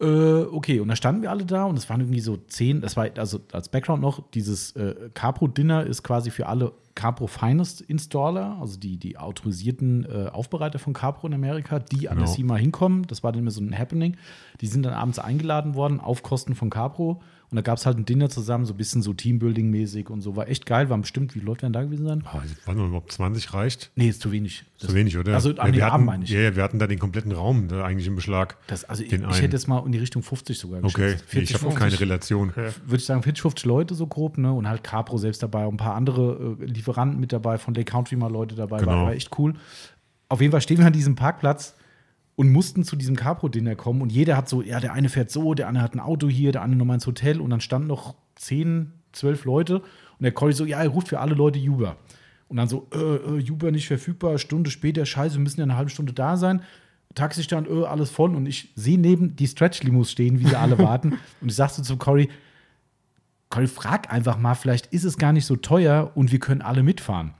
A: Äh, okay, und da standen wir alle da und es waren irgendwie so zehn, das war also als Background noch, dieses äh, Capro-Dinner ist quasi für alle Capro Finest Installer, also die, die autorisierten äh, Aufbereiter von Capro in Amerika, die an der
C: Genau.
A: CIMA hinkommen. Das war dann immer so ein Happening. Die sind dann abends eingeladen worden auf Kosten von Capro. Und da gab es halt ein Dinner zusammen, so ein bisschen so Teambuilding-mäßig und so. War echt geil. Waren bestimmt, wie Leute werden da gewesen sein?
C: Ah, Ich weiß nicht, ob 20 reicht.
A: Nee, ist zu wenig. Das,
C: Zu wenig, oder?
A: Also
C: ja,
A: an den
C: wir
A: Abend
C: hatten,
A: meine ich.
C: Ja, ja, wir hatten da den kompletten Raum da eigentlich im Beschlag.
A: Das, also ich,
C: Den
A: ich
C: einen.
A: hätte jetzt mal in die Richtung 50 sogar
C: Okay, nee, ich habe auch keine
A: 50.
C: Relation.
A: würde ich sagen, 40, 50 Leute so grob, ne? Und halt Capro selbst dabei, und ein paar andere äh, Lieferanten mit dabei, von Lake Country mal Leute dabei, war,
C: Genau.
A: war echt cool. Auf jeden Fall stehen wir an diesem Parkplatz und mussten zu diesem Capro-Dinner kommen und jeder hat so, ja, der eine fährt so, der andere hat ein Auto hier, der andere nochmal ins Hotel und dann standen noch 10, 12 Leute und der Corey so, ja, er ruft für alle Leute Uber. Und dann so, äh, äh, Uber nicht verfügbar, Stunde später, scheiße, wir müssen ja eine halbe Stunde da sein. Taxistand, äh, alles voll und ich sehe neben die Stretch-Limos stehen, wie sie alle warten und ich sagte so zu Corey, Cory, frag einfach mal, vielleicht ist es gar nicht so teuer und wir können alle mitfahren.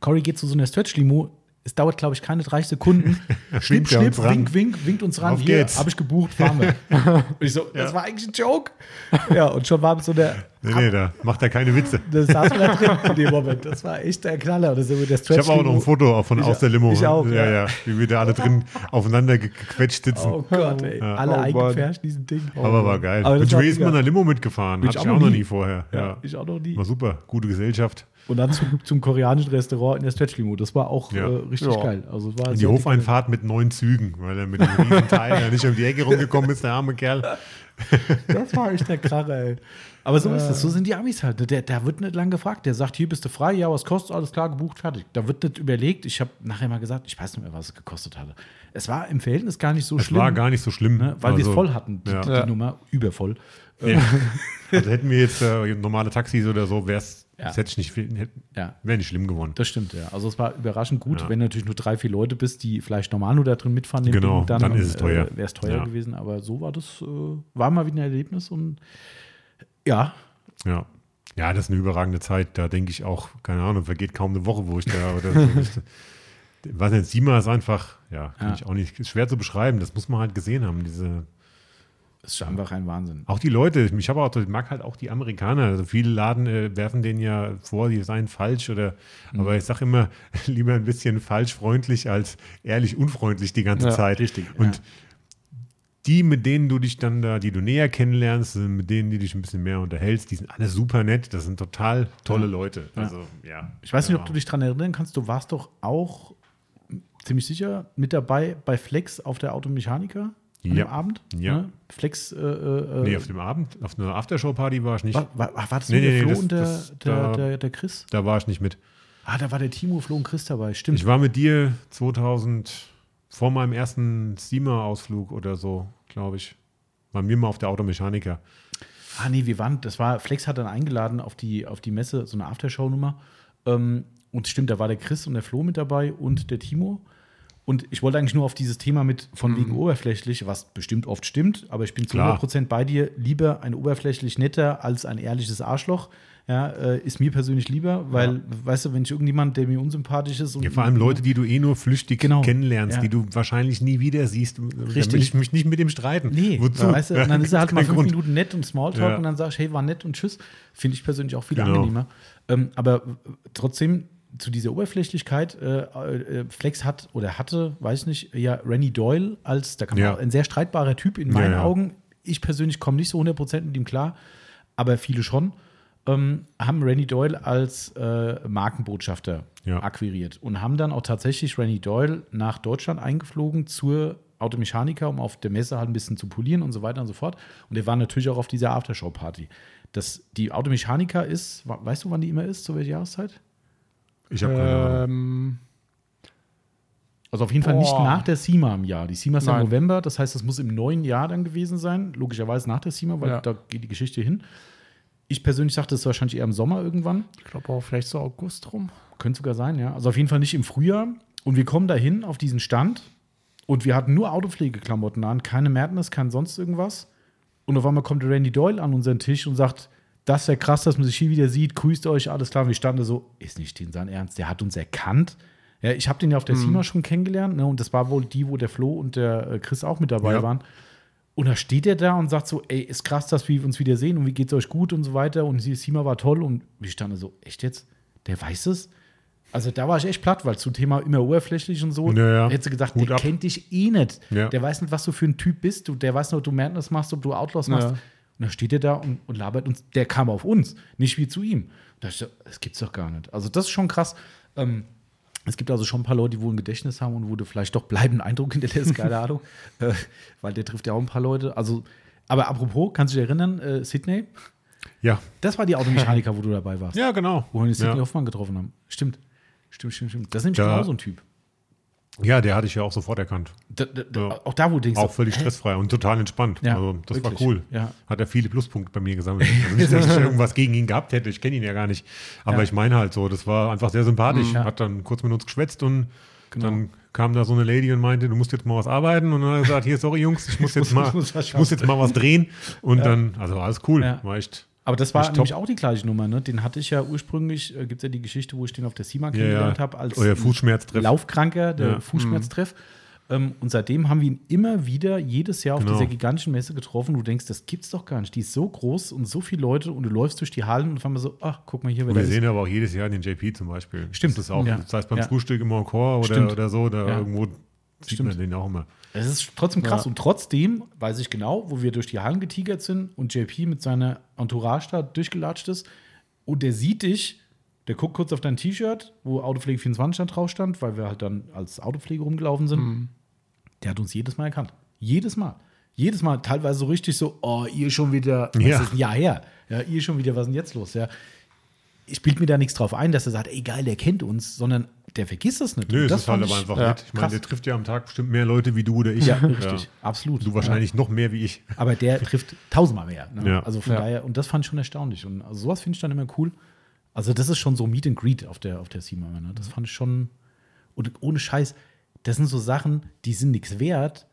A: Cory geht zu so einer Stretch-Limo. Es dauert, glaube ich, keine 30 Sekunden. schnipp,
C: *laughs* Winkt er
A: schnipp,
C: uns ran.
A: wink, wink, winkt uns ran.
C: Auf
A: Hier,
C: geht's.
A: habe ich gebucht, fahren
C: *laughs*
A: wir. Und ich so, das war eigentlich ein Joke. Ja, und schon war so der,
C: Nee, nee, da macht er keine Witze.
A: das saß man da drin in dem Moment. Das war echt der Knaller. Und Das ist mit der
C: Ich habe auch noch ein
A: Stretch-Limo.
C: Foto von aus der Limo.
A: ich auch,
C: ja,
A: ja.
C: ja, Wie wir da
A: *laughs*
C: alle drin aufeinander ge- gequetscht sitzen.
A: Oh Gott, ey.
C: Ja.
A: Alle
B: Oh Mann.
A: eingepfercht, diesen Ding. Oh
C: Aber war geil.
A: Aber das
C: Mit
A: war
C: Ray ist
A: mega.
C: man in der Limo mitgefahren. Hatte ich auch noch nie vorher. Ja.
A: Ich auch noch nie.
C: War super. Gute Gesellschaft.
A: Und dann zum, zum koreanischen Restaurant in der Stretch Limo. Das war auch
C: Ja.
A: äh, richtig
B: Ja.
A: geil. Also es war
C: In die
A: sehr dick-
C: Hofeinfahrt mit neun Zügen, weil er mit dem riesen Teil ja nicht um die Ecke rumgekommen ist, der arme Kerl.
A: Das war echt der Kracher, ey. Aber so ist das, so sind die Amis halt. ne? Der, der wird nicht lang gefragt. Der sagt, hier bist du frei, ja, was kostet, alles klar, gebucht, fertig. Da wird nicht überlegt. Ich habe nachher mal gesagt, ich weiß nicht mehr, was es gekostet hatte. Es war im Verhältnis gar nicht so
C: Das
A: schlimm,
C: war gar nicht so schlimm.
A: ne? weil wir
C: Also,
A: es voll hatten, die,
C: ja.
A: die,
B: Ja.
A: die Nummer, übervoll.
C: Ja. Also hätten wir jetzt äh, normale Taxis oder so, wäre es
A: Ja.
C: hätte ich nicht, viel- hätte-
A: Ja.
C: wär nicht schlimm geworden.
A: Das stimmt, ja. Also es war überraschend gut,
C: Ja.
A: wenn du natürlich nur drei, vier Leute bist, die vielleicht normal nur da drin mitfahren. in dem
C: Genau,
A: Ding,
C: dann ist es teuer.
A: Äh, Wäre es teuer
C: Ja.
A: gewesen, aber so war das, äh, war mal wieder ein Erlebnis und ja,
C: Ja. ja, das ist eine überragende Zeit. Da denke ich auch, keine Ahnung, vergeht kaum eine Woche, wo ich da
A: *laughs*
C: oder so. nicht- Was jetzt Sima ist einfach, ja, kann
A: Ja.
C: ich auch nicht, ist schwer zu beschreiben. Das muss man halt gesehen haben. Diese,
A: es ist einfach ein Wahnsinn.
C: auch die Leute, ich, ich habe auch, ich mag halt auch die Amerikaner. Also viele Laden äh, werfen denen ja vor, die seien falsch oder,
A: Mhm.
C: aber ich sage immer *laughs* lieber ein bisschen falsch freundlich als ehrlich unfreundlich die ganze
B: Ja,
C: Zeit.
A: richtig,
C: Und
A: ja.
C: die, mit denen du dich dann da, die du näher kennenlernst, sind mit denen, die dich ein bisschen mehr unterhältst, die sind alle super nett. Das sind total tolle Leute. Also ja.
A: Ich weiß nicht, ob
C: Ja.
A: du dich daran erinnern kannst, du warst doch auch m, ziemlich sicher mit dabei bei Flex auf der Automechanika am
C: Ja.
A: Abend.
C: Ja.
A: Ne? Flex, äh, äh,
C: Nee,
A: äh,
C: auf dem Abend, auf einer Aftershow-Party war ich nicht.
A: war, war, war das
C: Nee,
A: nur der
C: nee,
A: Flo
C: das-
A: und der,
C: das-
A: der,
C: da-
A: der, der Chris?
C: Da war ich nicht mit.
A: Ah, da war der Timo, Flo und Chris dabei, stimmt.
C: Ich war mit dir 2000, vor meinem ersten Steamer-Ausflug oder so, glaube ich. Waren wir mal auf der Automechaniker.
A: Ah, nee, wir waren, das war, Flex hat dann eingeladen auf die, auf die Messe, so eine Aftershow-Nummer. Ähm, und stimmt, da war der Chris und der Flo mit dabei und der Timo. Und ich wollte eigentlich nur auf dieses Thema mit von wegen oberflächlich, was bestimmt oft stimmt, aber ich bin zu
C: Mhm. Klar.
A: 100% bei dir. Lieber ein oberflächlich netter als ein ehrliches Arschloch. Ja, äh, ist mir persönlich lieber, weil, weißt du, wenn ich irgendjemand, der mir unsympathisch ist und.
C: Ja, vor allem Leute, die du eh nur flüchtig
A: Mhm. Genau.
C: kennenlernst,
A: Ja.
C: die du wahrscheinlich nie wieder siehst. Da will
A: Richtig.
C: ich mich nicht mit dem streiten.
A: Nee,
C: wozu?
A: weißt du, und dann ist er halt mal
C: Kein
A: fünf
C: Grund.
A: Minuten nett und Smalltalk
C: Ja.
A: und dann sagst du, hey, war nett und tschüss. Finde ich persönlich auch viel
C: Genau.
A: angenehmer. Ähm, aber trotzdem zu dieser Oberflächlichkeit, äh, äh, Flex hat oder hatte, weiß ich nicht, ja, Rennie Doyle als, da kann man
C: Ja.
A: auch, ein sehr streitbarer Typ in meinen
C: ja.
A: Augen. Ich persönlich komme nicht so 100% mit ihm klar, aber viele schon. Ähm, haben Rennie Doyle als äh, Markenbotschafter
C: Ja.
A: akquiriert und haben dann auch tatsächlich Rennie Doyle nach Deutschland eingeflogen zur Automechaniker, um auf der Messe halt ein bisschen zu polieren und so weiter und so fort. Und er war natürlich auch auf dieser Aftershow-Party. Das, die Automechaniker ist, we- weißt du, wann die immer ist, zu welcher Jahreszeit?
C: Ich habe
A: Äh,
C: keine Ahnung.
B: Ähm,
A: Also auf jeden Fall nicht
B: Boah.
A: nach der SEMA im Jahr. Die SEMA ist ja im
B: Nein.
A: November, das heißt, das muss im neuen Jahr dann gewesen sein. Logischerweise nach der SEMA, weil
B: Ja.
A: da geht die Geschichte hin. Ich persönlich dachte, es ist wahrscheinlich eher im Sommer irgendwann.
B: ich glaube auch vielleicht so August rum.
A: Könnte sogar sein, ja. Also auf jeden Fall nicht im Frühjahr. Und wir kommen dahin auf diesen Stand und wir hatten nur Autopflegeklamotten an, keine Madness, kein sonst irgendwas. Und auf einmal kommt der Randy Doyle an unseren Tisch und sagt, das ist ja krass, dass man sich hier wieder sieht, grüßt euch, alles klar. Und wir standen da so, ist nicht in sein Ernst, der hat uns erkannt. Ja, ich habe den ja auf der SEMA schon kennengelernt ne? und das war wohl die, wo der Flo und der äh, Chris auch mit dabei
C: Ja.
A: waren. Und da steht er da und sagt so, ey, ist krass, dass wir uns wieder sehen und wie geht's euch gut und so weiter. Und die Sima war toll und wir standen so, echt jetzt? Der weiß es? Also da war ich echt platt, weil zum Thema immer oberflächlich und so,
C: Ja, ja.
A: hättest du gesagt,
C: Hut
A: der
C: ab.
A: kennt dich eh nicht.
C: Ja.
A: Der weiß nicht, was du für ein Typ bist. Du, der weiß nur, ob du Madness machst, ob du Outlaws machst.
B: Ja.
A: Und dann steht er da und, und labert uns, der kam auf uns, nicht wie zu ihm. Und da dachte ich, so, das gibt's doch gar nicht. Also das ist schon krass. Ähm, es gibt also schon ein paar Leute, die wohl ein Gedächtnis haben und wo du vielleicht doch bleibenden Eindruck hinterlässt,
C: *laughs*
A: keine Ahnung. Äh, weil der trifft ja auch ein paar Leute. Also, aber apropos, kannst du dich erinnern, äh, Sydney?
C: Ja.
A: Das war die Automechaniker, wo du dabei warst.
C: ja, genau.
A: Wo wir den Sydney
C: ja.
A: Hoffmann getroffen haben. Stimmt. Stimmt, stimmt, stimmt. Das ist nämlich
C: Da-
A: genau so ein Typ.
C: ja, der hatte ich ja auch sofort erkannt.
A: Da, da, da,
C: Ja.
A: Auch da, wo du denkst,
C: Auch völlig stressfrei und total entspannt.
A: Ja,
C: also, das
A: wirklich.
C: war cool.
A: Ja.
C: Hat er viele Pluspunkte bei mir gesammelt. Also
A: *laughs*
C: nicht, dass ich irgendwas gegen ihn gehabt hätte. Ich kenne ihn ja gar nicht. Aber
A: Ja. Mhm.
C: ich meine halt so, das war einfach sehr sympathisch.
A: Ja. Genau.
C: Hat dann kurz mit uns geschwätzt und dann kam da so eine Lady und meinte, du musst jetzt mal was arbeiten. Und dann hat er gesagt, hier, sorry Jungs, ich muss jetzt,
A: *laughs*
C: mal,
A: ich muss was
C: ich muss jetzt mal was drehen. Und dann, also alles cool.
A: Ja.
C: War echt
A: Aber das war
C: Nicht
A: nämlich
C: top.
A: auch die gleiche Nummer, ne? Den hatte ich ja ursprünglich, äh, gibt es ja die Geschichte, wo ich den auf der CIMA
C: ja, Oh ja.
A: kennengelernt habe, als
C: euer Fußschmerztreff.
A: Laufkranker, der
C: Ja. mhm.
A: Fußschmerztreff. Ähm, und seitdem haben wir ihn immer wieder jedes Jahr auf
C: Genau.
A: dieser gigantischen Messe getroffen. Du denkst, das gibt's doch gar nicht. Die ist so groß und so viele Leute und du läufst durch die Hallen und auf einmal so, ach, guck mal hier, wer
C: Und
A: da
C: wir
A: ist.
C: sehen aber auch jedes Jahr den JP zum Beispiel.
A: Stimmt.
C: Das ist auch,
A: Ja.
C: das heißt beim
A: Ja.
C: Frühstück im Encore
A: Stimmt.
C: oder, oder so, da
A: Ja.
C: irgendwo sieht
A: Stimmt.
C: man den auch immer.
A: Es ist trotzdem krass.
B: Ja.
A: Und trotzdem weiß ich genau, wo wir durch die Hallen getigert sind und JP mit seiner Entourage da durchgelatscht ist und der sieht dich Der guckt kurz auf dein T-Shirt, wo Autopflege 24 dann drauf stand, weil wir halt dann als Autopflege rumgelaufen sind.
C: Mhm.
A: Der hat uns jedes Mal erkannt. Jedes Mal. Jedes Mal, teilweise so richtig so, oh, ihr schon wieder, was
C: Ja.
A: ist ein Jahr her? Ja, ihr schon wieder, was ist denn jetzt los? Ja. Spielt mir da nichts drauf ein, dass er sagt, egal, der kennt uns, sondern der vergisst das nicht.
C: Nö,
A: Und
C: es
A: das
C: ist halt
A: fand
C: aber
A: ich-
C: einfach
B: ja,
C: mit. Ich meine,
A: krass.
C: der trifft ja am Tag bestimmt mehr Leute wie du oder ich.
A: Ja, richtig, absolut.
C: Du wahrscheinlich noch mehr wie ich.
A: Aber der trifft tausendmal mehr. Ne?
C: Ja.
A: Also von
B: Ja.
A: daher, und das fand ich schon erstaunlich. Und also sowas finde ich dann immer cool. Also, das ist schon so Meet and Greet auf der, auf der Seamama. Ne? Das fand ich schon. Und ohne Scheiß, das sind so Sachen, die sind nichts wert,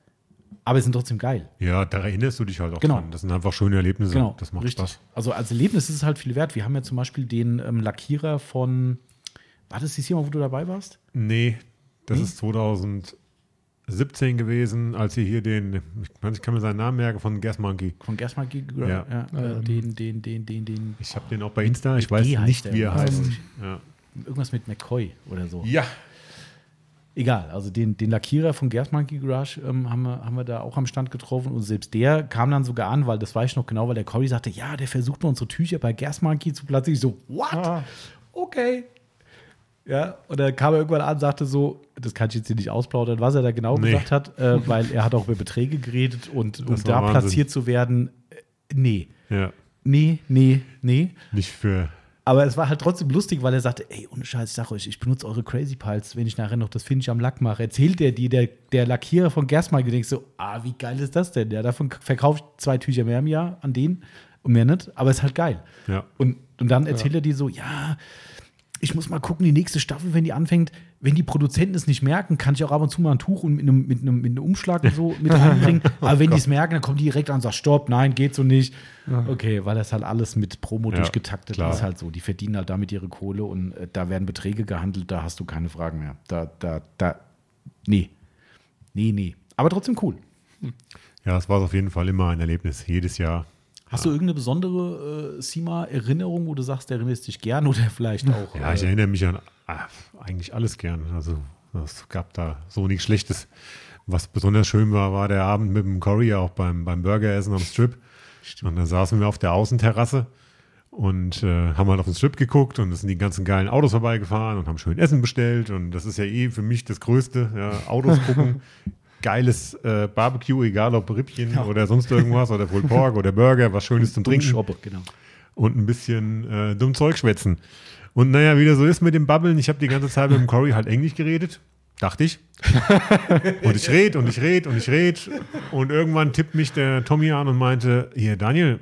A: aber sind trotzdem geil.
C: Ja, da erinnerst du dich halt auch
A: Genau.
C: dran. Das sind einfach schöne Erlebnisse.
A: Genau.
C: Das macht
A: richtig.
C: Spaß.
A: Also als Erlebnis ist es halt viel wert. Wir haben ja zum Beispiel den ähm, Lackierer von. War das die Seamama, wo du dabei warst?
C: Nee, das
A: Nee?
C: ist 2017 gewesen, als sie hier den, ich kann- ich kann mir seinen Namen merken, von Gas Monkey.
A: Von Gersmark
C: Ja.
A: ja, äh,
B: Ähm.
A: den, den, den, den, den.
C: Ich habe den auch bei Insta, ich weiß
A: G heißt
C: nicht,
A: der,
C: wie er
A: weiß
C: heißt.
A: ich.
C: Ja.
A: Irgendwas mit McCoy oder so.
C: ja,
A: Egal, also den, den Lackierer von Gers Monkey Garage ähm, haben, wir, haben wir da auch am Stand getroffen und selbst der kam dann sogar an, weil das weiß ich noch genau, weil der Cory sagte, ja, der versucht mal unsere Tücher bei Gers Monkey zu platzieren. Ich so, what?
B: Ah.
A: Okay. Ja, und dann kam er irgendwann an und sagte so, das kann ich jetzt hier nicht ausplaudern, was er da genau
C: Nee.
A: gesagt hat,
C: *laughs*
A: äh, weil er hat auch über Beträge geredet und um
C: Das war
A: da
C: Wahnsinn.
A: platziert zu werden, äh, nee,
C: ja,
A: nee, nee, nee.
C: nicht für.
A: Aber es war halt trotzdem lustig, weil er sagte, ey, ohne Scheiß, ich sag euch, ich benutze eure Crazy Pals, wenn ich nachher noch das Finish am Lack mache. Erzählt der dir, der, der Lackierer von Gersmal, denkst so, ah, wie geil ist das denn? Ja, davon k- verkaufe ich zwei Tücher mehr im Jahr an den und mehr nicht, aber ist halt geil.
C: Ja.
A: Und, und dann erzählt er dir so, ja, ich muss mal gucken, die nächste Staffel, wenn die anfängt, wenn die Produzenten es nicht merken, kann ich auch ab und zu mal ein Tuch und mit einem, mit einem, mit einem Umschlag und so *laughs* mit einbringen. Aber wenn die es merken, dann kommen die direkt an und sagen, stopp, nein, geht so nicht. Okay, weil das halt alles mit Promo
C: Ja,
A: durchgetaktet
C: klar.
A: ist halt so. Die verdienen halt damit ihre Kohle und äh, da werden Beträge gehandelt, da hast du keine Fragen mehr. Da, da, da, nee. Nee, nee. Aber trotzdem cool.
C: Ja, es war auf jeden Fall immer ein Erlebnis, jedes Jahr.
A: Hast du irgendeine besondere äh, Sima-Erinnerung, wo du sagst, du erinnerst dich gern oder *laughs* vielleicht auch?
C: Ja, ich
A: äh,
C: erinnere mich an ah, eigentlich alles gern. Also es gab da so nichts Schlechtes. Was besonders schön war, war der Abend mit dem Cory auch beim, beim Burgeressen am Strip. Und dann saßen wir auf der Außenterrasse und äh, haben halt auf den Strip geguckt und es sind die ganzen geilen Autos vorbeigefahren und haben schön Essen bestellt. Und das ist ja eh für mich das Größte. Ja, Autos gucken, geiles äh, Barbecue, egal ob Rippchen oder sonst irgendwas oder Pulled Pork oder Burger, was Schönes zum Trinken
A: Schoppe, genau.
C: und ein bisschen äh, dumm Zeug schwätzen. Und naja, wie das so ist mit dem Babbeln, ich habe die ganze Zeit mit dem Cory halt Englisch geredet, dachte ich. und ich red und ich red und ich red. Und irgendwann tippt mich der Tommy an und meinte, hier Daniel,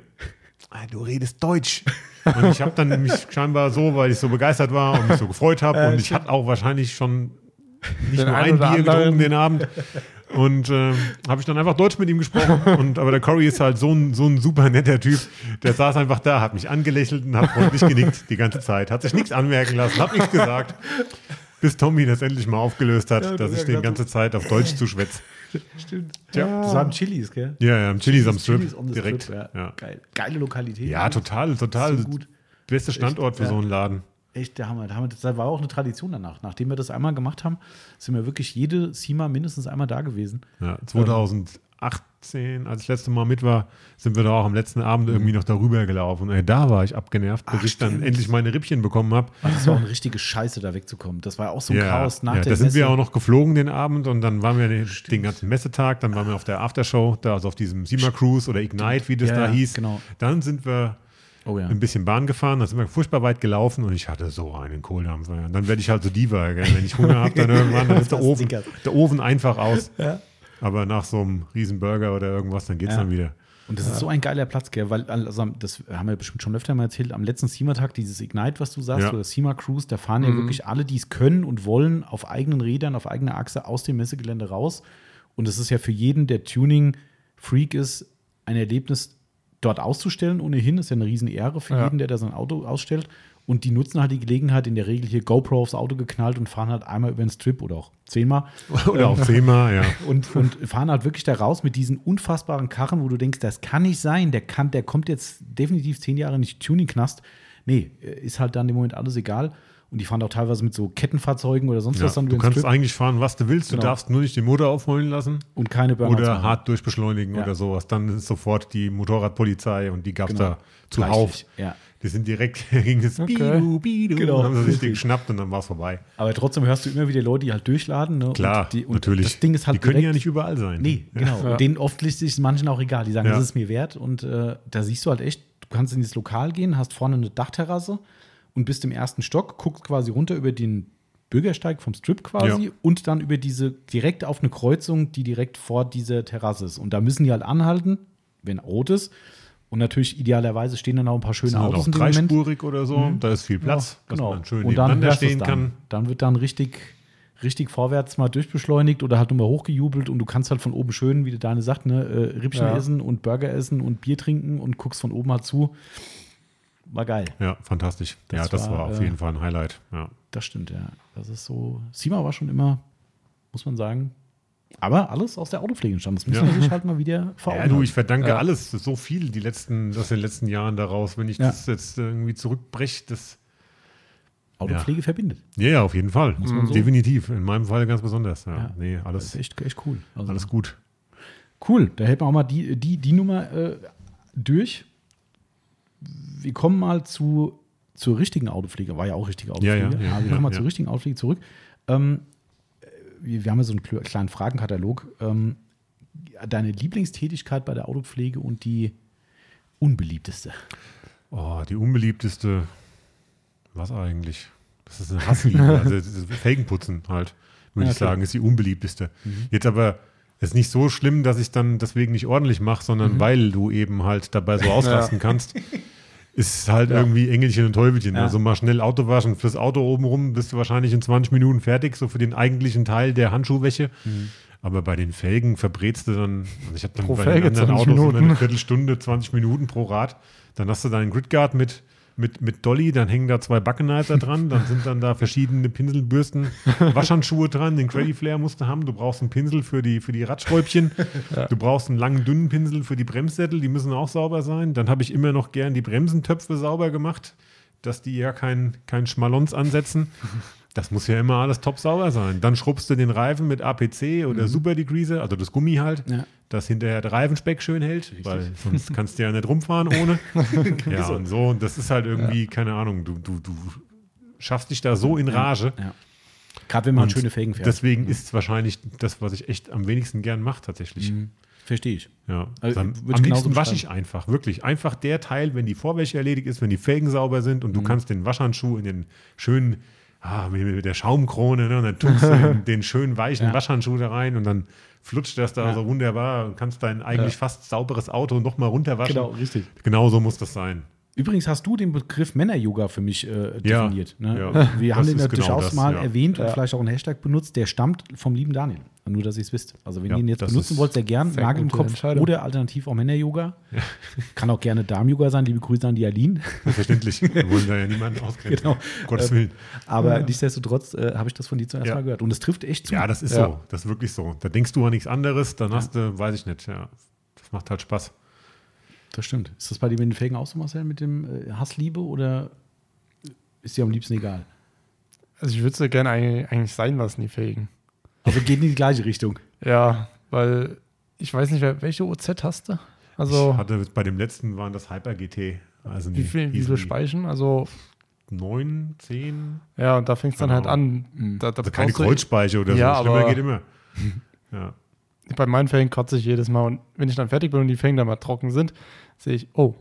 C: ah, du redest Deutsch. Und ich habe dann mich scheinbar so, weil ich so begeistert war und mich so gefreut habe. und ich hatte auch wahrscheinlich schon nicht
B: Den
C: nur
B: einen
C: ein
B: oder
C: Bier getrunken
B: anderen.
C: den Abend. Und ähm, habe ich dann einfach Deutsch mit ihm gesprochen. Und, aber der Cory ist halt so ein, so ein super netter Typ. Der saß einfach da, hat mich angelächelt und hat freundlich genickt die ganze Zeit. Hat sich nichts anmerken lassen, hat nichts gesagt. Bis Tommy das endlich mal aufgelöst hat,
B: Ja,
C: dass
B: das
C: ich
B: ist ja klar.
C: den ganze Zeit auf Deutsch zuschwätze.
A: Stimmt. Das waren Chilis, gell?
C: Ah. Ja, ja, im Chilis am Strip.
A: Chilis on the
C: direkt.
A: Strip, ja.
C: ja.
A: Geil. Geile Lokalität.
C: ja, total, total.
A: So gut.
C: Beste Standort für
A: ja.
C: so einen Laden.
A: Echt, der Hammer. Der Hammer. Das war auch eine Tradition danach. Nachdem wir das einmal gemacht haben, sind wir wirklich jede Sima mindestens einmal da gewesen.
C: Ja, 2018, als ich das letzte Mal mit war, sind wir da auch am letzten Abend
A: Mhm.
C: irgendwie noch darüber gelaufen. Und ey, da war ich abgenervt, bis ich dann endlich meine Rippchen bekommen habe.
A: Aber das Also war auch eine richtige Scheiße, da wegzukommen. Das war auch so ein Chaos nach
C: ja,
A: der
C: da sind
A: Messe.
C: wir auch noch geflogen den Abend und dann waren wir den, den ganzen Messetag, dann waren wir auf der Aftershow, da also auf diesem Sima Cruise oder Ignite, wie das
A: Ja,
C: da
A: ja,
C: hieß.
A: genau.
C: Dann sind wir
A: Oh ja.
C: ein bisschen Bahn gefahren, dann sind wir furchtbar weit gelaufen und ich hatte so einen Kohldampf. ja. Und dann werde ich halt so
A: *laughs*
C: Diva, gell? wenn ich Hunger habe, dann irgendwann, dann ist der
A: Das
C: Ofen,
A: Dicker.
C: der Ofen einfach aus. Aber nach so einem riesen Burger oder irgendwas, dann geht's
A: Ja.
C: dann wieder.
A: Und das ist
C: Äh.
A: so ein geiler Platz, gell? Weil, also, das haben wir bestimmt schon öfter mal erzählt, am letzten SEMA-Tag, dieses Ignite, was du sagst,
C: Ja. Mhm.
A: oder SEMA-Cruise, da fahren ja wirklich alle, die es können und wollen, auf eigenen Rädern, auf eigener Achse aus dem Messegelände raus. Und es ist ja für jeden, der Tuning-Freak ist, ein Erlebnis, dort auszustellen. Ohnehin ist ja eine riesen Ehre für
B: Ja.
A: jeden, der da sein Auto ausstellt. Und die nutzen halt die Gelegenheit, in der Regel hier GoPro aufs Auto geknallt und fahren halt einmal über den Strip oder auch zehnmal.
C: *laughs*
A: Ähm,
C: Oder auf Thema, ja.
A: und, und fahren halt wirklich da raus mit diesen unfassbaren Karren, wo du denkst, das kann nicht sein, der, kann, der kommt jetzt definitiv zehn Jahre nicht Tuning-Knast. Nee, äh, ist halt dann im Moment alles egal. Und die fahren auch teilweise mit so Kettenfahrzeugen oder sonst
C: Ja,
A: was dann
C: du
A: über den
C: kannst
A: Strip
C: eigentlich fahren, was du willst.
A: Genau.
C: Du darfst nur nicht den Motor aufheulen lassen
A: und keine Burnouts
C: oder
A: machen.
C: hart durchbeschleunigen
A: ne? Ja.
C: oder sowas. Dann ist sofort die Motorradpolizei und die gab's
A: Genau.
C: da zuhauf.
A: Reichlich, Ja.
C: Die sind direkt *laughs* gegen das
B: Okay.
C: Bidu, Bidu.
A: Genau.
C: haben sie sich die
A: Richtig.
C: geschnappt und dann war's vorbei.
A: Aber trotzdem hörst du immer wieder Leute, die halt durchladen. Ne?
C: Klar,
A: und die, und
C: natürlich.
A: Das Ding ist halt
C: die können
A: direkt,
C: ja nicht überall sein.
A: Nee, genau.
B: Ja.
A: Und denen oft ist es manchen auch egal. Die sagen,
C: Ja.
A: das ist mir wert. Und äh, da siehst du halt echt, du kannst in das Lokal gehen, hast vorne eine Dachterrasse und bist im ersten Stock, guckst quasi runter über den Bürgersteig vom Strip quasi
C: Ja.
A: und dann über diese direkt auf eine Kreuzung, die direkt vor dieser Terrasse ist. Und da müssen die halt anhalten, wenn rot ist. Und natürlich idealerweise stehen dann auch ein paar schöne
C: Sind halt
A: Autos
C: auch
A: in dem Moment. Mhm.
C: dreispurig oder so. Da ist viel Platz, dass man schön nebeneinander
A: hörst du's
C: stehen
A: Genau. dann.
C: kann.
A: Dann wird dann richtig, richtig vorwärts mal durchbeschleunigt oder halt nochmal hochgejubelt und du kannst halt von oben schön, wie du deine sagt, ne, äh, Rippchen
B: Ja.
A: essen und Burger essen und Bier trinken und guckst von oben halt zu. War geil.
C: Ja, fantastisch. ja, das war,
A: war,
C: auf
A: äh,
C: jeden Fall ein Highlight. Ja.
A: Das stimmt, ja. Das ist so. Sima war schon immer, muss man sagen. Aber alles aus der Autopflege stammt. Das müssen
C: Ja.
A: wir sich halt mal wieder vor
C: Ja,
A: Augen
C: du,
A: halten.
C: ich verdanke
B: Ja.
C: alles, so viel die letzten, aus den letzten Jahren daraus. Wenn ich
A: Ja.
C: das jetzt irgendwie zurückbreche, das.
A: Autopflege verbindet.
C: Ja, ja, auf jeden Fall. Mhm.
A: man so-
C: Definitiv. In meinem Fall ganz besonders. Ja.
A: Ja.
C: Nee,
A: Das
C: alles,
A: ist echt, echt cool. Also-
C: alles gut.
A: Cool, da hätten wir auch mal die, die, die Nummer äh, durch. Wir kommen mal zu, zur richtigen Autopflege. War ja auch richtige Autopflege.
C: Ja, ja, ja,
A: aber wir
C: ja,
A: kommen mal
C: ja.
A: zur richtigen Autopflege zurück. Ähm, wir, wir haben ja so einen kle- kleinen Fragenkatalog. Ähm, deine Lieblingstätigkeit bei der Autopflege und die unbeliebteste.
C: Oh, die unbeliebteste. Was eigentlich? Das ist
A: *laughs*
C: eine Hassliebe. also das ist Felgenputzen halt, würde
A: Ja,
C: ich
A: klar. Mhm.
C: sagen, ist die unbeliebteste. Jetzt aber ist nicht so schlimm, dass ich dann deswegen nicht ordentlich mache, sondern
A: Mhm.
C: weil du eben halt dabei
A: *laughs*
C: so ausrasten kannst. Ist halt irgendwie Engelchen und Teufelchen.
A: Ja.
C: Also mal schnell Auto waschen. Fürs Auto oben rum bist du wahrscheinlich in 20 Minuten fertig, so für den eigentlichen Teil der Handschuhwäsche.
A: Mhm.
C: Aber bei den Felgen verbrätst du dann, also ich habe dann
B: Pro
C: bei
B: Felge
C: den
B: 20
C: anderen Autos immer
B: Minuten.
C: eine Viertelstunde, 20 Minuten pro Rad. Dann hast du deinen Gridguard mit, mit, mit Dolly, dann hängen da zwei Backenhalter dran, dann sind dann da verschiedene
B: *laughs*
C: Pinselbürsten, Waschhandschuhe dran, den Credit Flare musst du haben, du brauchst einen Pinsel für die, für
B: *laughs*
C: die Radstäubchen, du brauchst einen langen, dünnen Pinsel für die Bremssättel, die müssen auch sauber sein. Dann habe ich immer noch gern die Bremsentöpfe sauber gemacht, dass die ja keinen kein Schmalons ansetzen. Das muss ja immer alles top sauber sein. Dann schrubbst du den Reifen mit APC oder Super Degreaser, also das Gummi halt,
A: Mhm. Ja.
C: dass hinterher der Reifenspeck schön hält, weil sonst kannst du ja nicht rumfahren ohne.
A: *laughs* Genau.
C: ja, und so. Und das ist halt irgendwie, keine Ahnung, du, du, du schaffst dich da so in Rage.
A: Ja. Gerade wenn man
C: Und
A: schöne Felgen fährt.
C: Deswegen ist es wahrscheinlich das, was ich echt am wenigsten gern mache,
A: Mhm.
C: tatsächlich.
A: Verstehe ich.
C: Ja.
A: Also,
C: Dann,
A: würd ich
C: am
A: genauso
C: liebsten wasche ich einfach, wirklich. Einfach der Teil, wenn die Vorwäsche erledigt ist, wenn die Felgen sauber sind
A: Mhm.
C: und du kannst den Waschhandschuh in den schönen, ah, mit, mit der Schaumkrone, ne, und dann tust du
A: *laughs*
C: den, den schönen weichen
A: Ja.
C: Waschhandschuh da rein und dann flutscht das da
A: Ja.
C: so wunderbar und kannst dein eigentlich fast sauberes Auto nochmal runterwaschen.
A: Genau, richtig.
C: Genau so muss das sein.
A: Übrigens hast du den Begriff Männer-Yoga für mich äh,
C: Ja,
A: definiert. ne?
C: ja.
A: Wir
C: Das
A: haben den
C: ist
A: ja
C: genau
A: durchaus
C: das,
A: mal
C: ja.
A: erwähnt und
B: Ja.
A: vielleicht auch einen Hashtag benutzt. Der stammt vom lieben Daniel. Nur, dass ihr es wisst. Also, wenn
C: Ja,
A: ihr ihn jetzt
C: das
A: benutzen
C: ist
A: wollt, sehr gern.
B: sehr
A: Nagel im
B: gute
A: Kopf
B: Entscheidung.
A: oder alternativ auch
C: *laughs*
A: Männer-Yoga. Kann auch gerne Darm-Yoga sein. Liebe Grüße an die Aline. *laughs*
C: Verständlich. Wir wollen da ja niemanden ausgrenzen. Um
A: Genau.
C: Gottes
A: Ähm,
C: Willen.
A: Aber nichtsdestotrotz äh, habe ich das von dir zuerst
C: Ja.
A: mal gehört. Und es trifft echt zu.
C: Ja, das ist
B: Ja.
C: so. Das ist wirklich so. Da denkst du an nichts anderes, dann hast du, weiß ich nicht, ja. Das macht halt Spaß.
A: Das stimmt. Ist das bei dir mit den Felgen auch so, Marcel, mit dem äh, Hassliebe oder ist dir am liebsten egal?
B: Also ich würde es ja gerne eigentlich, eigentlich sein lassen, die Felgen.
A: Also geht in die gleiche Richtung.
B: Ja, weil ich weiß nicht, wer- welche OZ hast du?
C: ich
B: Also
C: hatte bei dem letzten waren das Hyper GT. Also
B: wie viel, wie
C: hießen
B: viele
C: die?
B: Speichen? Also
C: Neun, zehn.
B: ja, und da fängt es dann
C: Genau.
B: halt an. Da, da
C: Also keine
B: brauchst du-
C: Kreuzspeiche oder
B: Ja,
C: so. Schlimmer
B: aber-
C: geht immer. Ja.
B: bei meinen Fällen kotze ich jedes Mal. Und wenn ich dann fertig bin und die Fänge dann mal trocken sind, sehe ich, oh,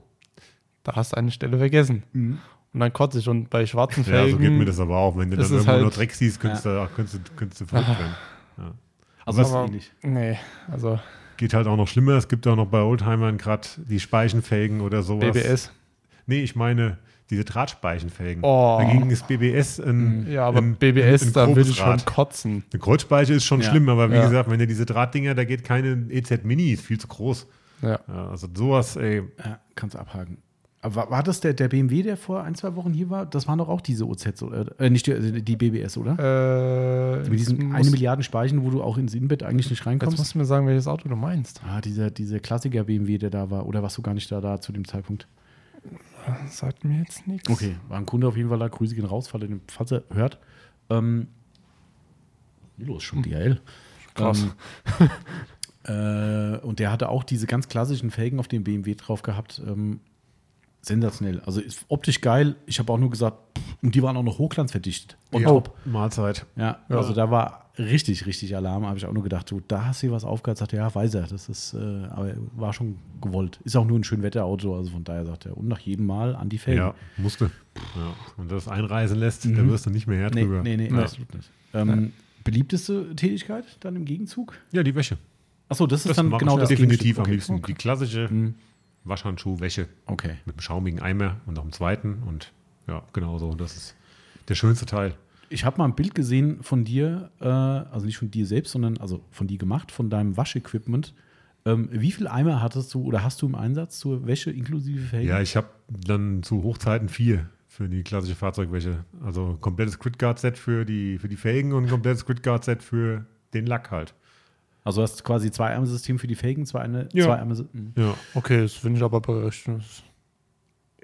B: da hast du eine Stelle vergessen. Und dann kotze ich. Und bei schwarzen
C: Hm. ja,
B: Felgen.
C: so geht mir das aber auch. Wenn du dann
B: Das ist
C: irgendwo
B: halt-
C: nur Dreck siehst, könntest, du, ach, könntest, du- könntest du verrückt werden.
A: Also, das ist
B: aber-
A: ähnlich.
B: Nee, also
C: Geht halt auch noch schlimmer. Es gibt auch noch bei Oldtimern gerade die Speichenfelgen oder sowas.
B: BBS.
C: Nee, ich meine diese Drahtspeichenfelgen.
B: Oh. Mhm.
C: Dagegen ist BBS ein.
B: Ja, aber
C: ein,
B: BBS,
C: ein
B: da will
C: grobes
B: ich schon
C: Rad.
B: kotzen.
C: Eine Kreuzspeiche ist schon
A: Ja.
C: schlimm, aber wie
B: Ja.
C: gesagt, wenn ihr diese Drahtdinger, da geht keine EZ Mini, ist viel zu groß.
B: Ja.
C: Ja, also sowas, ey,
A: Ja, kannst abhaken. Aber war, war das der, der BMW, der vor ein, zwei Wochen hier war? Das waren doch auch diese OZs, oder? Äh, nicht die, äh, die BBS, oder?
B: Äh,
A: Mit diesen
B: jetzt
A: eine
B: musst-
A: Milliarden Speichen, wo du auch ins Innenbett eigentlich nicht
B: Jetzt
A: reinkommst.
B: musst du mir sagen, welches Auto du meinst.
A: Ah, dieser, dieser Klassiker BMW, der da war. Oder warst du gar nicht da, da zu dem Zeitpunkt?
B: Sagt mir jetzt nichts.
A: Okay, war ein Kunde auf jeden Fall da. Grüße gehen raus, falls ihr den falls ihr hört. Ähm, los, schon DHL.
B: Krass.
A: Ähm, *laughs* äh, und der hatte auch diese ganz klassischen Felgen auf dem BMW drauf gehabt. Ähm, sensationell. Also ist optisch geil. Ich habe auch nur gesagt, pff, und die waren auch noch hochglanzverdichtet. On
C: Ja,
A: top.
C: Mahlzeit.
A: Ja, also da war richtig, richtig Alarm. Habe ich auch nur gedacht, du, da hast du was aufgehört. Sagt er, ja, weiß er. Das ist, äh, aber war schon gewollt. Ist auch nur ein schön Wetterauto. Also von daher sagt er, und nach jedem Mal an die Felgen.
C: Ja, musste. Ja. Und das einreisen lässt, da wirst du nicht mehr her
A: Mhm. Nee,
C: drüber.
A: nee, nee,
C: ja.
A: absolut nicht. Ähm, Beliebteste Tätigkeit dann im Gegenzug?
C: ja, die Wäsche.
A: Achso, das ist
C: Das
A: dann
C: mache
A: genau
C: ich
A: das
C: definitiv
A: Gegenstück. Mhm.
C: am liebsten. Die klassische Waschhandschuh-Wäsche
A: Okay.
C: mit einem schaumigen Eimer und noch einem zweiten. Und ja, genau so. Das ist der schönste Teil.
A: Ich habe mal ein Bild gesehen von dir, äh, also nicht von dir selbst, sondern also von dir gemacht, von deinem Waschequipment. Ähm, wie viel Eimer hattest du oder hast du im Einsatz zur Wäsche inklusive Felgen?
C: Ja, ich habe dann zu Hochzeiten vier für die klassische Fahrzeugwäsche. Also komplettes Grid Guard Set für die, für die Felgen und ein komplettes Grid Guard Set für den Lack halt.
A: Also hast du quasi zwei Eimer-System für die Felgen, zwei, eine,
C: Ja.
A: zwei Hm. Eimer.
C: Ja.
B: Okay, das finde ich aber berechtigt.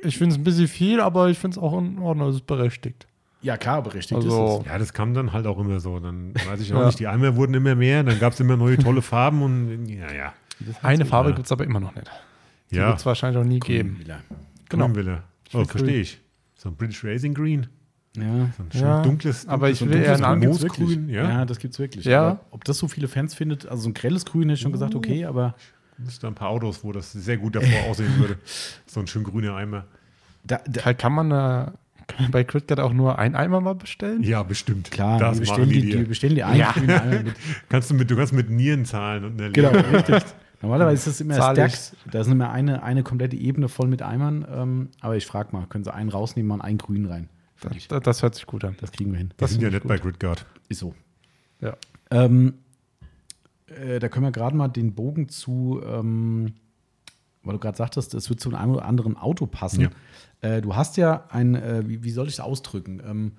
B: Ich finde es ein bisschen viel, aber ich finde es auch in Ordnung, es ist berechtigt.
A: Ja, klar, berechtigt
B: Also,
C: Ja, das kam dann halt auch immer so. Dann weiß ich auch
B: Ja.
C: nicht, die Eimer wurden immer mehr, dann gab es immer neue tolle Farben und ja, ja.
B: eine Farbe
C: ja.
B: gibt es aber immer noch nicht. Die
C: Ja,
B: wird es wahrscheinlich auch nie
A: ist es.
B: geben.
A: Miller.
B: Genau.
C: Grünwille. Oh,
B: will grün.
C: verstehe ich. So ein British Racing Green.
A: Ja.
C: So ein schön
B: Ja,
C: dunkles, dunkles,
B: aber ich
C: so ein
B: will eher
C: dunkles
B: ein anderes
C: Moosgrün.
A: Ja.
C: Ja,
A: das gibt's wirklich.
B: Ja.
A: Aber ob das so viele Fans findet, also so ein grelles Grün hätte ich schon gesagt, okay, aber
C: es gibt da ein paar Autos, wo das sehr gut
B: *laughs*
C: davor aussehen würde. So ein schön grüner Eimer.
A: da, da,
B: Kann kann man äh, *laughs* kann man bei Critcat auch nur ein Eimer mal bestellen?
C: Ja, bestimmt.
A: Klar,
C: das
A: die
C: machen
A: bestellen die,
C: die,
A: die
C: dir.
A: bestellen die ein.
B: Ja.
A: kriegen alle
C: *laughs*
A: mit.
C: kannst du, mit, du kannst mit Nieren zahlen. Und eine
A: Genau,
C: Leere.
A: richtig. Normalerweise ist das immer
B: Zahl ich.
A: Stacks. Da ist immer eine, eine komplette Ebene voll mit Eimern. Ähm, aber ich frage mal, können Sie einen rausnehmen und einen grünen rein?
B: Das, das, das hört sich gut an.
A: Das kriegen wir hin.
C: Das sind ja nett bei Gridguard.
A: Ist so.
B: Ja.
A: Ähm, äh, da können wir gerade mal den Bogen zu, ähm, weil du gerade sagtest, es wird zu einem oder anderen Auto passen. Äh, du hast ja ein, äh, wie, wie soll ich es ausdrücken? Ähm,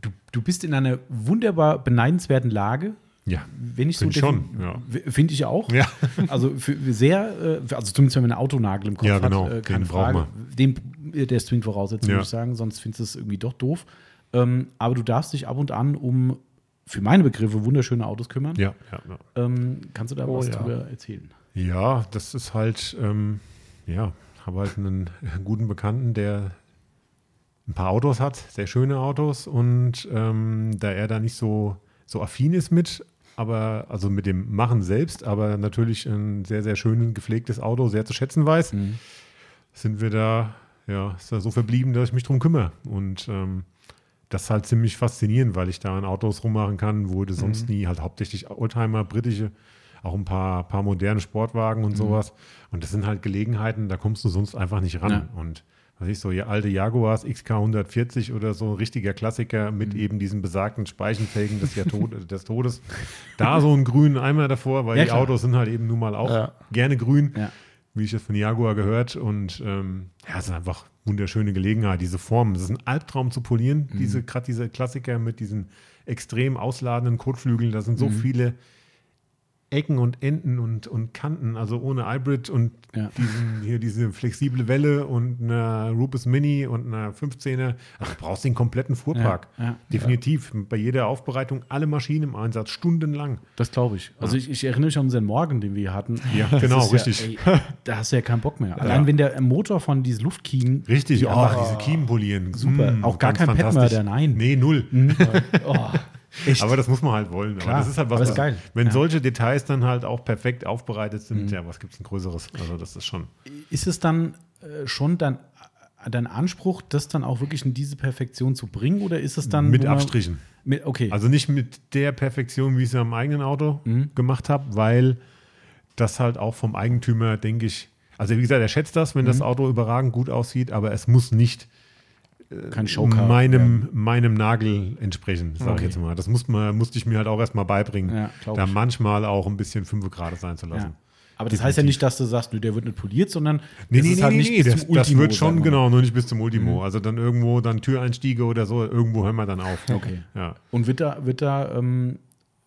A: du, du bist in einer wunderbar beneidenswerten Lage.
C: Ja.
B: Mhm.
A: Wenn ich
C: Find
A: so
C: ich schon,
A: defin-
C: ja.
A: w- Finde ich auch.
C: Ja.
A: *laughs* Also für für sehr, äh, für- also zumindest wenn man einen Autonagel im Kopf
C: Ja, genau.
A: hat, äh,
C: Den
A: keine
C: braucht
A: Frage. Den, äh, der ist zwingend voraussetzung,
C: Ja.
A: würde ich sagen, sonst findest du es irgendwie doch doof. Ähm, aber du darfst dich ab und an um für meine Begriffe wunderschöne Autos kümmern.
C: Ja, ja, ja.
A: Ähm, kannst du da
B: Oh,
A: was
B: ja.
A: drüber erzählen?
C: Ja, das ist halt, ähm, ja, habe halt einen *laughs* guten Bekannten, der ein paar Autos hat, sehr schöne Autos und ähm, da er da nicht so, so affin ist mit, aber also mit dem Machen selbst, aber natürlich ein sehr, sehr schön gepflegtes Auto, sehr zu schätzen weiß, sind wir da, ja, ist da so verblieben, dass ich mich drum kümmere und ähm, das ist halt ziemlich faszinierend, weil ich da an Autos rummachen kann, wo du sonst
A: Mhm.
C: nie halt hauptsächlich Oldtimer, britische, auch ein paar, paar moderne Sportwagen
A: Mhm.
C: und sowas. Und das sind halt Gelegenheiten, da kommst du sonst einfach nicht ran. Und was ich so, ja, alte Jaguars, XK 140 oder so, ein richtiger Klassiker
A: Mhm.
C: mit eben diesen besagten
A: *laughs*
C: Speichenfelgen des, Jahrtod des Todes. Da so einen grünen Eimer davor, weil
A: Ja,
C: die
A: klar.
C: Autos sind halt eben nun mal auch
B: Ja.
C: gerne grün
A: Ja.
C: wie ich es von Jaguar gehört. Und ähm, ja, es ist einfach wunderschöne Gelegenheit, diese Formen. Es ist ein Albtraum zu polieren,
A: Mhm.
C: diese, gerade diese Klassiker mit diesen extrem ausladenden Kotflügeln. Da sind
A: Mhm.
C: so viele Ecken und Enden und, und Kanten, also ohne Hybrid und
A: Ja.
C: diesen, hier diese flexible Welle und eine Rupes Mini und eine 15er. Also du brauchst den kompletten Fuhrpark.
A: Ja, ja.
C: Definitiv. Bei jeder Aufbereitung alle Maschinen im Einsatz, stundenlang.
A: Das glaube ich. Also ich, ich erinnere mich an unseren Morgen, den wir hier hatten.
C: Ja,
A: Das
C: genau,
A: ist
C: richtig.
A: Ja, ey, da hast du ja keinen Bock mehr. Allein wenn der Motor von diesen Luftkien
C: Richtig,
A: die
C: oh,
A: einfach-
C: diese Kiemen polieren. Mm,
A: Super. Auch gar
C: ganz
A: kein
C: fantastisch.
A: Padmörder, nein.
C: Nee, null.
A: oh, echt.
C: Aber das muss man halt wollen.
A: Klar,
C: Aber das ist halt was.
A: aber ist
C: was-
A: geil.
C: Wenn
A: Ja. Mhm.
C: solche Details dann halt auch perfekt aufbereitet sind, ja, was gibt's denn Größeres? Also, das ist schon.
A: ist es dann äh, schon dein, dein Anspruch, das dann auch wirklich in diese Perfektion zu bringen oder ist es dann.
C: Mit
A: wo man-
C: Abstrichen.
A: Mit, okay.
C: Also nicht mit der Perfektion, wie ich es am eigenen Auto
A: Mhm.
C: gemacht habe, weil das halt auch vom Eigentümer, denke ich, also wie gesagt, er schätzt das, wenn das
A: Mhm.
C: Auto überragend gut aussieht, aber es muss nicht
A: kein Showcar.
C: meinem, meinem Nagel entsprechen, sage
A: Okay.
C: ich jetzt mal. Das muss man, musste ich mir halt auch erstmal beibringen,
A: Ja, glaub
C: da
A: ich.
C: manchmal auch ein bisschen fünf Grad sein zu lassen.
A: Ja. Aber das heißt ja nicht, dass du sagst, nö, der wird nicht poliert, sondern
C: Nee,
A: das
C: nee,
A: ist
C: nee,
A: halt
C: nee,
A: nicht
C: nee,
A: bis
C: das,
A: zum
C: das
A: Ultimo,
C: wird
A: sagen
C: schon,
A: wir mal. Mhm.
C: genau, nur nicht bis zum Ultimo. Also dann irgendwo, dann Türeinstiege oder so, irgendwo hören wir dann auf.
A: Okay.
C: Ja.
A: Und wird da, wird da ähm,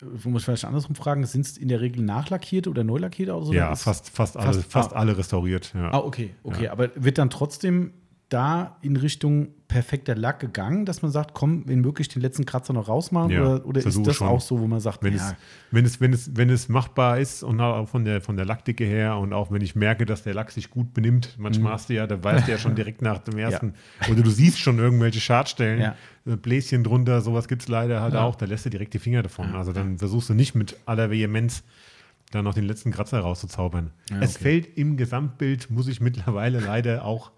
A: wo muss ich vielleicht andersrum fragen, sind es in der Regel nachlackierte oder neu lackierte Autos? oder
C: ja,
A: ist-
C: fast, fast, alle,
A: fast-
C: fast
A: ah.
C: alle restauriert. Ja.
A: Ah, okay, okay. Aber wird dann trotzdem da in Richtung perfekter Lack gegangen, dass man sagt, komm, wenn möglich, den letzten Kratzer noch rausmachen?
C: Ja,
A: oder oder ist
C: versuche
A: das
C: schon.
A: auch so, wo man sagt,
C: Wenn,
A: ja,
C: es, wenn, es, wenn, es, wenn es machbar ist und auch von der, von der Lackdicke her und auch wenn ich merke, dass der Lack sich gut benimmt,
A: Mhm.
C: manchmal hast du ja, da weißt du ja
A: *laughs*
C: schon direkt nach dem ersten oder du siehst schon irgendwelche Schadstellen,
A: Ja.
C: äh, Bläschen drunter, sowas gibt es leider halt auch, da lässt du direkt die Finger davon. Also dann versuchst du nicht mit aller Vehemenz dann noch den letzten Kratzer rauszuzaubern. Es
A: okay.
C: fällt im Gesamtbild, muss ich mittlerweile leider auch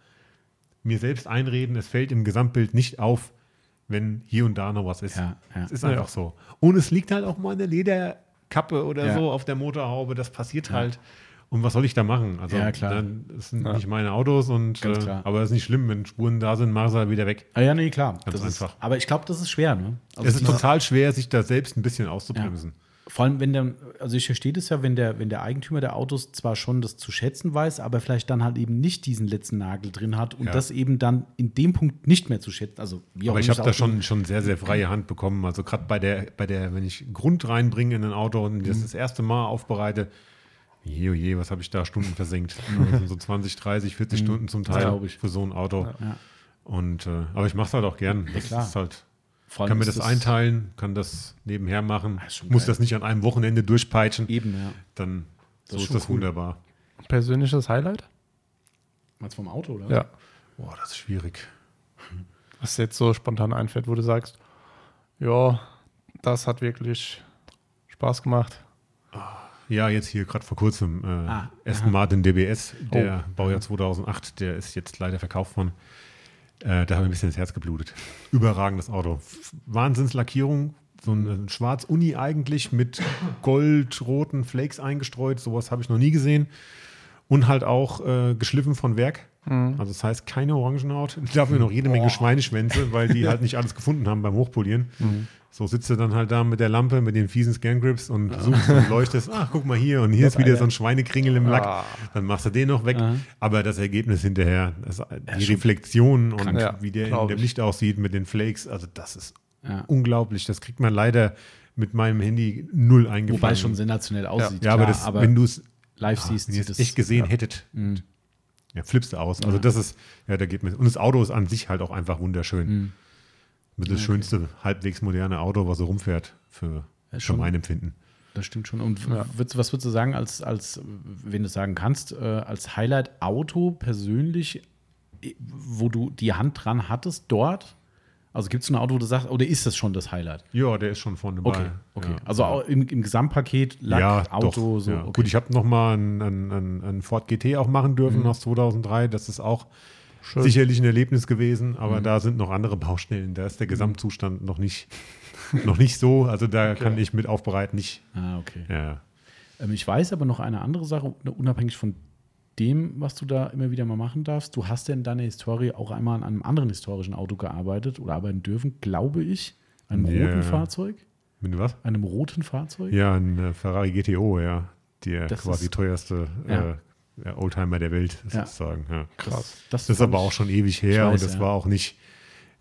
C: mir selbst einreden, es fällt im Gesamtbild nicht auf, wenn hier und da noch was ist.
A: Ja, ja.
C: Es ist einfach so. Und es liegt halt auch mal eine Lederkappe oder
A: Ja.
C: so auf der Motorhaube, das passiert halt. Und was soll ich da machen? Also,
A: Ja, klar.
C: Dann, das sind nicht meine Autos und
A: Ganz
C: äh,
A: klar.
C: aber es ist nicht schlimm, wenn Spuren da sind, mach sie halt wieder weg.
A: ah, ja, nee, klar.
C: Ganz
A: das ist,
C: einfach.
A: Aber ich glaube, das ist schwer, ne? Also
C: Es ist
A: dieses-
C: total schwer, sich da selbst ein bisschen
A: Ja.
C: auszubremsen.
A: Vor allem, wenn der, also ich verstehe das ja, wenn der, wenn der Eigentümer der Autos zwar schon das zu schätzen weiß, aber vielleicht dann halt eben nicht diesen letzten Nagel drin hat und
C: Ja.
A: das eben dann in dem Punkt nicht mehr zu schätzen. Also wie auch
C: Aber ich
A: immer
C: habe
A: es
C: da
A: ausgeht.
C: schon, schon sehr, sehr freie Hand bekommen. Also gerade bei der, bei der, wenn ich Grund reinbringe in ein Auto und
A: Mhm.
C: das das erste Mal aufbereite, je, oh je, was habe ich da
A: *laughs*
C: Stunden versenkt? Also so 20, 30, 40 Stunden zum Teil
A: Mhm. glaub ich.
C: für so ein Auto.
A: Ja.
C: Und äh, aber ich mache es halt auch gern. Das
A: klar.
C: ist halt,
A: Vor allem
C: kann mir
A: ist Ah,
C: das, einteilen, kann das nebenher machen,
A: ist schon
C: muss
A: geil.
C: das nicht an einem Wochenende durchpeitschen.
A: Eben, ja.
C: Dann so
A: ist
C: ist,
A: schon
C: das
A: cool.
C: wunderbar.
B: Persönliches Highlight?
A: Meinst du vom Auto, oder?
B: Ja.
C: Boah, das ist schwierig.
B: Was jetzt so spontan einfällt, wo du sagst, ja, das hat wirklich Spaß gemacht.
C: Ja, jetzt hier gerade vor kurzem äh,
A: Ah,
C: Aston Martin DBS, der Baujahr 2008, der ist jetzt leider verkauft worden. Äh, da habe ich ein bisschen das Herz geblutet. Überragendes Auto. F- Wahnsinnslackierung, so ein, ein Schwarz-Uni eigentlich mit goldroten Flakes eingestreut. Sowas habe ich noch nie gesehen. Und halt auch äh, geschliffen von Werk. Also das heißt keine Orangenhaut, *laughs* dafür noch jede Menge Schweineschwänze, weil die halt nicht alles gefunden haben beim Hochpolieren. So sitzt du dann halt da mit der Lampe, mit den fiesen Scan-Grips und suchst und leuchtest, ach guck mal hier und hier ist wieder so ein Schweinekringel im Lack.
B: Ah.
C: Dann machst du den noch weg. Aber das Ergebnis hinterher, das, die Reflexion und
B: Ja,
C: wie der in
B: glaub
C: dem
B: ich.
C: Licht aussieht mit den Flakes, also das ist
A: Ja.
C: unglaublich. Das kriegt man leider mit meinem Handy null eingefangen.
A: Wobei es schon sensationell aussieht.
C: ja, aber, das, wenn du es
A: live siehst,
C: wenn ihr
A: sieht
C: es
A: es
C: Ah, echt gesehen hättet, Mhm. ja, flippst du aus. Also das ist, ja, da geht mir. Und das Auto ist an sich halt auch einfach wunderschön. Das, ist das schönste, halbwegs moderne Auto, was so rumfährt, für, für
A: schon.
C: mein Empfinden.
A: Das stimmt schon. Und würdest, was würdest du sagen, als, als wenn du es sagen kannst, äh, als Highlight Auto persönlich, eh, wo du die Hand dran hattest, dort? Also gibt es ein Auto, wo du sagst, oder ist das schon das Highlight?
C: Ja, der ist schon vorne bei.
A: Okay, okay.
C: Ja.
A: Also auch im, im Gesamtpaket, Lack,
C: ja,
A: Auto,
C: doch,
A: so.
C: Ja.
A: Okay.
C: Gut, ich habe nochmal einen einen einen Ford GT auch machen dürfen aus 2003. Das ist auch
B: Schön.
C: sicherlich ein Erlebnis gewesen, aber da sind noch andere Baustellen. Da ist der Gesamtzustand noch nicht, *laughs* noch nicht so. Also da kann ich mit aufbereiten nicht.
A: ah, okay.
C: Ja.
A: Ähm, ich weiß aber noch eine andere Sache, unabhängig von dem, was du da immer wieder mal machen darfst. Du hast ja in deiner Historie auch einmal an einem anderen historischen Auto gearbeitet oder arbeiten dürfen, glaube ich. Einem
C: Ja.
A: roten Fahrzeug?
C: Wenn du was?
A: Einem roten Fahrzeug?
C: Ja, ein äh, Ferrari GTO, ja. Der
A: Das
C: quasi
A: ist-
C: teuerste
A: Ja.
C: äh, ja, Oldtimer der Welt,
A: Ja.
C: sozusagen. Ja.
B: Krass.
C: Das ist
A: fand
C: aber
A: ich-
C: auch schon ewig her
A: Ich weiß,
C: und das
A: ja.
C: war auch nicht,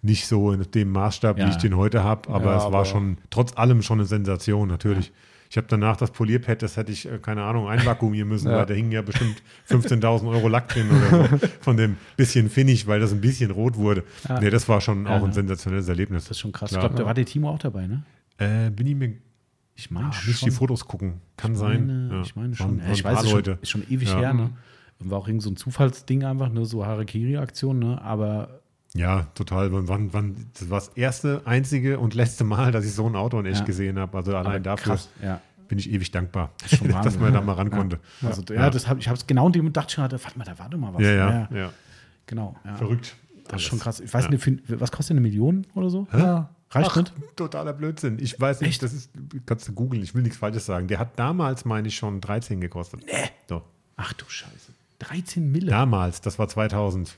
C: nicht so in dem Maßstab,
A: Ja.
C: wie ich den heute habe, aber
B: Ja,
C: es war
B: aber-
C: schon trotz allem schon eine Sensation, natürlich. Ich habe danach das Polierpad, das hätte ich, äh, keine Ahnung, einvakuumieren
A: *laughs*
C: müssen,
B: Ja.
C: weil da hingen ja bestimmt 15.000 Euro Lack drin oder so, von dem bisschen Finish, weil das ein bisschen rot wurde. Nee, das war schon auch
A: Ja.
C: ein sensationelles Erlebnis.
A: Das ist schon krass.
C: Klar.
A: Ich glaube, da war der Timo auch dabei, ne?
C: äh, bin ich mir
A: Ich meine
C: Ah,
A: schon.
C: müsste die Fotos gucken. Kann sein.
A: meine,
C: ja.
A: Ich meine
C: Waren-
A: schon. Ja,
C: waren
A: ich
C: ein
A: weiß,
C: paar
A: es
C: Leute.
A: schon, ist schon ewig
C: Ja.
A: her, ne? War auch irgend so ein Zufallsding einfach, ne? So Harakiri-Aktion, ne? Aber
C: Ja, total. Wann, wann, wann, das war das erste, einzige und letzte Mal, dass ich so ein Auto in echt
A: Ja.
C: gesehen habe. Also allein dafür
A: krass. Ja.
C: bin ich ewig dankbar,
A: ist schon
C: *laughs* dass
A: Wahnsinn,
C: man da
A: ja.
C: mal ran konnte.
A: Also, ja,
C: Ja.
A: das hab, ich habe es genau in dem Moment gedacht, schon, hatte, warte mal, da war doch mal was.
C: Ja, ja, ja.
A: Genau. Ja.
C: Verrückt.
A: Das ist schon krass. Ich weiß nicht, für- was kostet eine Million oder so?
B: Ja.
A: Reicht
C: Ach,
A: nicht?
C: totaler Blödsinn. Ich weiß nicht, das ist, kannst du googeln, ich will nichts Falsches sagen. Der hat damals, meine ich, schon 13 gekostet. Nee. Doch.
A: Ach du Scheiße. 13 Mille.
C: Damals, das war 2000.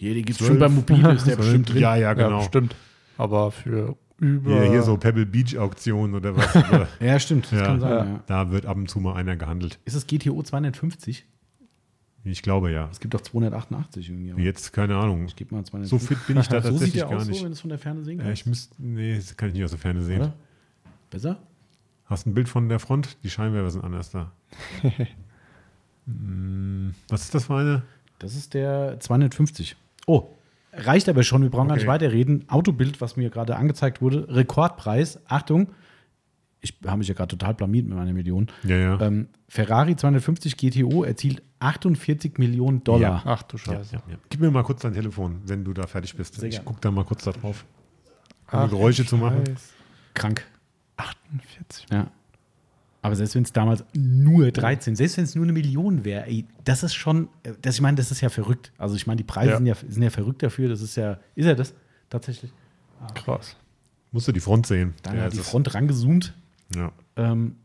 A: Ja, die gibt's
C: Zwölf.
A: schon beim Mobil, ist
C: *laughs*
A: der bestimmt drin.
C: Ja, ja,
B: Ja,
C: genau.
B: bestimmt. Aber für über.
C: hier, hier so Pebble Beach Auktion
A: *laughs*
C: oder was. oder-
A: Ja, stimmt. Das
C: Ja.
A: kann sein, ja.
B: Ja.
C: Da wird ab und zu mal einer gehandelt.
A: Ist es GTO 250?
C: Ich glaube ja.
A: Es gibt doch 288 irgendwie. aber
C: Jetzt keine Ahnung.
A: Ich gebe mal 250.
C: So fit bin ich
A: *laughs*
C: da
A: so sieht
C: tatsächlich
A: der
C: gar
A: aus, so,
C: nicht.
A: wenn du es von der Ferne sehen
C: Äh,
A: kannst.
C: ich müsste, nee, das kann ich nicht aus der Ferne sehen.
A: Oder? Besser?
C: Hast ein Bild von der Front? Die Scheinwerfer sind
A: *laughs*
C: anders da. Hm, Was ist das für eine?
A: Das ist der 250. Oh, reicht aber schon, wir brauchen gar nicht
C: Okay.
A: weiterreden. Autobild, was mir gerade angezeigt wurde, Rekordpreis, Achtung, ich habe mich ja gerade total blamiert mit meiner Million.
C: Ja, ja.
A: Ähm, Ferrari 250 GTO erzielt 48 Millionen Dollar.
B: Ach du
C: ja,
B: Scheiße.
C: ja, ja. Gib mir mal kurz dein Telefon, wenn du da fertig bist.
A: Sehr
C: ich
A: gerne.
C: guck da mal kurz da drauf. Um
B: Ach,
C: Geräusche zu machen.
B: Scheiß.
A: Krank.
B: 48.
A: Ja. Aber selbst wenn es damals nur 13, selbst wenn es nur eine Million wäre, ey, das ist schon, äh, das, ich meine, das ist ja verrückt. Also ich meine, die Preise
B: Ja.
A: Sind, ja, sind ja verrückt dafür. Das ist ja, ist ja das tatsächlich.
B: Krass.
C: Musst du die Front sehen.
A: Dann
C: Ja,
A: hat die
C: es ist-
A: Front rangezoomt.
C: Ja.
A: Ähm,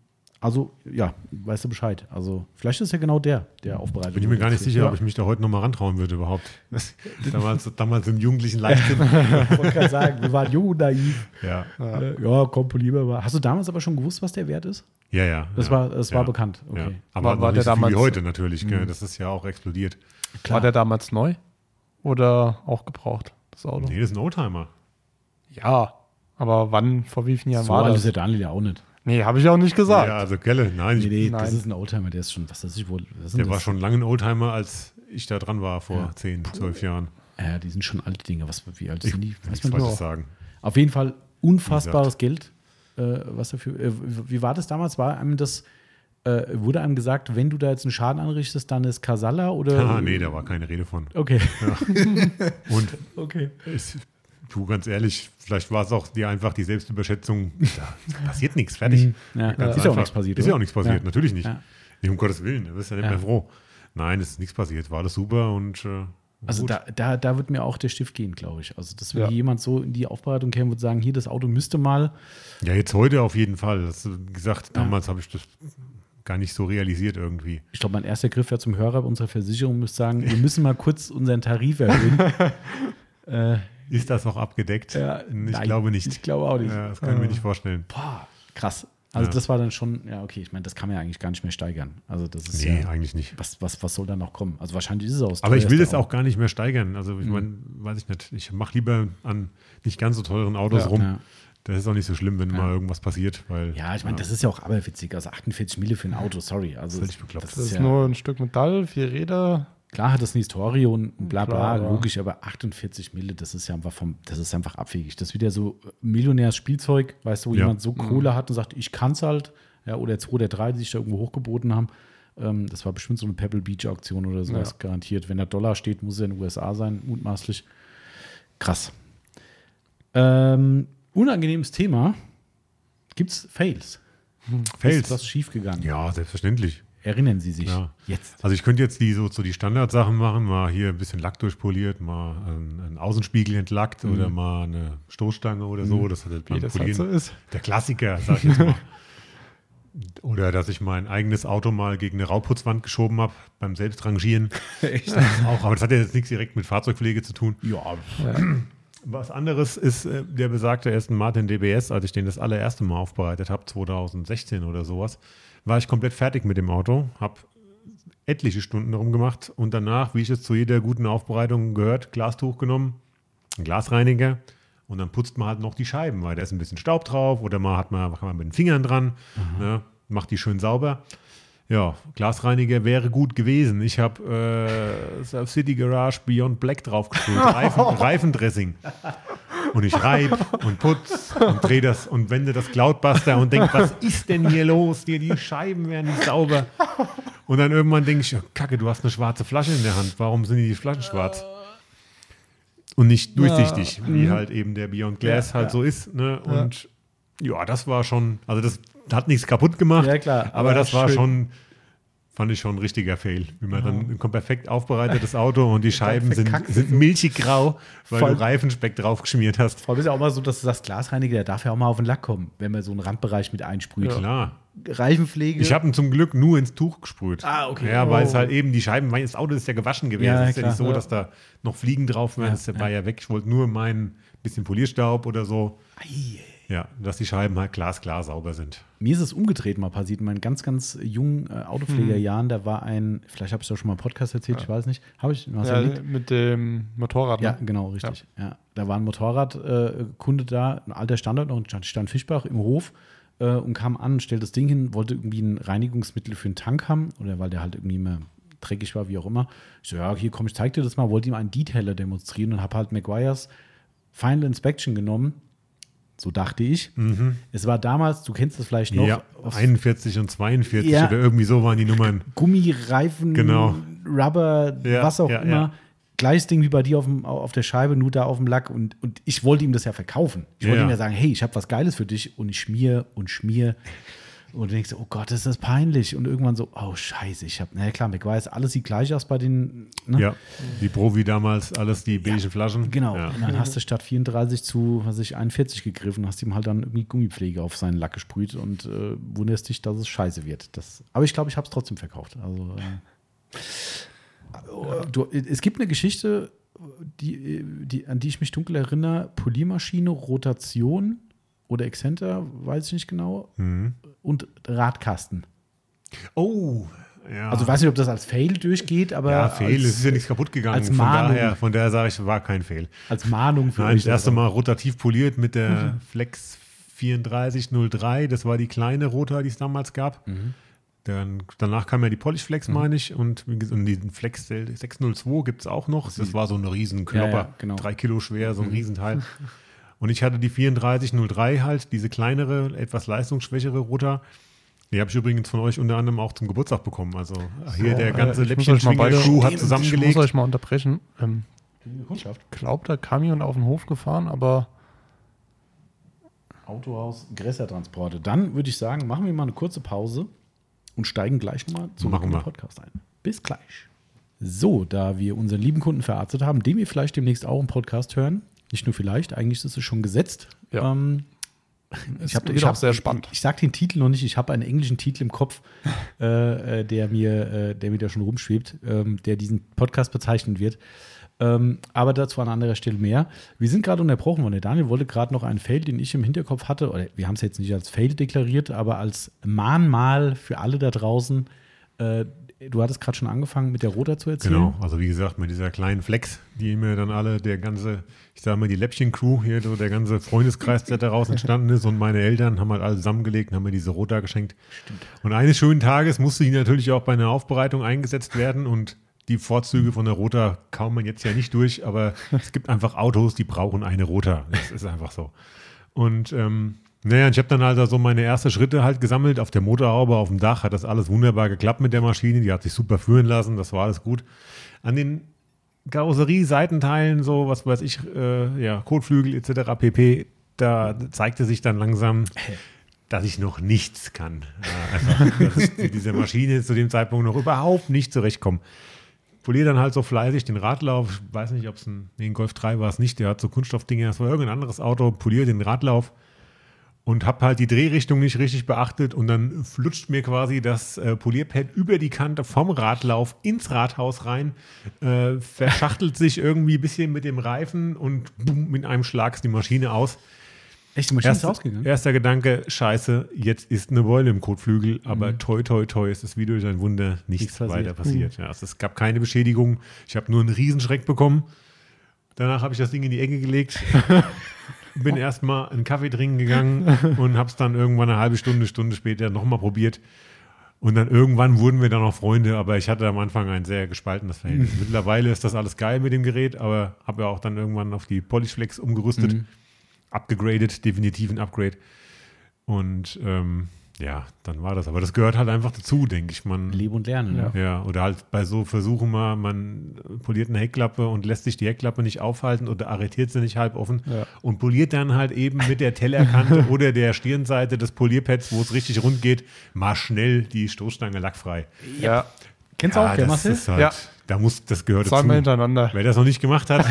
A: also, ja, weißt du Bescheid. Also, vielleicht ist ja genau der, der aufbereitet
C: Bin ich mir gar nicht sicher,
A: Ja.
C: ob ich mich da heute nochmal rantrauen würde überhaupt.
A: *laughs*
C: damals, damals im jugendlichen Leichtsinn.
A: Ich *laughs* wollte gerade sagen, wir waren jung und naiv.
C: ja.
A: Ja, ja komm, lieber mal. Hast du damals aber schon gewusst, was der wert ist?
C: Ja, ja.
A: Das
C: ja,
A: war- das
C: ja,
A: war bekannt, okay.
C: Aber
B: War-
C: noch
B: war
C: nicht
B: der
C: so viel wie
B: damals-
C: heute natürlich. Gell? Das ist ja auch explodiert.
A: Klar.
B: War der damals neu? Oder auch gebraucht, das Auto?
C: Nee, das ist ein Oldtimer.
B: Ja. Aber wann, vor wie vielen Jahren
A: so
B: war
A: alt ist
B: das?
A: der Daniel ja auch nicht.
B: Nee, habe ich auch nicht gesagt.
C: Ja, also Gelle, nein, ich,
A: Nee, nee, das
B: Nein.
A: ist ein Oldtimer, der ist schon, was weiß ich wohl. Was sind
C: der
A: das?
C: war schon lange ein Oldtimer, als ich da dran war vor
A: Ja.
C: 10, 12 Jahren.
A: Ja, die sind schon alte Dinge. Was, wie alt
C: Ich
A: sind
C: will
A: die? Weiß
C: nichts
A: man
C: Falsches
A: nicht.
C: sagen.
A: Auf jeden Fall unfassbares Geld. Äh, was dafür, äh, wie war das damals? War einem das, äh, wurde einem gesagt, wenn du da jetzt einen Schaden anrichtest, dann ist Kasala oder?
C: Ah, *laughs* nee, da war keine Rede von.
A: *laughs* Okay.
C: Und
A: okay.
C: es, du, ganz ehrlich, vielleicht war es auch dir einfach die Selbstüberschätzung. Da passiert nichts, fertig.
A: Ja,
C: Ganz
A: ist ja auch
C: einfach.
A: nichts passiert.
C: Ist
A: oder?
C: ja auch nichts passiert,
A: Ja.
C: natürlich nicht.
A: Ja.
C: Nee, um Gottes Willen, da bist du ja nicht
A: Ja.
C: mehr froh. Nein, es ist nichts passiert, war alles super und äh,
A: Also
C: gut.
A: da, da, da wird mir auch der Stift gehen, glaube ich. Also, dass wenn
B: Ja.
A: hier jemand so in die Aufbereitung käme und sagen, hier, das Auto müsste mal.
C: Ja, jetzt heute auf jeden Fall. Das, äh, wie gesagt, damals habe ich das gar nicht so realisiert irgendwie.
A: Ich glaube, mein erster Griff wäre zum Hörer unserer Versicherung, müsste sagen, wir müssen mal kurz unseren Tarif
C: *laughs*
A: erhöhen. äh,
C: Ist das noch abgedeckt?
A: ja,
C: ich
A: nein,
C: glaube nicht.
A: Ich glaube auch nicht.
C: ja, das kann ich mir nicht vorstellen.
A: Boah, krass. Also
C: Ja.
A: das war dann schon, ja, okay, ich meine, das kann man ja eigentlich gar nicht mehr steigern. Also das ist
C: Nee,
A: ja,
C: eigentlich nicht.
A: was, was, was soll da noch kommen? Also wahrscheinlich ist Mhm. es aus.
C: Aber ich will das auch gar nicht mehr steigern. Also ich meine, weiß ich nicht. Ich mache lieber an nicht ganz so teuren Autos
B: Ja.
C: rum.
A: Ja.
C: Das ist auch nicht so schlimm, wenn
A: Ja.
C: mal irgendwas passiert, weil äh,
A: Ja, ich meine, das ist ja auch aberwitzig. Also 48 Mille für ein Auto, sorry. Also
C: Völlig bekloppt.
B: Das ist
A: ja,
B: nur ein Stück Metall, vier Räder.
A: klar hat das eine Historie und bla bla,
B: Hm, Klar, aber-
A: logisch, aber 48 Mille, das ist ja einfach vom, das ist einfach abwegig. Das ist wieder so Millionärs-Spielzeug, weißt du, wo
C: Ja.
A: jemand
B: Hm.
A: so Kohle hat und sagt, ich kann's halt, ja, oder zwei oder drei, die sich da irgendwo hochgeboten haben. Ähm, das war bestimmt so eine Pebble Beach-Auktion oder sowas,
B: Ja.
A: garantiert. Wenn der Dollar steht, muss er in den USA sein, mutmaßlich. Krass. Ähm, unangenehmes Thema. Gibt's Fails? Ist was
C: Fails.
A: schiefgegangen?
C: Ja, selbstverständlich.
A: Erinnern Sie sich
C: Ja.
A: jetzt.
C: Also ich könnte jetzt die so zu die Standardsachen machen, mal hier ein bisschen Lack durchpoliert, mal einen, einen Außenspiegel entlackt
A: Mhm.
C: oder mal eine Stoßstange oder so. Das hat halt
B: Wie
C: beim
B: das halt
C: Polieren
B: so ist.
C: Der Klassiker, sag ich jetzt mal. *laughs* Oder dass ich mein eigenes Auto mal gegen eine Rauputzwand geschoben habe beim Selbstrangieren.
A: Echt?
C: Auch, aber das hat ja jetzt nichts direkt mit Fahrzeugpflege zu tun.
A: Ja,
C: Was anderes ist äh, der besagte Aston Martin DBS, als ich den das allererste Mal aufbereitet habe, 2016 oder sowas, war ich komplett fertig mit dem Auto, habe etliche Stunden darum gemacht und danach, wie ich es zu jeder guten Aufbereitung gehört, Glastuch genommen, einen Glasreiniger und dann putzt man halt noch die Scheiben, weil da ist ein bisschen Staub drauf oder man hat mal, kann man mit den Fingern dran, ne, macht die schön sauber. Ja, Glasreiniger wäre gut gewesen. Ich habe äh, Surf City Garage Beyond Black draufgesprüht,
A: *laughs*
C: Reifen, Reifendressing. Und ich reib und putz und drehe das und wende das Cloudbuster und denke, was ist denn hier los? Hier, die Scheiben werden nicht sauber. Und dann irgendwann denke ich, oh, kacke, du hast eine schwarze Flasche in der Hand. Warum sind die Flaschen schwarz? Und nicht durchsichtig,
A: Mhm.
C: wie halt eben der Beyond Glass halt so ist. Ne? Und ja, das war schon, also das hat nichts kaputt gemacht.
A: Ja, klar,
C: Aber,
A: aber
C: das war
A: schön.
C: schon, fand ich schon ein richtiger Fail. Wie man dann kommt perfekt aufbereitetes
A: *laughs*
C: Auto und die Scheiben sind,
A: verkackst du
C: sind milchig grau, weil
A: Voll.
C: du Reifenspeck draufgeschmiert hast.
A: Vor allem ist ja auch mal so, dass das Glasreiniger, der darf ja auch mal auf den Lack kommen, wenn man so einen Randbereich mit einsprüht.
C: Klar.
A: Reifenpflege.
C: Ich habe ihn zum Glück nur ins Tuch gesprüht.
A: Ah, okay.
C: Ja, weil es
A: Oh.
C: halt eben die Scheiben, weil das Auto ist ja gewaschen gewesen.
A: Ja,
C: es ist ja
A: klar.
C: nicht so,
A: Ja.
C: dass da noch Fliegen drauf waren. das war ja weg. Ich wollte nur meinen bisschen Polierstaub oder so. Ja, dass die Scheiben halt glasklar sauber sind.
A: Mir ist es umgedreht mal passiert in meinen ganz, ganz jungen äh, Autopflegerjahren. Da war ein, vielleicht habe ich da schon mal im Podcast erzählt, ich weiß nicht. Habe ich?
B: Ja,
A: Marcel nickt.
B: mit dem Motorrad.
A: Ja,
B: ne?
A: genau, richtig. Ja. Da war ein Motorradkunde äh, Kunde da, ein alter Standort noch, stand Fischbach im Hof. äh, und kam an, stellte das Ding hin, wollte irgendwie ein Reinigungsmittel für einen Tank haben oder weil der halt irgendwie immer dreckig war, wie auch immer. Ich so, ja, hier komm, ich zeig dir das mal, wollte ihm einen Detailer demonstrieren und habe halt McGuire's Final Inspection genommen. So dachte ich. Es war damals, du kennst das vielleicht noch,
C: Ja,
A: aus
C: 41 und 42
A: Ja.
C: oder irgendwie so waren die Nummern.
A: Gummireifen,
C: Genau.
A: Rubber,
C: Ja,
A: was auch
C: ja,
A: immer.
C: ja.
A: Gleiches Ding wie bei dir auf, dem, auf der Scheibe, nur da auf dem Lack. Und, und ich wollte ihm das ja verkaufen. Ich wollte
C: Ja.
A: ihm ja sagen, hey, ich habe was Geiles für dich. Und ich schmier und schmier. Und du denkst, oh Gott, ist das peinlich. Und irgendwann so, oh scheiße, ich habe, naja klar, McWise, alles sieht gleich aus bei den, ne?
C: Ja, die Provi damals, alles die beige Flaschen.
A: Genau.
C: Ja.
A: Und dann hast du statt 34 zu, was weiß ich, 41 gegriffen, hast ihm halt dann irgendwie Gummipflege auf seinen Lack gesprüht und äh, wunderst dich, dass es scheiße wird. Das, aber ich glaube, ich habe es trotzdem verkauft. Also,
C: Oh.
A: äh, du, es gibt eine Geschichte, die, die, an die ich mich dunkel erinnere: Poliermaschine, Rotation oder Exzenter, weiß ich nicht genau,
C: Mhm.
A: und Radkasten.
C: Oh, ja.
A: Also, ich weiß nicht, ob das als Fail durchgeht, aber.
C: ja, Fehl,
A: als,
C: es ist ja nichts kaputt gegangen.
A: als
C: von
A: Mahnung.
C: daher, von daher sage ich, war kein Fehl.
A: als Mahnung für
C: Nein,
A: euch.
C: das erste Mal rotativ poliert mit der
B: Mhm.
C: Flex 3403. Das war die kleine Rota, die es damals gab.
B: Mhm.
C: Dann, danach kam ja die Polishflex, meine ich. Und, wie gesagt, und die Flex 602 gibt es auch noch.
B: Mhm.
C: Das war so ein Riesenklopper.
A: Ja, ja, genau.
C: Drei Kilo schwer, so ein
B: *laughs*
C: Riesenteil. Und ich hatte die 3403 halt, diese kleinere, etwas leistungsschwächere Rota. Die habe ich übrigens von euch unter anderem auch zum Geburtstag bekommen. Also hier der ganze
B: Äh, ich muss euch mal beide-
C: Läppchen-Schwinger-Crew hat
B: Ich muss
C: zusammengelegt.
B: euch mal unterbrechen. Ähm,
A: Kundschaft.
B: glaub, da kam jemand auf den Hof gefahren, aber
A: Autohaus, Gräsertransporte. Dann würde ich sagen, machen wir mal eine kurze Pause und steigen gleich nochmal zum
C: Machen wir.
A: Podcast ein. Bis gleich. So, da wir unseren lieben Kunden verarztet haben, den wir vielleicht demnächst auch im Podcast hören, nicht nur vielleicht, eigentlich ist es schon gesetzt.
B: Ja.
A: Ähm,
B: es
A: ich habe
B: wird auch sehr spannend.
A: Ich, ich sage den Titel noch nicht, ich habe einen englischen Titel im
B: *laughs*
A: Kopf, äh, äh, der, mir, äh, der mir da schon rumschwebt, ähm, der diesen Podcast bezeichnen wird. Ähm, aber dazu an anderer Stelle mehr. Wir sind gerade unterbrochen worden. Der Daniel wollte gerade noch einen Fail, den ich im Hinterkopf hatte, oder wir haben es jetzt nicht als Fail deklariert, aber als Mahnmal für alle da draußen. Äh, du hattest gerade schon angefangen, mit der Roter zu erzählen.
C: Genau, also wie gesagt, mit dieser kleinen Flex, die mir dann alle, der ganze, ich sage mal, die Läppchen-Crew hier, so der ganze Freundeskreis, der daraus entstanden ist und meine Eltern haben halt alle zusammengelegt und haben mir diese Rota geschenkt. Und eines schönen Tages musste die natürlich auch bei einer Aufbereitung eingesetzt werden und die Vorzüge von der Rota kaum man jetzt ja nicht durch, aber es gibt einfach Autos, die brauchen eine Rota. Das ist einfach so. Und ähm, naja, und ich habe dann halt so meine ersten Schritte halt gesammelt auf der Motorhaube, auf dem Dach, hat das alles wunderbar geklappt mit der Maschine, die hat sich super führen lassen, das war alles gut. An den Karosserie-Seitenteilen, so was weiß ich, äh, ja, Kotflügel etc. pp., da zeigte sich dann langsam, dass ich noch nichts kann. Ja, einfach, dass ich mit dieser Maschine zu dem Zeitpunkt noch überhaupt nicht zurechtkomme poliere dann halt so fleißig den Radlauf. Ich weiß nicht, ob es ein, nee, ein Golf 3 war es nicht, der hat so Kunststoffdinger, das war irgendein anderes Auto, poliere den Radlauf und habe halt die Drehrichtung nicht richtig beachtet und dann flutscht mir quasi das äh, Polierpad über die Kante vom Radlauf ins Rathaus rein, äh, verschachtelt sich irgendwie ein bisschen mit dem Reifen und boom, mit einem Schlag ist die Maschine aus.
A: Echt, die Maschine ist ausgegangen.
C: Erster Gedanke, scheiße, jetzt ist eine Beule im Kotflügel, aber toi, toi, toi, ist es wie durch ein Wunder
A: Mhm.
C: nichts
A: Nichts passiert. Mhm.
C: weiter passiert. Ja, also es gab keine Beschädigung, ich habe nur einen Riesenschreck bekommen. Danach habe ich das Ding in die
A: *laughs*
C: Ecke gelegt, bin erstmal einen Kaffee trinken gegangen und habe es dann irgendwann eine halbe Stunde, Stunde später nochmal probiert. Und dann irgendwann wurden wir dann auch Freunde, aber ich hatte am Anfang ein sehr gespaltenes Verhältnis. Mittlerweile ist das alles geil mit dem Gerät, aber habe ja auch dann irgendwann auf die Polyflex umgerüstet abgegradet, definitiv ein Upgrade. Und ähm, ja, dann war das. Aber das gehört halt einfach dazu, denke ich. Man,
A: Leben und Lernen. ne?
B: Ja.
C: ja, oder halt bei so Versuchen mal, man poliert eine Heckklappe und lässt sich die Heckklappe nicht aufhalten oder arretiert sie nicht halb offen
B: Ja.
C: und poliert dann halt eben mit der Tellerkante oder der Stirnseite des Polierpads, wo es richtig rund geht, mal schnell die Stoßstange lackfrei.
B: ja,
A: Kennst du auch, gell, Marcel?
C: das ist halt,
B: Ja.
C: da muss, das gehört
B: zweimal
C: dazu.
B: hintereinander.
C: Wer das noch nicht
A: *laughs*
C: gemacht hat,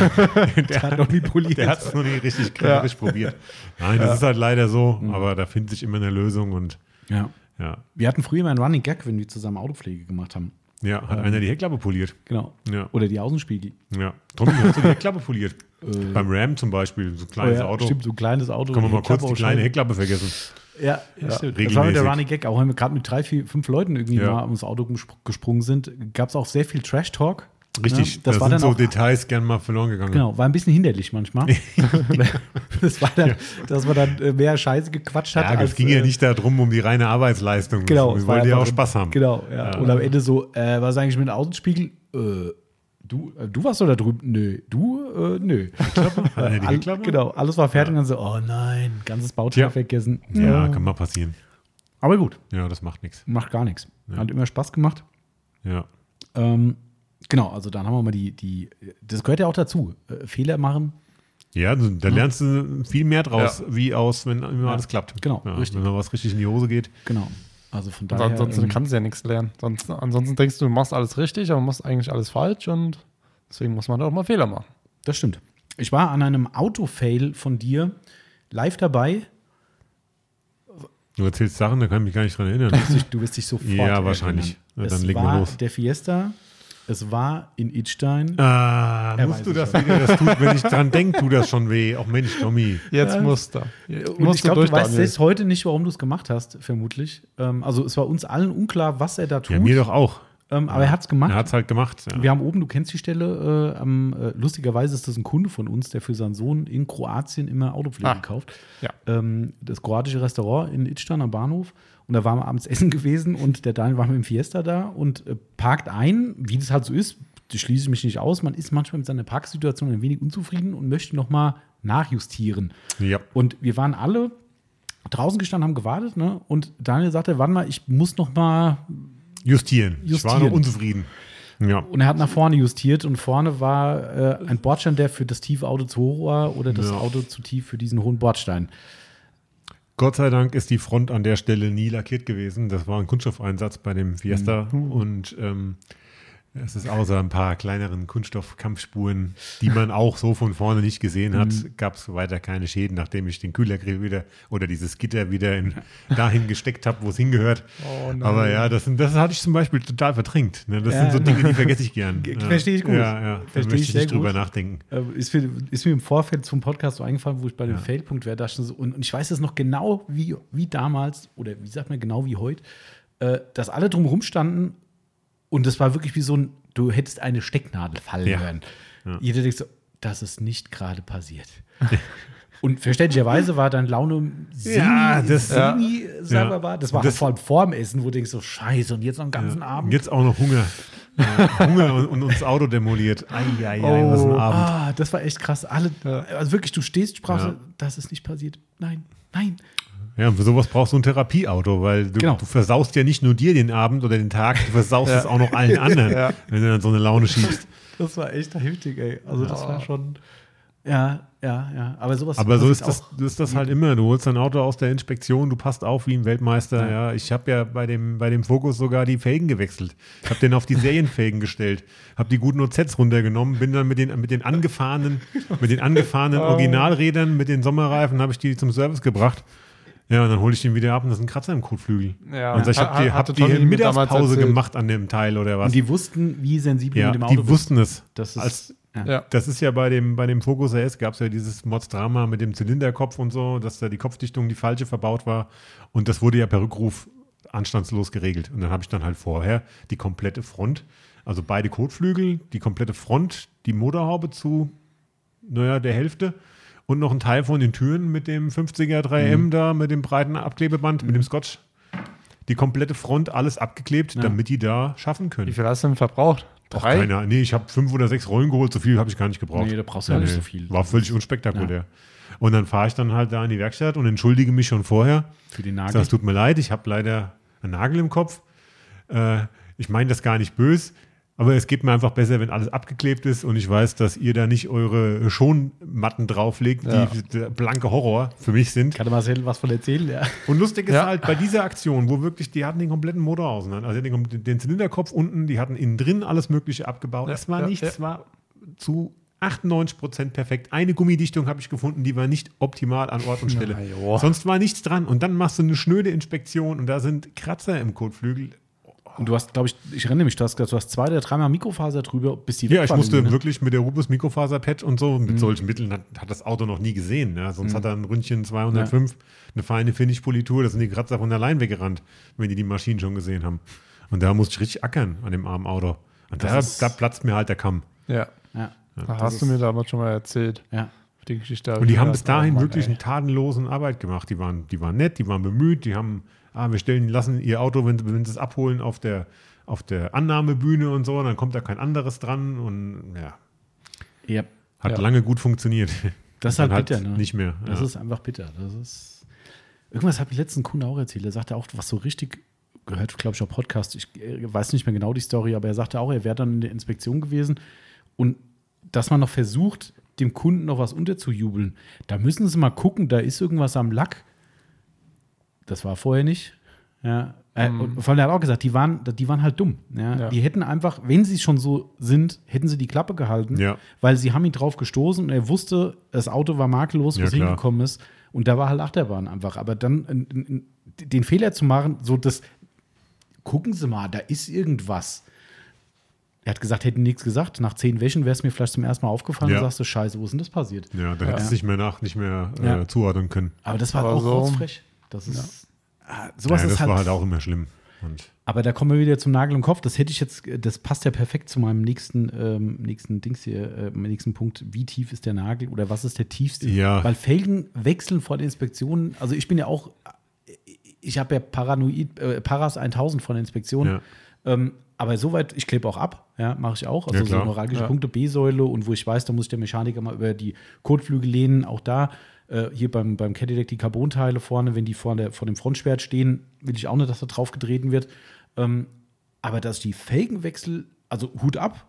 A: Der hat noch nie poliert.
C: Der hat es noch nie richtig kritisch probiert. Nein, das ist halt leider so, aber da findet sich immer eine Lösung und
A: Ja.
C: ja.
A: Wir hatten früher immer einen Running Gag, wenn wir zusammen Autopflege gemacht haben.
C: Ja, hat einer die Heckklappe poliert.
A: Genau.
C: Ja.
A: Oder die Außenspiegel.
C: Ja. Tommy,
A: *laughs*
C: hast du die Heckklappe poliert? Beim Ram zum Beispiel, so ein kleines
A: Äh, Oh ja,
C: Auto.
A: Stimmt, so ein kleines Auto.
C: Können wir mal
A: Heckklappe
C: kurz die
A: ausschneiden.
C: kleine Heckklappe vergessen.
A: Ja, stimmt. Das war
C: regelmäßig.
A: mit der Running Gag. Auch wenn wir gerade mit drei, vier, fünf Leuten irgendwie
C: Ja.
A: mal ums Auto gespr- gesprungen sind, gab es auch sehr viel Trash Talk.
C: ist richtig.
A: Ja, das
C: da
A: war
C: sind
A: dann
C: so
A: auch-
C: Details gern mal verloren gegangen.
A: Genau, war ein bisschen hinderlich manchmal.
C: *laughs*
A: das war dann, dass man dann äh, mehr Scheiße gequatscht hat.
C: Ja, es
A: als,
C: ging ja
A: äh,
C: nicht darum, um die reine Arbeitsleistung.
A: Genau,
C: Wir
A: es war
C: wollten ja
A: einfach-
C: auch Spaß haben.
A: Genau, ja. Und am Ende so, äh, was ist eigentlich mit dem Außenspiegel? Äh, du, äh, du warst doch da drüben. Nö, du, äh, nö. *laughs*
C: Hat er die
A: All,
C: Heckklappe?
A: genau, alles war fertig und dann so, oh nein, ganzes Bauteil
C: Tja.
A: vergessen.
C: Ja, kann mal passieren.
A: Aber gut,
C: Ja, das macht nichts.
A: macht gar nichts. Hat immer Spaß gemacht.
C: Ja.
A: Ähm, genau, also dann haben wir mal die, die, das gehört ja auch dazu. Äh, Fehler machen,
C: Ja, du- da lernst du viel mehr draus, wie aus, wenn immer alles klappt.
A: genau,
C: ja,
A: richtig.
C: Wenn mal was richtig in die Hose geht.
A: genau. Also von
B: Und
A: daher.
B: ansonsten
A: ähm,
B: kannst du ja nichts lernen. Sonst, ansonsten denkst du, du machst alles richtig, aber machst eigentlich alles falsch und deswegen muss man da auch mal Fehler machen.
A: Das stimmt. Ich war an einem Autofail von dir live dabei.
C: Du erzählst Sachen, da kann ich mich gar nicht dran
A: *laughs*
C: erinnern. Äh,
A: wirst dich- Also du wirst dich sofort.
C: Ja, wahrscheinlich.
A: erinnern.
C: Ja,
A: es
C: dann legen wir
A: war
C: los.
A: der Fiesta. Es war in Idstein.
C: Ah,
A: weiß
C: musst du
A: es
C: das wieder? Das tut, wenn ich dran denke, tut das schon weh. Auch Mensch, Tommy.
B: Jetzt
A: Ja.
B: musst du.
A: Und ich glaube, du weißt
B: Daniel.
A: selbst heute nicht, warum du es gemacht hast, vermutlich. Ähm, also es war uns allen unklar, was er da tut.
C: Ja, mir doch auch.
A: ähm, aber er hat es gemacht.
C: Er hat es halt gemacht. Ja.
A: Wir haben oben, du kennst die Stelle, äh, am, äh, lustigerweise ist das ein Kunde von uns, der für seinen Sohn in Kroatien immer Autopflege
B: Ah,
A: kauft.
B: ja.
A: Ähm, das kroatische Restaurant in Idstein am Bahnhof. Und da waren wir abends *laughs* essen gewesen und der Daniel war mit dem Fiesta da und äh, parkt ein, wie das halt so ist. Das schließe ich mich nicht aus. Man ist manchmal mit seiner Parksituation ein wenig unzufrieden und möchte nochmal nachjustieren.
C: Ja.
A: Und wir waren alle draußen gestanden, haben gewartet, ne? Und Daniel sagte, wann mal, ich muss noch mal
C: Justieren. Ich war
A: Justieren.
C: noch unzufrieden. Ja.
A: Und er hat nach vorne justiert und vorne war äh, ein Bordstein, der für das tiefe Auto zu hoch war oder das
C: Ja.
A: Auto zu tief für diesen hohen Bordstein.
C: Gott sei Dank ist die Front an der Stelle nie lackiert gewesen. Das war ein Kunststoffeinsatz bei dem Fiesta
A: Mhm.
C: und ähm, es ist außer ein paar kleineren Kunststoffkampfspuren, die man auch so von vorne nicht gesehen hat,
A: Mhm.
C: gab es weiter keine Schäden, nachdem ich den Kühlergrill wieder oder dieses Gitter wieder in, dahin gesteckt habe, wo es hingehört.
B: Oh nein.
C: Aber ja, das, sind, das hatte ich zum Beispiel total verdrängt. Ne? Das
A: Ja.
C: sind so Dinge, die vergesse ich gern.
A: Ge- *laughs*
C: Ja.
A: verstehe ich gut.
C: Ja, ja. Da
A: Verstehe
C: möchte
A: ich
C: ich
A: sehr
C: nicht drüber
A: gut.
C: nachdenken.
A: Äh, Ist, mir- ist mir im Vorfeld zum Podcast so eingefallen, wo ich bei dem Failpunkt wäre, da schon so, und, und ich weiß es noch genau wie, wie damals, oder wie sagt man genau wie heute, äh, dass alle drumherum standen und das war wirklich wie so ein, du hättest eine Stecknadel fallen
C: Ja.
A: hören. Jeder denkt so, das ist nicht gerade passiert. *laughs* und verständlicherweise war deine Laune semi,
C: Ja, das-
A: semi sagen wir
C: Ja.
A: mal, das war
C: Das-
A: vor allem vorm Essen, wo du denkst so, scheiße, und jetzt noch einen ganzen Abend.
C: Jetzt auch
A: *laughs*
C: noch Hunger. Ja, Hunger und, und uns Auto demoliert. Ei, ei, ei, was ein
B: Oh.
C: Abend.
A: Ah, das war echt krass. Alle, also wirklich, du stehst, sprachst,
C: Ja.
A: das ist nicht passiert. Nein, nein.
C: Ja, und für sowas brauchst du ein Therapieauto, weil du,
A: Genau.
C: du versaust ja nicht nur dir den Abend oder den Tag, du versaust es auch
A: *laughs*
C: noch allen anderen, wenn du dann so eine Laune schiebst.
A: Das war echt heftig, ey. Also das war schon. Ja, ja, ja. Aber sowas.
C: Aber so
A: passiert
C: ist das,
A: auch.
C: so ist das halt immer. Du holst dein Auto aus der Inspektion, du passt auf wie ein Weltmeister. Ja, ich habe ja bei dem, bei dem Focus sogar die Felgen gewechselt. Ich habe den auf die Serienfelgen gestellt, habe die guten OZs runtergenommen, bin dann mit den, mit den angefahrenen, mit den angefahrenen Originalrädern, mit den Sommerreifen, habe ich die zum Service gebracht. Ja, und dann hole ich den wieder ab und das ist ein Kratzer im Kotflügel.
B: Ja.
C: Und sag, ich habe
B: Hat-
C: die, hab
B: hatte
C: die
B: Tommy mir damals
C: Mittagspause
B: erzählt.
C: gemacht an dem Teil oder was.
A: Und die wussten, wie sensibel
C: ja,
A: mit dem Auto.
C: die wussten es.
A: Das ist-
C: Als,
A: ja.
B: Ja.
C: das ist ja bei dem, bei dem Focus RS gab es ja dieses Mods-Drama mit dem Zylinderkopf und so, dass da die Kopfdichtung die falsche verbaut war. Und das wurde ja per Rückruf anstandslos geregelt. Und dann habe ich dann halt vorher die komplette Front, also beide Kotflügel, die komplette Front, die Motorhaube zu, naja, der Hälfte. Und noch ein Teil von den Türen mit dem 50er 3M da, mit dem breiten Abklebeband, mit dem Scotch. Die komplette Front, alles abgeklebt, damit die da schaffen können.
B: Wie viel hast du denn verbraucht? Drei?
C: Keiner. Nee, ich habe fünf oder sechs Rollen geholt, so viel habe ich gar nicht gebraucht.
A: Nee, da brauchst du ja nicht so viel.
C: War völlig unspektakulär. Und dann fahre ich dann halt da in die Werkstatt und entschuldige mich schon vorher.
A: Für den
C: Ich
A: Nagel.
C: sag, es tut mir leid, ich habe leider einen Nagel im Kopf. Äh, ich meine das gar nicht böse, aber es geht mir einfach besser, wenn alles abgeklebt ist und ich weiß, dass ihr da nicht eure Schonmatten drauflegt,
B: Ja.
C: die der blanke Horror für mich sind.
A: Kann der Marcel was von erzählen? Ja.
C: Und lustig ist
B: Ja.
C: halt bei dieser Aktion, wo wirklich, die hatten den kompletten Motor auseinander. Also die hatten den, den Zylinderkopf unten, die hatten innen drin alles Mögliche abgebaut.
B: Ja,
C: Es war
B: ja,
C: nichts,
B: ja.
C: es war zu 98% perfekt. Eine Gummidichtung habe ich gefunden, die war nicht optimal an Ort und Stelle.
B: Na joa.
C: Sonst war nichts dran. Und dann machst du eine schnöde Inspektion und da sind Kratzer im Kotflügel.
A: Und du hast, glaube ich, ich erinnere mich, du hast gesagt, du hast zwei oder dreimal Mikrofaser drüber, bis die
C: Ja,
A: weg
C: ich
A: waren.
C: musste
A: Ne? Mhm.
C: wirklich mit der Rubus Mikrofaser-Patch und so, mit solchen Mitteln hat, hat das Auto noch nie gesehen. Ne? Sonst hat er ein Ründchen 205, eine feine Finish-Politur, das sind die Kratzer von allein weggerannt, wenn die die Maschinen schon gesehen haben. Und da musste ich richtig ackern an dem armen Auto. Und
A: Das
C: da,
A: ist-
C: da platzt mir halt der Kamm.
B: Ja.
A: Ja,
B: Da hast du mir damals schon mal erzählt.
A: ja.
B: Die Geschichte hab
C: Und
B: ich
C: die haben
B: gedacht,
C: bis dahin
B: oh Mann,
C: wirklich
B: ey.
C: einen tatenlosen Arbeit gemacht. Die waren, die waren nett, die waren bemüht, die haben, ah, wir stellen, lassen ihr Auto, wenn, wenn sie es abholen, auf der, auf der Annahmebühne und so, dann kommt da kein anderes dran und ja,
A: ja.
C: hat
B: Ja.
C: lange gut funktioniert.
A: *laughs* Das ist
C: Dann
A: halt bitter, ne?
C: Nicht mehr.
A: Das
C: ja.
A: ist einfach bitter. Das ist. Irgendwas hat mir letzten Kunde auch erzählt. Er sagte auch, was so richtig gehört, glaube ich, auf Podcast. Ich äh, weiß nicht mehr genau die Story, aber er sagte auch, er wäre dann in der Inspektion gewesen und dass man noch versucht, dem Kunden noch was unterzujubeln. Da müssen sie mal gucken, da ist irgendwas am Lack. Das war vorher nicht. Ja. Äh,
C: Mhm.
A: und Vor allem, er hat auch gesagt, die waren, die waren halt dumm. Ja.
B: Ja.
A: Die hätten einfach, wenn sie schon so sind, hätten sie die Klappe gehalten,
C: Ja.
A: weil sie haben ihn drauf gestoßen und er wusste, das Auto war makellos, wo
C: Ja,
A: es
C: klar.
A: hingekommen ist. Und da war halt Achterbahn einfach. Aber dann n- n- n- den Fehler zu machen, so das, gucken Sie mal, da ist irgendwas. Er hat gesagt, hätten nichts gesagt. Nach zehn Wäschen wäre es mir vielleicht zum ersten Mal aufgefallen
C: Ja.
A: und sagst du, scheiße, wo ist denn das passiert?
C: ja, da hättest du nicht mehr nach, nicht mehr
A: Ja.
C: äh, zuordnen können.
A: Aber das war
B: Aber
A: auch
B: so-
A: rotzfrech. Das ist, Ah, sowas
C: Ja, das
A: ist halt,
C: war halt auch immer schlimm. Und
A: Aber da kommen wir wieder zum Nagel im Kopf. Das hätte ich jetzt, das passt ja perfekt zu meinem nächsten, ähm, nächsten Dings hier, äh, meinem nächsten Punkt. Wie tief ist der Nagel oder was ist der tiefste?
C: Ja.
A: Weil Felgen wechseln vor der Inspektion. Also ich bin ja auch, ich habe ja Paranoid, äh, Paras 1000 von der Inspektion.
C: Ja.
A: Ähm, aber soweit, ich klebe auch ab, ja, mache ich auch. Also
C: Ja,
A: so
C: klar.
A: neuralgische
B: Ja.
A: Punkte, B-Säule und wo ich weiß, da muss ich der Mechaniker mal über die Kotflügel lehnen, auch da. äh, Hier beim, beim Cadillac die Carbonteile vorne, wenn die vor, der, vor dem Frontschwert stehen, will ich auch nicht, dass da drauf getreten wird. Ähm, aber dass die Felgenwechsel, also Hut ab,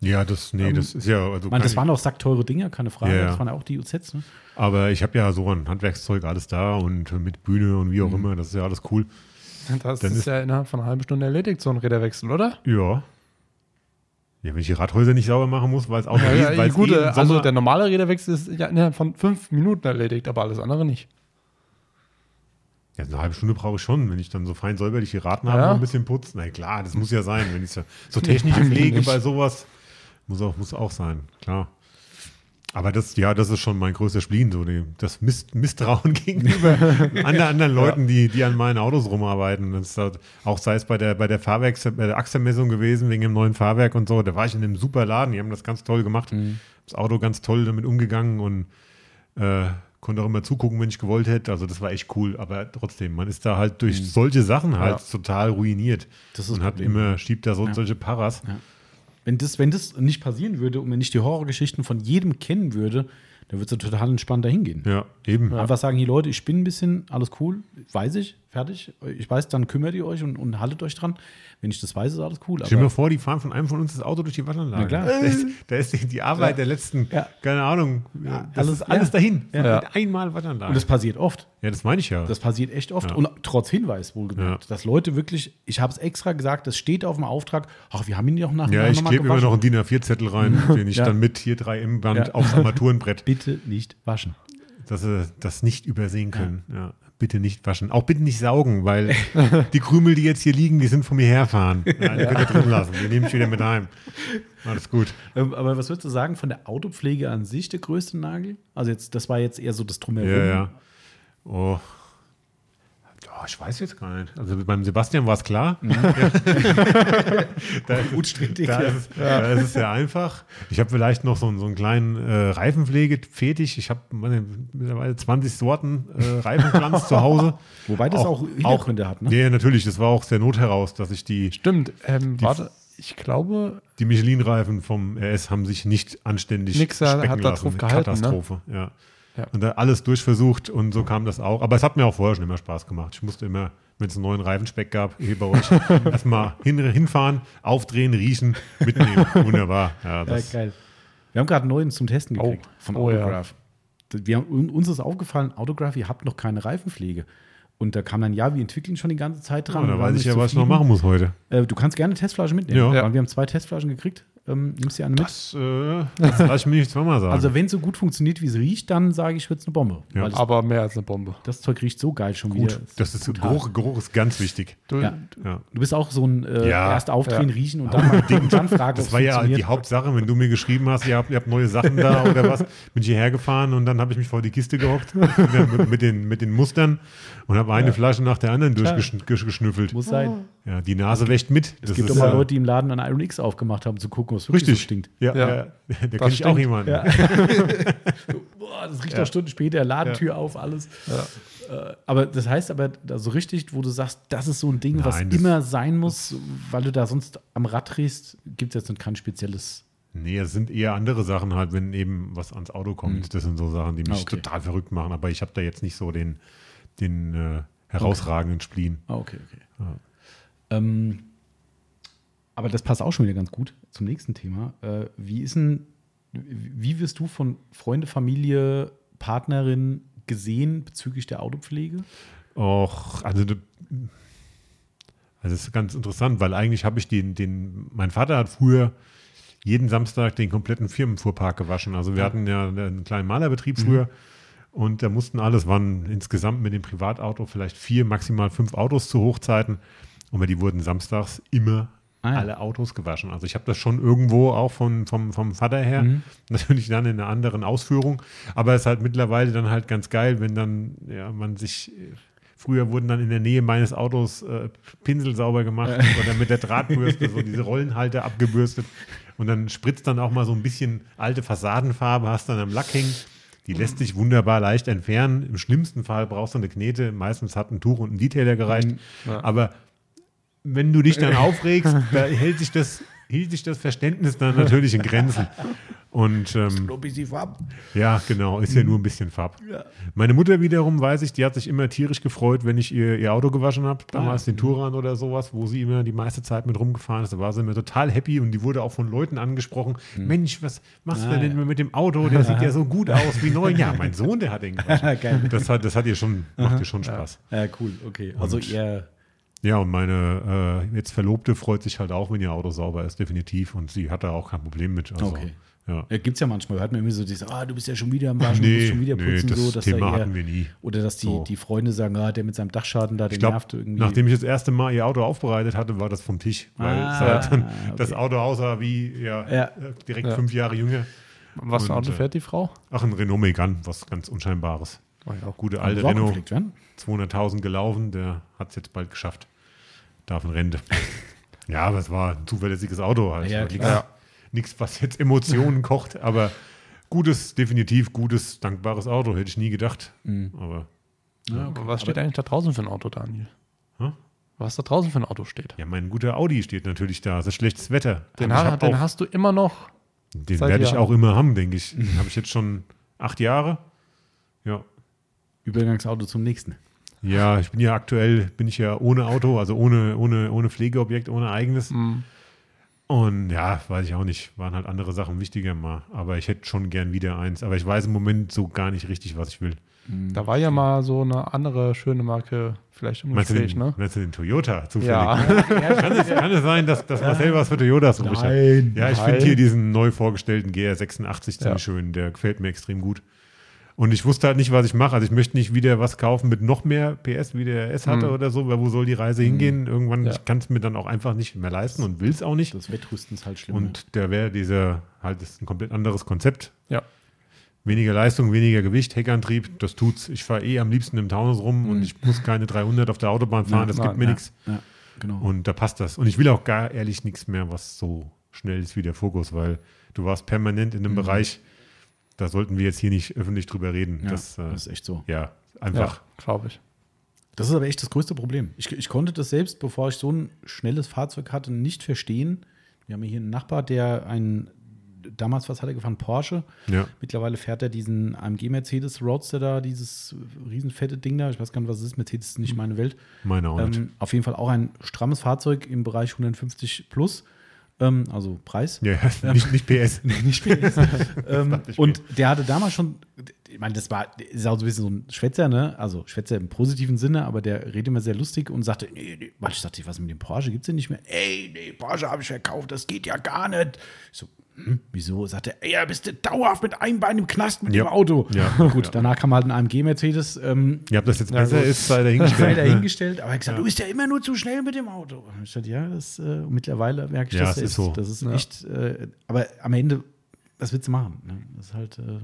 C: ja, das, nee, das ist ja. Also
A: Ähm, ich meine,
C: kann
A: das
C: ich-
A: waren auch sackteure Dinger, keine Frage,
C: Ja, ja.
A: das waren ja auch die UZs. Ne?
C: aber ich habe ja so ein Handwerkszeug, alles da und mit Bühne und
A: Mhm.
C: wie auch immer, das ist ja alles cool.
B: Das
C: Dann
B: ist
C: ist-
B: ja innerhalb von einer halben Stunde erledigt, so ein Räderwechsel, oder?
C: Ja. Ja, wenn ich die Radhäuser nicht sauber machen muss, weil es auch riesen- weil's
B: gut,
C: eh
A: äh,
C: im
B: also
C: Sommer-
B: der normale Räderwechsel ist ja innerhalb von fünf Minuten erledigt, aber alles andere nicht.
C: ja, eine halbe Stunde brauche ich schon, wenn ich dann so fein säuberlich die Raten habe
B: Ja.
C: und ein bisschen putze. Na klar, das muss ja sein, wenn ich so,
B: *laughs*
C: so technische Pflege
B: nicht.
C: bei sowas muss auch, muss auch sein, klar. Aber das, ja, das ist schon mein größter Spleen, so die, das Mist, Misstrauen *laughs* gegenüber
B: *laughs*
A: *laughs*
C: anderen, anderen Leuten, die, die an meinen Autos rumarbeiten. Das ist halt, auch sei es bei der, bei der Fahrwerks, bei der Achsenmessung gewesen, wegen dem neuen Fahrwerk und so. Da war ich in einem super Laden, die haben das ganz toll gemacht.
A: Mhm.
C: Das Auto ganz toll damit umgegangen und äh, konnte auch immer zugucken, wenn ich gewollt hätte. Also das war echt cool. Aber trotzdem, man ist da halt durch solche Sachen halt
B: Ja.
C: total ruiniert.
A: Mhm. Das ist
C: und
A: das
C: hat
A: Problem.
C: immer, schiebt da so solche Paras.
A: Wenn das, wenn das nicht passieren würde und wenn ich die Horrorgeschichten von jedem kennen würde, dann würde es total entspannt dahin gehen.
C: Ja, eben.
A: Einfach sagen, hier Leute, ich bin ein bisschen, alles cool, weiß ich, fertig. Ich weiß, dann kümmert ihr euch und, und haltet euch dran. Wenn ich das weiß, ist alles cool.
C: Stell dir mal
A: Aber
C: vor, die fahren von einem von uns das Auto durch die Waschanlage.
A: Na klar.
C: Da ist, da ist die, die Arbeit der letzten,
A: Ja.
C: keine Ahnung, das
A: alles-
C: ist alles
A: ja.
C: dahin.
B: Ja.
C: Mit einmal Waschanlage.
A: und das passiert oft.
C: ja, das meine ich ja.
A: Das passiert echt oft. Und trotz Hinweis wohlgemerkt, dass Leute wirklich, ich habe es extra gesagt, das steht auf dem Auftrag, ach, wir haben ihn ja auch nachher
C: ja, ich
A: nochmal
C: klebe immer
A: gewaschen.
C: noch einen DIN
A: *laughs*
C: A4-Zettel rein, den ich
A: Ja.
C: dann mit hier 3M-Band
A: Ja. *laughs*
C: aufs Armaturenbrett,
A: Bitte nicht waschen.
C: dass sie das nicht übersehen können. Ja. Bitte nicht waschen. Auch bitte nicht saugen, weil die Krümel, die jetzt hier liegen, die sind von mir herfahren. Ja, die bitte drin lassen. Die nehme ich wieder mit heim. Alles gut.
A: Ähm, Aber was würdest du sagen, von der Autopflege an sich der größte Nagel? Also jetzt, das war jetzt eher so das Drumherum.
C: Ja, ja. Oh. Ja, ich weiß jetzt gar nicht. Also beim Sebastian war es klar.
A: Mhm.
C: *laughs*
A: *laughs* Unstrittig.
C: Da ist, es- da ist es sehr einfach. Ich habe vielleicht noch so, einen- so einen kleinen äh, Reifenpflege-Fetisch. Ich habe meine, mittlerweile 20 Sorten äh, Reifenpflanzen zu Hause.
A: *laughs* Wobei das auch Hintergründe hat, ne?
C: Ja, ja, natürlich. Das war auch der Not heraus, dass ich die,
B: Stimmt, ähm, warte, ich glaube,
C: die Michelin-Reifen vom RS haben sich nicht anständig
B: Nixer hat
C: specken
B: da
C: lassen.
B: drauf gehalten, ne?
C: Katastrophe, ja.
B: Ja.
C: Und da alles durchversucht und so kam das auch. Aber es hat mir auch vorher schon immer Spaß gemacht. Ich musste immer, wenn es einen neuen Reifenspeck gab, hier
B: *laughs*
C: bei euch, erstmal hin, hinfahren, aufdrehen, riechen, mitnehmen. Wunderbar. Ja,
A: Ja,
C: das,
A: geil. Wir haben gerade einen neuen zum Testen
B: Oh.
A: gekriegt von
B: Oh, ja.
A: Autograph. D- Wir haben, un- uns ist aufgefallen, Autograph, ihr habt noch keine Reifenpflege. Und da kam dann, ja, wir entwickeln schon die ganze Zeit dran.
C: ja, da
A: Wir waren
C: weiß ich
A: nicht
C: ja, was ich noch
A: zufrieden.
C: machen muss heute.
A: Äh, du kannst gerne eine Testflasche mitnehmen.
C: Ja.
A: Weil wir haben zwei Testflaschen gekriegt. Ähm, nimmst du eine mit?
C: Das, äh, das lass ich mir nicht zweimal sagen.
A: Also, wenn es so gut funktioniert, wie es riecht, dann sage ich, wird es eine Bombe.
C: Ja.
A: Weil das,
B: Aber mehr als eine Bombe.
A: das Zeug riecht so geil schon wieder.
C: gut, das ist
A: brutal.
C: Geruch, Geruch ist ganz wichtig.
B: Du,
A: Ja.
C: Ja.
A: Du bist auch so ein äh,
C: Ja.
A: erst aufdrehen, riechen und
C: *laughs*
A: dann, mal, und dann fragen,
C: Das
A: ob's
C: war ja die
A: funktioniert.
C: Hauptsache, wenn du mir geschrieben hast, ihr habt, ihr habt neue Sachen da
A: *laughs*
C: oder was, bin ich hierher gefahren und dann habe ich mich vor die Kiste gehockt *laughs* mit, mit, den, mit den Mustern und habe eine Flasche nach der anderen durchgeschnüffelt.
A: Muss sein.
C: Ja, die Nase wächt mit.
A: Es gibt doch mal Leute, die im Laden an Iron X aufgemacht haben, zu gucken, ob es wirklich
C: Richtig.
A: so stinkt.
C: Ja,
B: Ja.
C: ja. *laughs* da kenne ich auch
B: stimmt.
C: jemanden.
A: Ja. *laughs* Boah, das riecht
C: Ja.
A: auch Stunden später, Ladentür auf, alles. Äh, aber das heißt aber da so richtig, wo du sagst, das ist so ein Ding, was
C: Nein, das-
A: immer sein muss, weil du da sonst am Rad drehst, gibt es jetzt kein spezielles.
C: Nee, es sind eher andere Sachen halt, wenn eben was ans Auto kommt. Das sind so Sachen, die mich
A: Ah, okay.
C: total verrückt machen. Aber ich habe da jetzt nicht so den, den äh, herausragenden Spleen.
A: Ah, okay, okay. Ähm, aber das passt auch schon wieder ganz gut zum nächsten Thema. Äh, wie ist denn, wie wirst du von Freunde, Familie, Partnerin gesehen bezüglich der Autopflege?
C: Och, also, du- also das ist ganz interessant, weil eigentlich habe ich den, den, mein Vater hat früher jeden Samstag den kompletten Firmenfuhrpark gewaschen. Also wir hatten ja einen kleinen
A: Mhm.
C: Malerbetrieb früher und da mussten alles, waren insgesamt mit dem Privatauto vielleicht vier, maximal fünf Autos zu Hochzeiten. Und die wurden samstags immer
A: Ah ja.
C: alle Autos gewaschen. Also ich habe das schon irgendwo auch von, vom, vom Vater her, *laughs* natürlich dann in einer anderen Ausführung. Aber es ist halt mittlerweile dann halt ganz geil, wenn dann ja, man sich. äh, Früher wurden dann in der Nähe meines Autos äh, Pinsel sauber gemacht oder mit der Drahtbürste so diese Rollenhalter abgebürstet. Und dann spritzt dann auch mal so ein bisschen alte Fassadenfarbe, hast dann am Lack hängen. Die lässt sich wunderbar leicht entfernen. Im schlimmsten Fall brauchst du eine Knete. Meistens hat ein Tuch und ein Detailer gereicht. Aber wenn du dich dann aufregst, da hält sich das, hielt sich das Verständnis dann natürlich in Grenzen. Und ähm, ja, genau, ist ja nur ein bisschen Farb. Meine Mutter wiederum, weiß ich, die hat sich immer tierisch gefreut, wenn ich ihr, ihr Auto gewaschen habe, damals den Touran oder sowas, wo sie immer die meiste Zeit mit rumgefahren ist. Da war sie immer total happy und die wurde auch von Leuten angesprochen. Mensch, was machst du denn mit dem Auto? Der sieht ja so gut aus wie neu. Ja, mein Sohn, der hat den gewaschen. Das hat, das hat ihr schon, macht ihr schon Spaß.
A: *laughs* Ja, cool, okay. Also eher.
C: Ja, und meine äh, jetzt Verlobte freut sich halt auch, wenn ihr Auto sauber ist, definitiv. Und sie hat da auch kein Problem mit. Also,
A: Okay.
C: Ja.
A: Ja, gibt es ja manchmal, hört man immer so dieses, ah, du bist ja schon wieder am Waschen, du
C: Nee,
A: musst schon wieder
C: nee,
A: putzen,
C: das
A: so, dass
C: Thema
A: da eher,
C: hatten wir nie.
A: Oder dass die,
C: So.
A: die Freunde sagen, ah, der mit seinem Dachschaden da, den
C: Ich glaube,
A: nervt irgendwie.
C: nachdem ich das erste Mal ihr Auto aufbereitet hatte, war das vom Tisch, weil
A: Ah,
C: es halt dann
A: okay.
C: das Auto aussah wie ja,
A: Ja.
C: äh, direkt
B: Ja.
C: fünf Jahre jünger.
B: Was für ein
C: Und,
B: Auto
C: äh,
B: fährt die Frau?
C: Ach, ein Renault Megane, was ganz Unscheinbares.
B: Oh ja.
C: Gute
A: Muss
C: alte
A: auch
C: Renault,
A: gepflegt werden.
C: 200.000 gelaufen, der hat es jetzt bald geschafft. Darf
A: *laughs*
C: in Rente. ja, aber es war ein zuverlässiges Auto halt.
A: Ja,
C: War
A: klar.
C: nix- Nichts, was
B: *laughs*
C: jetzt Emotionen kocht, aber gutes, definitiv gutes, dankbares Auto. Hätte ich nie gedacht.
B: Mhm.
C: Aber
B: Aber Was steht eigentlich da draußen für ein Auto, Daniel?
C: Hä?
B: Was da draußen für ein Auto steht?
C: ja, mein guter Audi steht natürlich da. Es ist schlechtes Wetter.
B: Den,
C: Aber ich
B: ha
C: hab
B: den
C: auch,
B: hast du immer noch.
C: den
B: seit
C: werde ich
B: Jahren.
C: auch immer haben,
B: *laughs*
C: denke ich. Den habe ich jetzt schon acht Jahre. Ja.
A: Übergangsauto zum nächsten.
C: Ja, ich bin ja aktuell, bin ich ja ohne Auto, also ohne, ohne, ohne Pflegeobjekt, ohne eigenes.
B: Mhm.
C: Und ja, weiß ich auch nicht, waren halt andere Sachen wichtiger mal. Aber ich hätte schon gern wieder eins. Aber ich weiß im Moment so gar nicht richtig, was ich will. Hm,
B: Da war ja mal so eine andere schöne Marke vielleicht im
C: Meinst du
B: Gespräch,
C: den,
B: ne?
C: meinst du den Toyota zufällig? *laughs*
B: Ja.
C: Kann, es, kann es sein, dass, dass Marcel was für Toyotas übrig hat?
A: Nein,
C: Ja, ich
B: nein.
C: finde hier diesen neu vorgestellten GR86 ziemlich
B: Ja.
C: schön. Der gefällt mir extrem gut. Und ich wusste halt nicht, was ich mache. Also ich möchte nicht wieder was kaufen mit noch mehr PS, wie der S hatte oder so, weil wo soll die Reise hingehen? Irgendwann,
B: Mhm. Ja.
C: ich kann es mir dann auch einfach nicht mehr leisten und will es auch nicht.
A: Das Wettrüsten ist halt schlimm.
C: Und da wäre dieser halt das ist ein komplett anderes Konzept.
B: Ja.
C: Weniger Leistung, weniger Gewicht, Heckantrieb, das tut's. Ich fahre eh am liebsten im Taunus rum und ich muss keine 300 auf der Autobahn fahren, das gibt
B: nein,
C: mir
B: Mhm. ja.
C: nichts.
A: ja, genau.
C: Und da passt das. Und ich will auch gar ehrlich nichts mehr, was so schnell ist wie der Fokus, weil du warst permanent in einem Bereich, da sollten wir jetzt hier nicht öffentlich drüber reden.
A: ja,
C: das, äh,
A: das ist echt so.
C: ja,
B: Ja,
C: einfach.
B: glaube ich.
A: Das ist aber echt das größte Problem. Ich, ich konnte das selbst, bevor ich so ein schnelles Fahrzeug hatte, nicht verstehen. Wir haben hier einen Nachbar, der einen, damals was hat er gefahren, Porsche.
C: Ja.
A: Mittlerweile fährt er diesen AMG Mercedes Roadster da, dieses riesenfette Ding da. Ich weiß gar nicht, was es ist. Mercedes ist nicht meine Welt.
C: Meine Hm. auch nicht.
A: Ähm, auf jeden Fall auch ein strammes Fahrzeug im Bereich 150 plus. Ähm, also Preis.
C: *laughs* Ja, nicht, nicht PS.
A: nicht PS. *laughs* ähm,
C: dachte ich mir.
A: und der hatte damals schon, ich meine, das war, ist auch so ein bisschen so ein Schwätzer, ne? Also Schwätzer im positiven Sinne, aber der redet immer sehr lustig und sagte, nee, nee, warte, ich dachte, was mit dem Porsche gibt's denn nicht mehr? Ey, nee, Porsche habe ich verkauft, das geht ja gar nicht. Ich so, hm, wieso? Sagt er, ey, da bist du dauerhaft mit einem Bein im Knast mit
C: Ja.
A: dem Auto. *laughs*
C: Ja.
A: Gut,
C: Ja.
A: danach kam halt ein AMG Mercedes, ähm,
C: Ja, ob das jetzt besser
B: gut.
C: ist, sei *laughs*
A: sei
C: dahingestellt. ne?
A: dahingestellt, aber er hat gesagt, du bist ja immer nur zu schnell mit dem Auto. Und ich dachte, ja, das äh, und mittlerweile merke ich,
C: Ja,
A: dass
C: es
A: das
C: ist so.
A: Das ist echt, äh, aber am Ende, was willst du machen? Ne? Das ist halt, äh,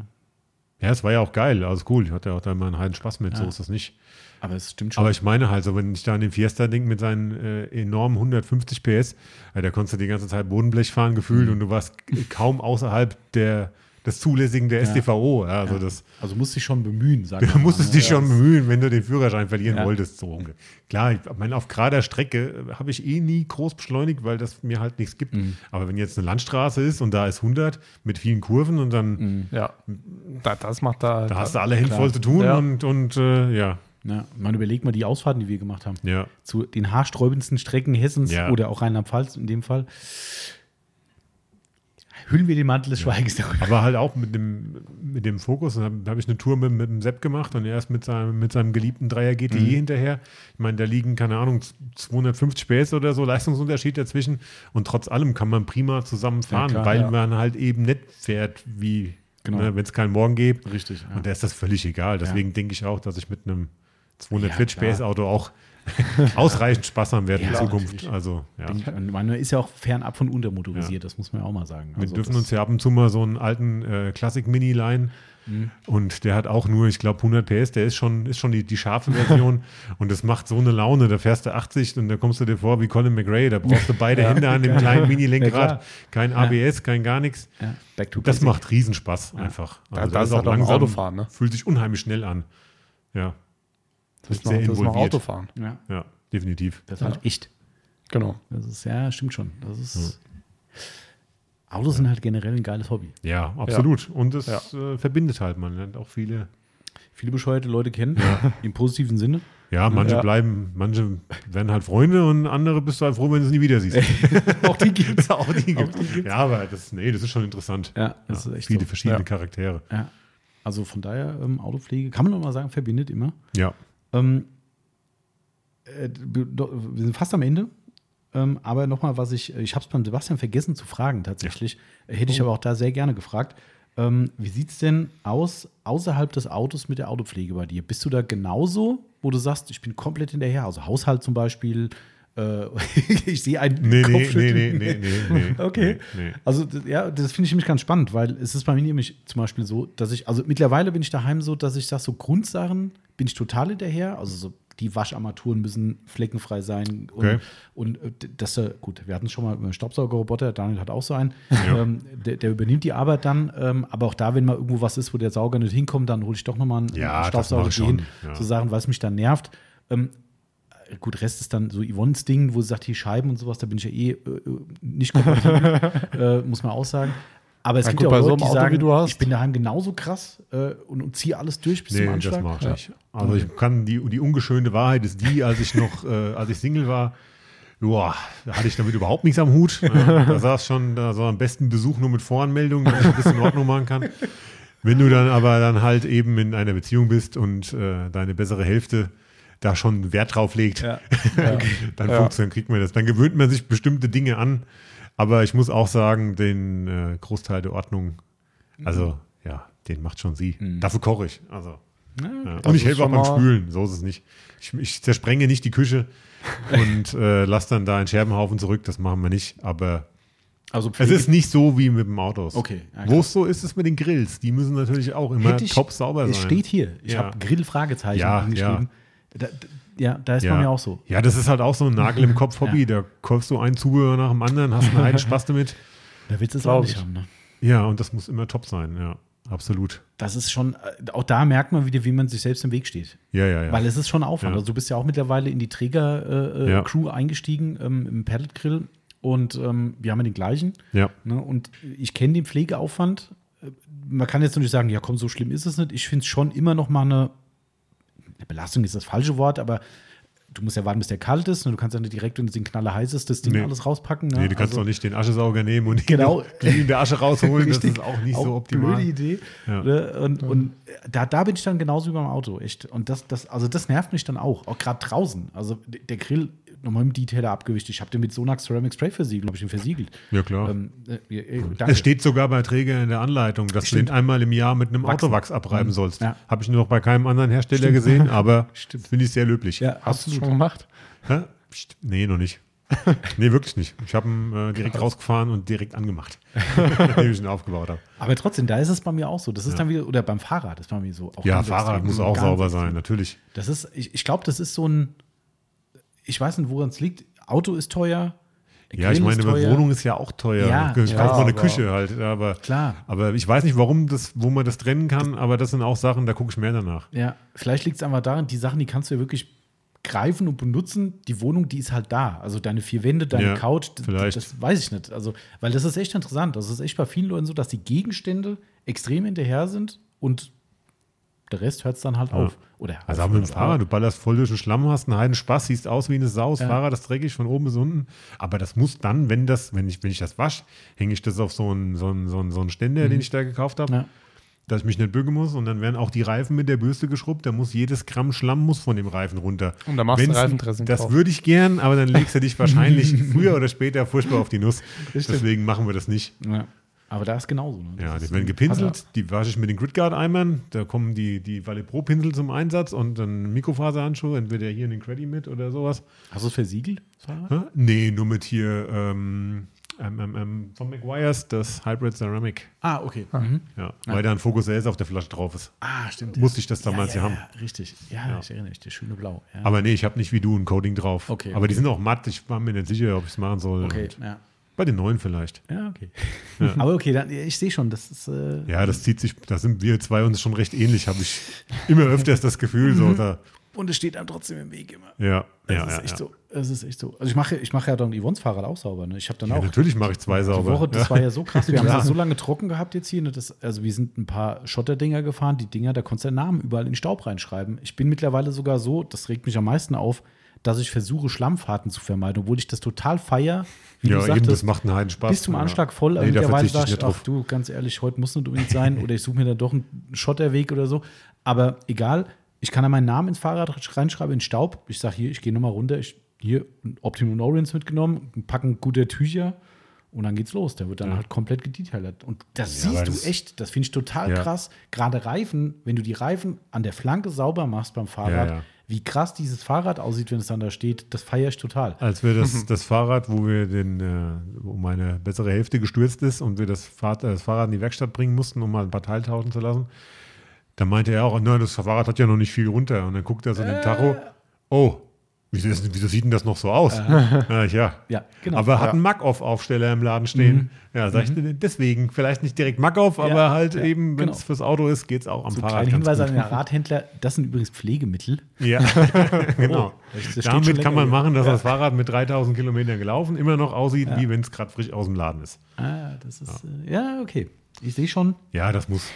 C: Ja, es war ja auch geil, also cool. Ich hatte ja auch da immer einen heiden Spaß mit, so ist das nicht.
A: aber es stimmt schon.
C: Aber ich meine halt, so, wenn ich da an den Fiesta denke mit seinen äh, enormen 150 PS, äh, da konntest du die ganze Zeit Bodenblech fahren gefühlt und du warst k- kaum außerhalb der, des Zulässigen der STVO. Ja, also das, *laughs*
A: Also musst dich schon bemühen, sagen
C: da musstest du dich
A: ne? ja.
C: schon bemühen, wenn du den Führerschein verlieren
A: Ja.
C: wolltest. So. umge- Klar, ich meine, auf gerader Strecke äh, habe ich eh nie groß beschleunigt, weil das mir halt nichts gibt. Aber wenn jetzt eine Landstraße ist und da ist 100 mit vielen Kurven und dann
B: Ja, da, das macht da.
C: Da hast du alle Hände voll zu tun
B: Ja.
C: und, und äh, ja,
A: Ja, man überlegt mal die Ausfahrten, die wir gemacht haben.
C: ja.
A: Zu den haarsträubendsten Strecken Hessens
C: Ja.
A: oder auch Rheinland-Pfalz in dem Fall. Hüllen wir den Mantel des Schweigens darüber.
C: Aber halt auch mit dem, mit dem Fokus. Da habe ich eine Tour mit, mit dem Sepp gemacht und er ist mit seinem, mit seinem geliebten Dreier GTI
A: Mhm.
C: hinterher. Ich meine, da liegen, keine Ahnung, 250 PS oder so Leistungsunterschied dazwischen. Und trotz allem kann man prima zusammenfahren,
A: Ja, klar,
C: weil
A: ja.
C: man halt eben nicht fährt, wie
A: Genau.
C: ne, wenn es keinen Morgen gibt.
A: Richtig, ja.
C: Und da ist das völlig egal. Deswegen denke ich auch, dass ich mit einem 240
A: Ja, klar.
C: PS Auto auch *laughs* ausreichend Spaß haben werde in
A: Ja,
C: Zukunft.
A: natürlich.
C: Also, ja.
A: Und Man ist ja auch fernab von untermotorisiert, das muss man ja auch mal sagen.
C: Wir
A: Also
C: dürfen
A: das-
C: uns ja ab und zu mal so einen alten äh, Classic-Mini leihen.
B: Mhm.
C: Und der hat auch nur, ich glaube, 100 PS. Der ist schon, ist schon die, die
B: *laughs*
C: scharfe Version. und das macht so eine Laune. Da fährst du 80 und da kommst du dir vor wie Colin McRae. Da brauchst
B: *laughs*
C: du beide Hände an dem kleinen
A: Ja,
C: Mini-Lenkrad.
A: klar.
C: Kein ABS, kein gar nichts.
A: ja, back to
C: Das
A: basic.
C: macht Riesenspaß einfach. Also
B: Da- da ist halt auch Autofahren, ne?
C: Fühlt sich unheimlich schnell an. Ja,
B: Das ist noch-
C: sehr
B: das ist noch
C: involviert.
B: Autofahren.
A: Ja,
C: ja, definitiv.
A: das ist halt echt.
B: Genau.
A: Das ist, ja, stimmt schon. Das ist. Autos sind halt generell ein geiles Hobby.
C: Ja, absolut. Und es
B: Ja.
C: äh, verbindet halt. Man lernt auch viele
A: Viele bescheuerte Leute kennen, *laughs* im positiven Sinne.
C: Ja, manche
B: Ja.
C: bleiben, manche werden halt Freunde und andere bist du halt froh, wenn du sie nie
A: *laughs*
C: wieder siehst.
A: auch die gibt es. Auch die
C: Auch die gibt's. ja, aber das, nee, das ist schon interessant.
A: Ja, das ist echt
C: Viele
A: so.
C: verschiedene
B: Ja.
C: Charaktere.
A: Ja. Also von daher, ähm, Autopflege, kann man auch mal sagen, verbindet immer.
C: Ja.
A: Ähm, äh, be- do- wir sind fast am Ende. Ähm, aber nochmal, was ich, ich habe es beim Sebastian vergessen zu fragen, tatsächlich. Äh, Hätte ich
C: Oh.
A: aber auch da sehr gerne gefragt. Ähm, wie sieht es denn aus außerhalb des Autos mit der Autopflege bei dir? Bist du da genauso, wo du sagst, ich bin komplett hinterher? Also Haushalt zum Beispiel. Äh, *laughs* ich sehe einen
C: Nee, nee, nee,
A: Kopfschütteln.
C: nee, nee, nee, nee.
A: *laughs* Okay.
C: Nee, nee.
A: Also, d- ja, das finde ich nämlich ganz spannend, weil es ist bei mir nämlich zum Beispiel so, dass ich, also mittlerweile bin ich daheim so, dass ich sage, so Grundsachen bin ich total hinterher. Also, so die Wascharmaturen müssen fleckenfrei sein. Und,
C: Okay.
A: und äh, d- das, äh, gut, wir hatten schon mal einen Staubsaugerroboter, Daniel hat auch so einen.
C: Ja.
A: Ähm, der, der übernimmt die Arbeit dann. Ähm, aber auch da, wenn mal irgendwo was ist, wo der Sauger nicht hinkommt, dann hole ich doch nochmal einen
C: Ja,
A: einen
C: das
A: Staubsauger
C: mach ich schon,
A: hin.
C: ja.
A: So Sachen, was mich dann nervt. Ähm, gut, Rest ist dann so Yvonne's Ding, wo sie sagt, hier Scheiben und sowas, da bin ich ja eh äh, nicht kompatibel, äh, muss man auch sagen. Aber es
B: Na
A: gibt
B: gut,
A: ja
B: bei
A: auch
B: so
A: Leute, die
B: einem Auto, wie
A: sagen,
B: du hast.
A: ich bin daheim genauso krass äh, und, und ziehe alles durch bis zum
C: Nee, das
A: Anschlag.
C: mache ich nicht. Also ich kann die, die ungeschönte Wahrheit ist die, als ich noch, äh, als ich Single war, joa, da hatte ich damit überhaupt nichts am Hut. Äh, da saß schon, da so am besten Besuch nur mit Voranmeldung, damit ich ein bisschen Ordnung machen kann. Wenn du dann aber dann halt eben in einer Beziehung bist und äh, deine bessere Hälfte da schon Wert drauf legt, dann,
B: Ja.
C: funktioniert, dann kriegt man das. Dann gewöhnt man sich bestimmte Dinge an. Aber ich muss auch sagen, den äh, Großteil der Ordnung,
A: Mhm.
C: also ja, den macht schon sie. Dafür koche ich. Also. Ja. Und ich
B: ist
C: helfe auch
B: schon
C: beim
B: mal-
C: Spülen, so ist es nicht. Ich, ich zersprenge nicht
A: *laughs*
C: die Küche und äh, lasse dann da einen Scherbenhaufen zurück, das machen wir nicht. Aber
A: Also
C: es ist nicht so wie mit dem Autos.
A: Okay, ja,
C: Wo es so ist, ist mit den Grills. Die müssen natürlich auch immer
A: Hätte ich-
C: top sauber
A: Es
C: sein.
A: steht hier. Ich
C: Ja.
A: habe Grill-Fragezeichen
C: Ja,
A: hingeschrieben. Da, da, ja, da ist bei mir auch so.
C: Ja, das ist halt auch so ein Nagel im Kopf-Hobby.
A: Ja.
C: Da kaufst du einen Zubehör nach dem anderen,
A: *laughs*
C: hast einen heiden Spaß damit.
A: Da willst du es
B: Glaub
A: auch nicht
B: ich.
A: haben. Ne?
C: Ja, und das muss immer top sein, ja. Absolut.
A: Das ist schon, äh, auch da merkt man wieder, wie man sich selbst im Weg steht.
C: Ja, ja, ja.
A: Weil es ist schon Aufwand.
C: Ja.
A: Also du bist ja auch mittlerweile in die Träger-Crew äh,
C: Ja.
A: Crew eingestiegen ähm, im Pellet-Grill und ähm, wir haben ja den gleichen.
C: ja.
A: Ne? Und ich kenne den Pflegeaufwand. Äh, Man kann jetzt natürlich sagen, ja komm, so schlimm ist es nicht. Ich finde es schon immer noch mal eine, eine Belastung ist das falsche Wort, aber du musst ja warten, bis der kalt ist. Und du kannst ja nicht direkt, wenn du den Knaller heiß ist, das Ding
C: Nee.
A: alles rauspacken. Ne?
C: Nee, du kannst
A: Also-
C: doch nicht den Aschesauger nehmen *laughs* und die-
A: Genau.
C: die in der Asche rausholen. das
A: Richtig.
C: ist auch nicht so optimal.
A: Blöde Idee.
C: Ja.
A: Ne? Und, und da, da bin ich dann genauso wie beim Auto, echt. Und das, das, also das nervt mich dann auch, auch gerade draußen. Also d- der Grill nochmal im Detailer abgewischt. Ich habe den mit Sonax Ceramic Spray versiegelt, habe ich ihn versiegelt.
C: Ja, klar.
A: Ähm, äh, äh, danke.
C: Es steht sogar bei Träger in der Anleitung, dass
A: Stimmt.
C: du den einmal im Jahr mit einem
A: Wachsen. Mhm.
C: Autowachs abreiben sollst.
A: Ja.
C: Habe ich nur noch bei keinem anderen Hersteller
A: *laughs*
C: gesehen, aber finde ich sehr löblich.
A: Ja,
B: Hast du es schon gemacht?
C: Hä? Psst, nee,
A: *laughs*
C: noch nicht. nee, wirklich nicht. Ich habe ihn äh, direkt rausgefahren und
A: *laughs*
C: direkt angemacht, nachdem ich ihn aufgebaut habe.
A: Aber trotzdem, da ist es bei mir auch so. Das ist dann wieder, oder beim Fahrrad ist bei mir so. Auch
C: Ja,
A: ganz
C: Fahrrad
A: extrem.
C: muss auch
A: Ganz
C: sauber
A: extrem.
C: sein, natürlich.
A: Das ist, ich, ich glaube, das ist so ein, ich weiß nicht, woran es liegt. Auto ist teuer.
C: Ja, ich
A: Grill
C: meine,
A: ist teuer.
C: Wohnung ist ja auch teuer.
A: Ja,
C: ich
A: ja,
C: kaufe mal eine
B: aber-
C: Küche halt. Aber,
A: Klar.
C: Aber ich weiß nicht, warum das, wo man das trennen kann, aber das sind auch Sachen, da gucke ich mehr danach.
A: Ja, vielleicht liegt es einfach daran, die Sachen, die kannst du ja wirklich greifen und benutzen. Die Wohnung, die ist halt da. Also deine vier Wände, deine
C: Ja,
A: Couch, d- d-
C: vielleicht.
A: das weiß ich nicht. Also, weil das ist echt interessant. Das ist echt bei vielen Leuten so, dass die Gegenstände extrem hinterher sind und der Rest hört es dann halt auf. Oder halt
C: Also auch mit dem Fahrrad, du ballerst voll durch den Schlamm, hast einen heiden Spaß, siehst aus wie eine Sau, das Fahrrad, das dreckig von oben bis unten. Aber das muss dann, wenn das, wenn ich, wenn ich das wasche, hänge ich das auf so einen, so einen, so einen, so einen Ständer, den ich da gekauft habe,
A: Mhm. Ja.
C: dass ich mich nicht bücken muss. Und dann werden auch die Reifen mit der Bürste geschrubbt, da muss jedes Gramm Schlamm muss von dem Reifen runter.
B: Und da machst du
C: Wenn's-
B: Reifendressing
C: Das
B: drauf.
C: würde ich gern, aber dann legst du
B: *laughs*
C: dich wahrscheinlich früher oder später furchtbar auf die Nuss. Deswegen machen wir das nicht.
A: Ja. Aber da ist genauso. Ne?
C: Ja,
A: Das
C: die
A: ist-
C: werden gepinselt, die wasche ich mit den Gridguard-Eimern, da kommen die, die Valle Pro-Pinsel zum Einsatz und dann Mikrofaserhandschuhe, entweder hier in den Credit mit oder sowas.
A: Hast du es versiegelt? das Fahrrad?
C: Hä? Nee, nur mit hier ähm, ähm, ähm, ähm, von McGuire's, das Hybrid Ceramic.
A: Ah, okay.
C: Ja, Weil da ein Focus RS auf der Flasche drauf ist.
A: Ah, stimmt.
C: Musste ich das damals ja, haben.
A: Ja, richtig. Ja, ich erinnere mich, der schöne Blau. Ja.
C: Aber nee, ich habe nicht wie du ein Coating drauf.
A: Okay,
C: Aber die sind auch matt, ich war mir nicht sicher, ob ich es machen soll.
A: okay,
C: Und
A: ja.
C: Bei den neuen vielleicht.
A: Ja, okay. *laughs* Aber okay, dann, ich sehe schon, das ist. Äh,
C: Ja, das zieht sich, da sind wir zwei uns schon recht ähnlich, habe ich immer öfters das Gefühl. so, da,
A: Und es steht einem trotzdem im Weg immer.
C: ja,
A: Es
C: ja,
A: Mhm. ist
C: ja,
A: echt
C: ja.
A: so. Es ist echt so. Also ich mache, ich mache ja dann Yvonnes Fahrrad auch sauber. Ne? Ich habe dann
C: Ja,
A: auch
C: natürlich mache ich zwei
A: die
C: sauber.
A: Woche, das
C: ja.
A: war ja so krass.
C: *laughs*
A: Wir haben
C: Klar.
A: das so lange trocken gehabt jetzt hier. Ne? Das, also wir sind ein paar Schotterdinger gefahren. Die Dinger, da konntest du den Namen überall in den Staub reinschreiben. Ich bin mittlerweile sogar so, das regt mich am meisten auf, dass ich versuche, Schlammfahrten zu vermeiden, obwohl ich das total feier. Wie
C: ja,
A: du
C: eben, das
A: sagtest,
C: macht einen heiden Spaß.
A: bis zum
C: Ja.
A: Anschlag voll, aber
C: Nee, da
A: mittlerweile
C: verzichte
A: sage
C: ich
A: ich, ach
C: nicht drauf.
A: du, ganz ehrlich, heute muss nicht unbedingt
C: *laughs*
A: sein oder ich suche mir dann doch einen Schotterweg oder so. Aber egal, ich kann da meinen Namen ins Fahrrad reinschreiben, in den Staub. Ich sage hier, ich gehe nochmal runter, ich hier ein Optimum Orient mitgenommen, ein Packen guter Tücher und dann geht's los. Der wird dann halt komplett gedetailert. Und das
C: Ja,
A: siehst
C: aber
A: du
C: das-
A: echt, das finde ich total
C: Ja.
A: krass. Gerade Reifen, wenn du die Reifen an der Flanke sauber machst beim Fahrrad,
C: ja.
A: wie krass dieses Fahrrad aussieht, wenn es dann da steht, das feiere ich total.
C: Als
A: *laughs*
C: wir das, das Fahrrad, wo wir den, äh, wo meine bessere Hälfte gestürzt ist und wir das, Fahrrad, äh, das Fahrrad in die Werkstatt bringen mussten, um mal ein paar Teile tauschen zu lassen, da meinte er auch, na, das Fahrrad hat ja noch nicht viel runter. Und dann guckt er so in
A: Äh.
C: den Tacho, oh, wieso, ist, wieso sieht denn das noch so aus? *laughs* Äh, ja.
A: Ja, genau.
C: Aber hat einen Mack-Off-Aufsteller im Laden stehen. Ja, sag ich, deswegen, vielleicht nicht direkt Mack-Off, aber halt
A: ja,
C: eben, wenn es
A: genau.
C: fürs Auto ist, geht es auch am
A: So
C: Fahrrad.
A: kleine
C: ganz
A: Hinweise
C: gut.
A: an den Radhändler, das sind übrigens Pflegemittel. *laughs*
C: Ja, genau.
A: das steht schon
C: Damit
A: länger
C: kann man
A: hier.
C: machen, dass das Fahrrad mit 3000 Kilometern gelaufen immer noch aussieht, wie wenn es gerade frisch aus dem Laden ist.
A: Ah, das ist. Ja, äh, ja okay. Ich sehe schon.
C: Ja,
A: *laughs*
C: das muss.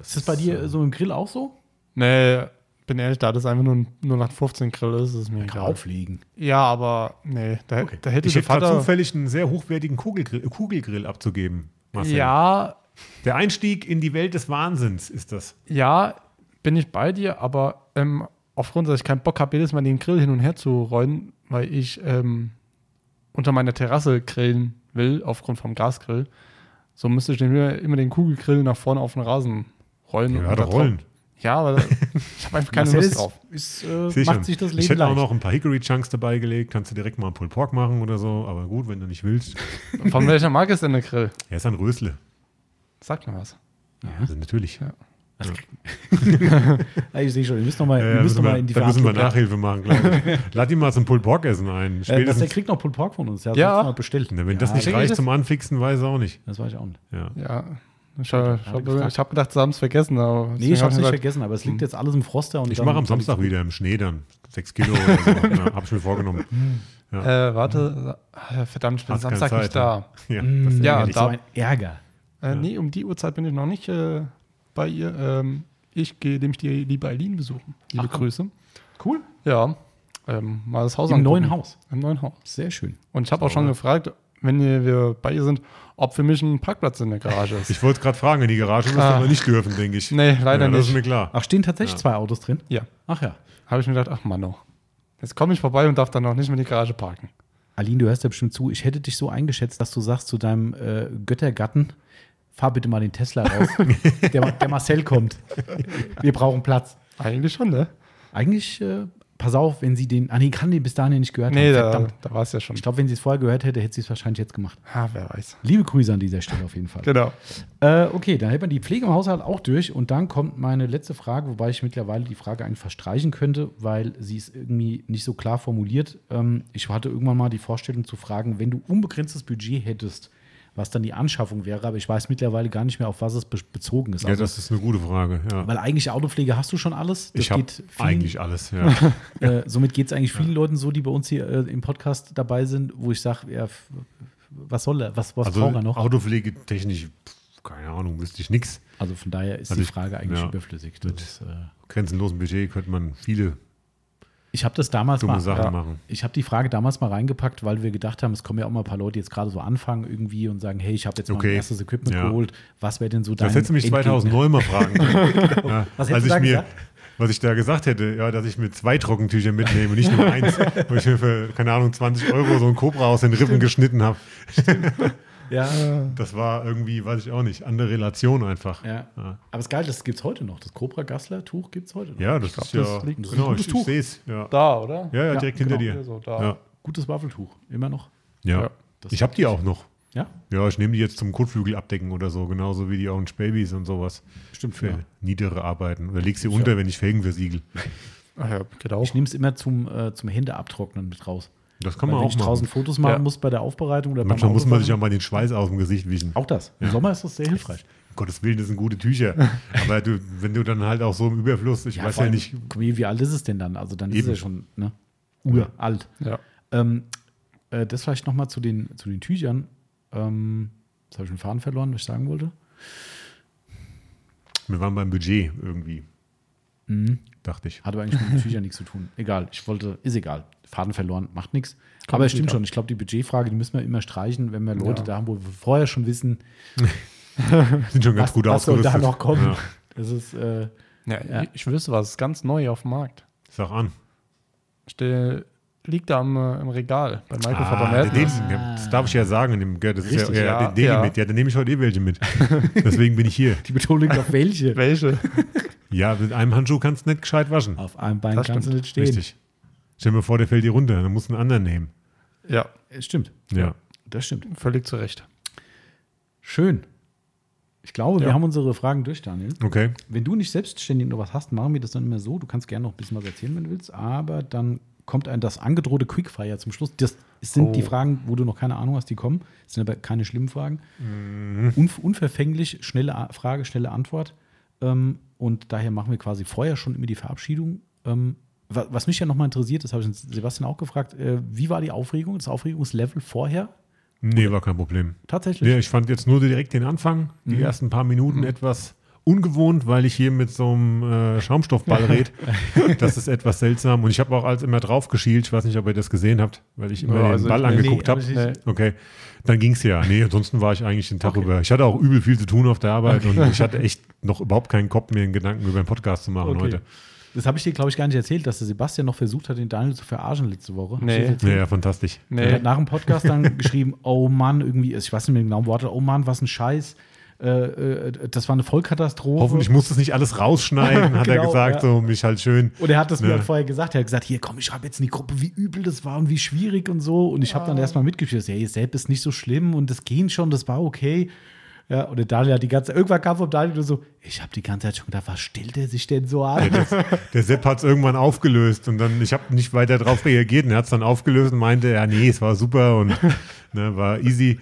A: Ist das bei dir äh, so im Grill auch so?
B: Nee, bin ehrlich, da das einfach nur ein 0815 Grill ist, ist mir
A: Kann
B: egal.
A: auffliegen.
B: Ja, aber nee, da, da hätte
C: Ich
B: der
C: hätte gerade
B: Vater.
C: zufällig einen sehr hochwertigen Kugelgrill, Kugelgrill abzugeben. Marcel.
B: Ja,
C: Der Einstieg in die Welt des Wahnsinns ist das.
B: ja, bin ich bei dir, aber ähm, aufgrund, dass ich keinen Bock habe, jedes Mal den Grill hin und her zu rollen, weil ich ähm, unter meiner Terrasse grillen will, aufgrund vom Gasgrill, so müsste ich den immer, immer den Kugelgrill nach vorne auf den Rasen rollen.
C: Ja,
B: und
C: da
B: da
C: rollen.
B: drauf- Ja, aber da- ich habe einfach keine
A: Marcel
B: Lust
A: ist-
B: drauf.
A: Ist, äh,
C: Seh
A: macht
C: schon.
A: sich das
C: ich
A: Leben
C: hätte auch
A: leicht.
C: noch ein paar Hickory-Chunks dabei gelegt. Kannst du direkt mal einen Pulled Pork machen oder so. Aber gut, wenn du nicht willst.
B: Von welcher Marke ist denn der Grill?
C: Er ist ein Rösle.
B: Sag mir was.
C: Ja, also natürlich.
B: Ja.
A: Ah, ich sehe schon, wir müssen nochmal
C: Äh,
A: müssen noch mal in die
C: da müssen wir
A: Verhandlung.
C: Nachhilfe machen, glaube
A: *laughs*
C: ich. Lad ihm mal zum Pulled Pork essen ein.
A: Äh, dass
C: Spätestens
A: der kriegt noch Pulled Pork von uns. Ja,
B: Ja.
A: sonst mal bestellt.
C: Na, ne? wenn das
A: Ja,
C: nicht
B: denke ich,
C: reicht
B: das-
C: zum Anfixen, weiß er auch nicht.
A: Das weiß ich auch nicht.
C: Ja.
B: Ja, ich habe ich hab,
A: gefragt.
B: ich hab gedacht, sie haben es vergessen. Aber
A: Nee, ich
B: deswegen hab
A: hab's nicht
B: gesagt,
A: vergessen, aber es liegt jetzt alles im Froster. Und
C: Ich
A: dann-
C: mache am Samstag wieder im Schnee dann. Sechs Kilo oder so. ja, hab ich mir vorgenommen.
B: Äh,
A: Mhm.
B: warte, ah, verdammt, ich bin
C: Hast keine
B: Samstag
C: Zeit,
B: nicht da.
C: Ja, das
A: Mm,
C: ist
B: Ja,
A: ja,
B: da-
A: so ein Ärger.
B: Äh, Nee, um die Uhrzeit bin ich noch nicht äh, bei ihr. Ähm, ich gehe nämlich die liebe Eileen besuchen. Liebe Grüße.
A: Cool.
B: Ja, ähm, mal das Haus
A: Im
B: angucken.
A: neuen Haus. ne?
B: Im neuen Haus.
A: Sehr schön.
B: Und ich habe auch schon gefragt, wenn wir bei ihr sind, ob für mich ein Parkplatz in der
A: *laughs*
B: Garage ist.
C: Ich wollte gerade fragen, in die Garage müsste
B: Ah.
C: aber nicht dürfen, denke ich.
B: Nee, leider
C: ja, das
B: nicht.
C: ist mir klar.
A: Ach, stehen tatsächlich zwei Autos drin?
B: ja,
A: Ach ja.
B: habe ich mir gedacht, ach Manno, jetzt komme ich vorbei und darf dann noch nicht mehr in die Garage parken.
A: Aline, du hörst ja bestimmt zu. Ich hätte dich so eingeschätzt, dass du sagst zu deinem äh, Göttergatten, fahr bitte mal den Tesla raus. der, Ma- der Marcel kommt. Wir brauchen Platz.
B: Eigentlich schon, ne?
A: Eigentlich, äh, pass auf, wenn sie den, ah nee, kann den bis dahin ja nicht gehört
B: Nee,
A: haben.
B: da,
A: Verdammt.
B: da war es ja schon.
A: Ich glaube, wenn sie es vorher gehört hätte, hätte sie es wahrscheinlich jetzt gemacht.
B: Ah, wer weiß.
A: Liebe Grüße an dieser Stelle auf jeden Fall.
B: Genau.
A: Äh, okay, dann hält man die Pflege im Haushalt auch durch und dann kommt meine letzte Frage, wobei ich mittlerweile die Frage eigentlich verstreichen könnte, weil sie ist irgendwie nicht so klar formuliert. Ähm, ich hatte irgendwann mal die Vorstellung zu fragen, wenn du unbegrenztes Budget hättest, was dann die Anschaffung wäre, aber ich weiß mittlerweile gar nicht mehr, auf was es be bezogen ist.
C: Ja,
A: Also,
C: das ist eine gute Frage. Ja.
A: weil eigentlich Autopflege hast du schon alles. Das
C: Ich habe
A: geht vielen-
C: eigentlich alles. Ja.
A: äh, somit geht es eigentlich vielen Leuten so, die bei uns hier äh, im Podcast dabei sind, wo ich sage, ja, f- was soll er, was, was
C: Also
A: braucht er noch?
C: Autopflege technisch, pff, keine Ahnung, wüsste ich nichts.
A: Also von daher ist
C: Also
A: die
C: ich-
A: Frage eigentlich
C: ja.
A: überflüssig. Das ist, äh,
C: Grenzenlosen Budget könnte man viele
A: Ich habe das damals
C: dumme
A: mal.
C: Sachen
B: ja.
C: machen.
A: Ich habe die Frage damals mal reingepackt, weil wir gedacht haben, es kommen ja auch mal ein paar Leute die jetzt gerade so anfangen irgendwie und sagen, hey, ich habe jetzt mein
C: Okay.
A: erstes Equipment
C: Ja.
A: geholt. Was wäre denn so dein
C: Das hättest du mich
A: Endgegner?
C: 2009 mal fragen können.
A: *laughs*
C: ja,
A: Was hättest
C: als
A: du
C: ich
A: da
C: mir,
A: gesagt?
C: Was ich da gesagt hätte, ja, dass ich mir zwei Trockentücher mitnehme, nicht nur
A: *laughs*
C: eins, wo ich mir für, keine Ahnung, 20 Euro so ein Cobra aus den Rippen geschnitten habe.
A: Ja.
C: Das war irgendwie, weiß ich auch nicht, andere Relation einfach.
A: ja.
C: Ja.
A: Aber es ist geil, das gibt's heute noch. Das Cobra Gassler Tuch gibt's heute noch.
C: Ja, das
B: glaub,
C: ist ja.
B: das liegt-
C: genau,
A: das ist ein
C: ich, ich
A: gutes
C: sehe es. Ja.
B: Da, oder?
C: Ja, ja,
A: Ja,
C: direkt
A: genau,
C: hinter dir.
B: hier so, da.
C: Ja,
A: Gutes Waffeltuch, immer noch.
C: ja.
B: Ja.
A: Das-
C: Ich habe die auch noch.
A: Ja,
C: Ja, ich nehme die jetzt zum Kotflügel abdecken oder so, genauso wie die auch in Babys und sowas.
A: stimmt.
C: Für
A: Ja.
C: niedere Arbeiten. Oder leg sie unter, wenn ich Felgen versiegel.
B: Ach Ah ja, geht auch.
A: Ich nehme es immer zum, äh, zum Hände abtrocknen mit raus.
C: Das kann
A: Weil
C: man
A: wenn
C: auch
A: ich
C: machen.
A: draußen Fotos machen
B: Ja.
A: muss bei der Aufbereitung oder
C: Manchmal
A: beim
C: muss man sich auch
A: Autofahren.
C: mal den Schweiß aus dem Gesicht wischen.
A: auch das. Im
C: Ja.
A: Sommer ist das sehr hilfreich.
C: Um Gottes Willen, das sind gute Tücher.
A: *laughs*
C: Aber du, wenn du dann halt auch so im Überfluss, ich weiß
A: vor
C: ja
A: allem,
C: nicht,
A: guck mal, Wie alt ist es denn dann? Also dann ist
C: Eben.
A: es ja schon ne? uralt.
B: Ja.
A: Ähm, äh, das vielleicht nochmal zu den, zu den Tüchern. Ähm, jetzt habe ich den Faden verloren, was ich sagen wollte.
C: wir waren beim Budget irgendwie.
A: Mhm.
C: Dachte ich.
A: Hat aber eigentlich mit den Tüchern nichts zu tun. Egal, ich wollte, ist egal. Faden verloren, macht nichts. Aber es stimmt
B: wieder.
A: schon, ich glaube, die Budgetfrage, die müssen wir immer streichen, wenn wir Leute
B: Ja.
A: da haben, wo wir vorher schon wissen,
C: Sind schon ganz
A: was,
C: gut
A: was soll
C: ausgerüstet.
A: da noch kommen.
C: Ja,
A: Das ist, äh,
B: Ja,
A: Ja.
B: Ich, ich wüsste was, ist ganz neu auf dem Markt.
C: sag an.
B: Ste liegt da am, äh, im Regal bei Michael ah,
C: Ah, den, ja, das darf ich ja sagen. Dem, gell, das ist ja,
B: Richtig,
C: ja,
B: ja,
C: den, den
B: ja.
C: mit. Ja, dann nehme ich heute eh
A: *laughs*
C: welche mit. Deswegen bin ich hier.
A: die Betonung auf
B: *laughs*
A: welche.
B: *laughs* Welche?
C: Ja, mit einem Handschuh kannst du nicht gescheit waschen.
A: auf einem Bein
B: Das
A: kannst du
B: stimmt.
A: nicht stehen.
C: Richtig. Stell dir vor, der fällt dir runter. Dann musst du einen anderen nehmen.
B: ja,
A: Äh, Stimmt,
C: Ja.
A: das stimmt.
B: völlig zu Recht.
A: Schön. Ich glaube, wir
B: Ja.
A: haben unsere Fragen durch, Daniel.
C: Okay.
A: Wenn du nicht selbstständig noch was hast, machen wir das dann immer so. Du kannst gerne noch ein bisschen was erzählen, wenn du willst, aber dann kommt ein das angedrohte Quickfire zum Schluss. Das sind
B: Oh.
A: die Fragen, wo du noch keine Ahnung hast, die kommen. Das sind aber keine schlimmen Fragen.
C: Mhm.
A: Unf unverfänglich, schnelle A Frage, schnelle Antwort. Ähm, und daher machen wir quasi vorher schon immer die Verabschiedung. Ähm, wa- was mich ja nochmal interessiert, das habe ich Sebastian auch gefragt, äh, wie war die Aufregung, das Aufregungslevel vorher?
C: Nee, war kein Problem.
A: Tatsächlich.
C: Ja, ich fand jetzt nur direkt den Anfang,
A: Mhm.
C: die ersten paar Minuten etwas ungewohnt, weil ich hier mit so einem äh,
A: *laughs*
C: Schaumstoffball red. Das ist etwas seltsam. Und ich habe auch als immer drauf geschielt. Ich weiß nicht, ob ihr das gesehen habt, weil ich immer
B: Ja,
C: den
B: also
C: Ball
B: ich-
C: angeguckt
A: Oh, nee,
C: habe.
A: aber
B: Nee.
C: Okay, dann ging's ja. Nee, ansonsten war ich eigentlich den Tag über. Ich hatte auch übel viel zu tun auf der Arbeit und ich hatte echt noch überhaupt keinen Kopf mehr, einen Gedanken über einen Podcast zu machen
A: Okay.
C: heute.
A: Das habe ich dir, glaube ich, gar nicht erzählt, dass der Sebastian noch versucht hat, den Daniel zu verarschen letzte Woche. Hab ich
B: Nee.
A: das erzählt?
C: Ja, ja, fantastisch.
A: Er
B: Nee,
A: hat nach dem Podcast dann geschrieben, oh Mann, irgendwie, ich weiß nicht mehr den genauen Worte, oh Mann, was ein Scheiß. Äh, äh, das war eine Vollkatastrophe.
C: Hoffentlich muss das nicht
A: *laughs*
C: alles rausschneiden, hat er
A: Genau,
C: gesagt,
A: ja.
C: so mich halt schön.
A: Und er hat das mir
C: Ne.
A: halt vorher gesagt. Er hat gesagt, hier komm, ich schreibe jetzt in die Gruppe, wie übel das war und wie schwierig und so. Und ich habe dann erstmal mitgeführt, ja, ihr selbst ist nicht so schlimm und das ging schon, das war okay. Ja, und der Daniel hat die ganze irgendwann kam vom Daniel nur so, ich habe die ganze Zeit schon gedacht, was stellt er sich denn so an?
C: Der Sepp hat es irgendwann aufgelöst und dann, ich habe nicht weiter darauf reagiert und er hat es dann aufgelöst und meinte, ja, nee, es war super
A: *laughs*
C: und ne, war easy.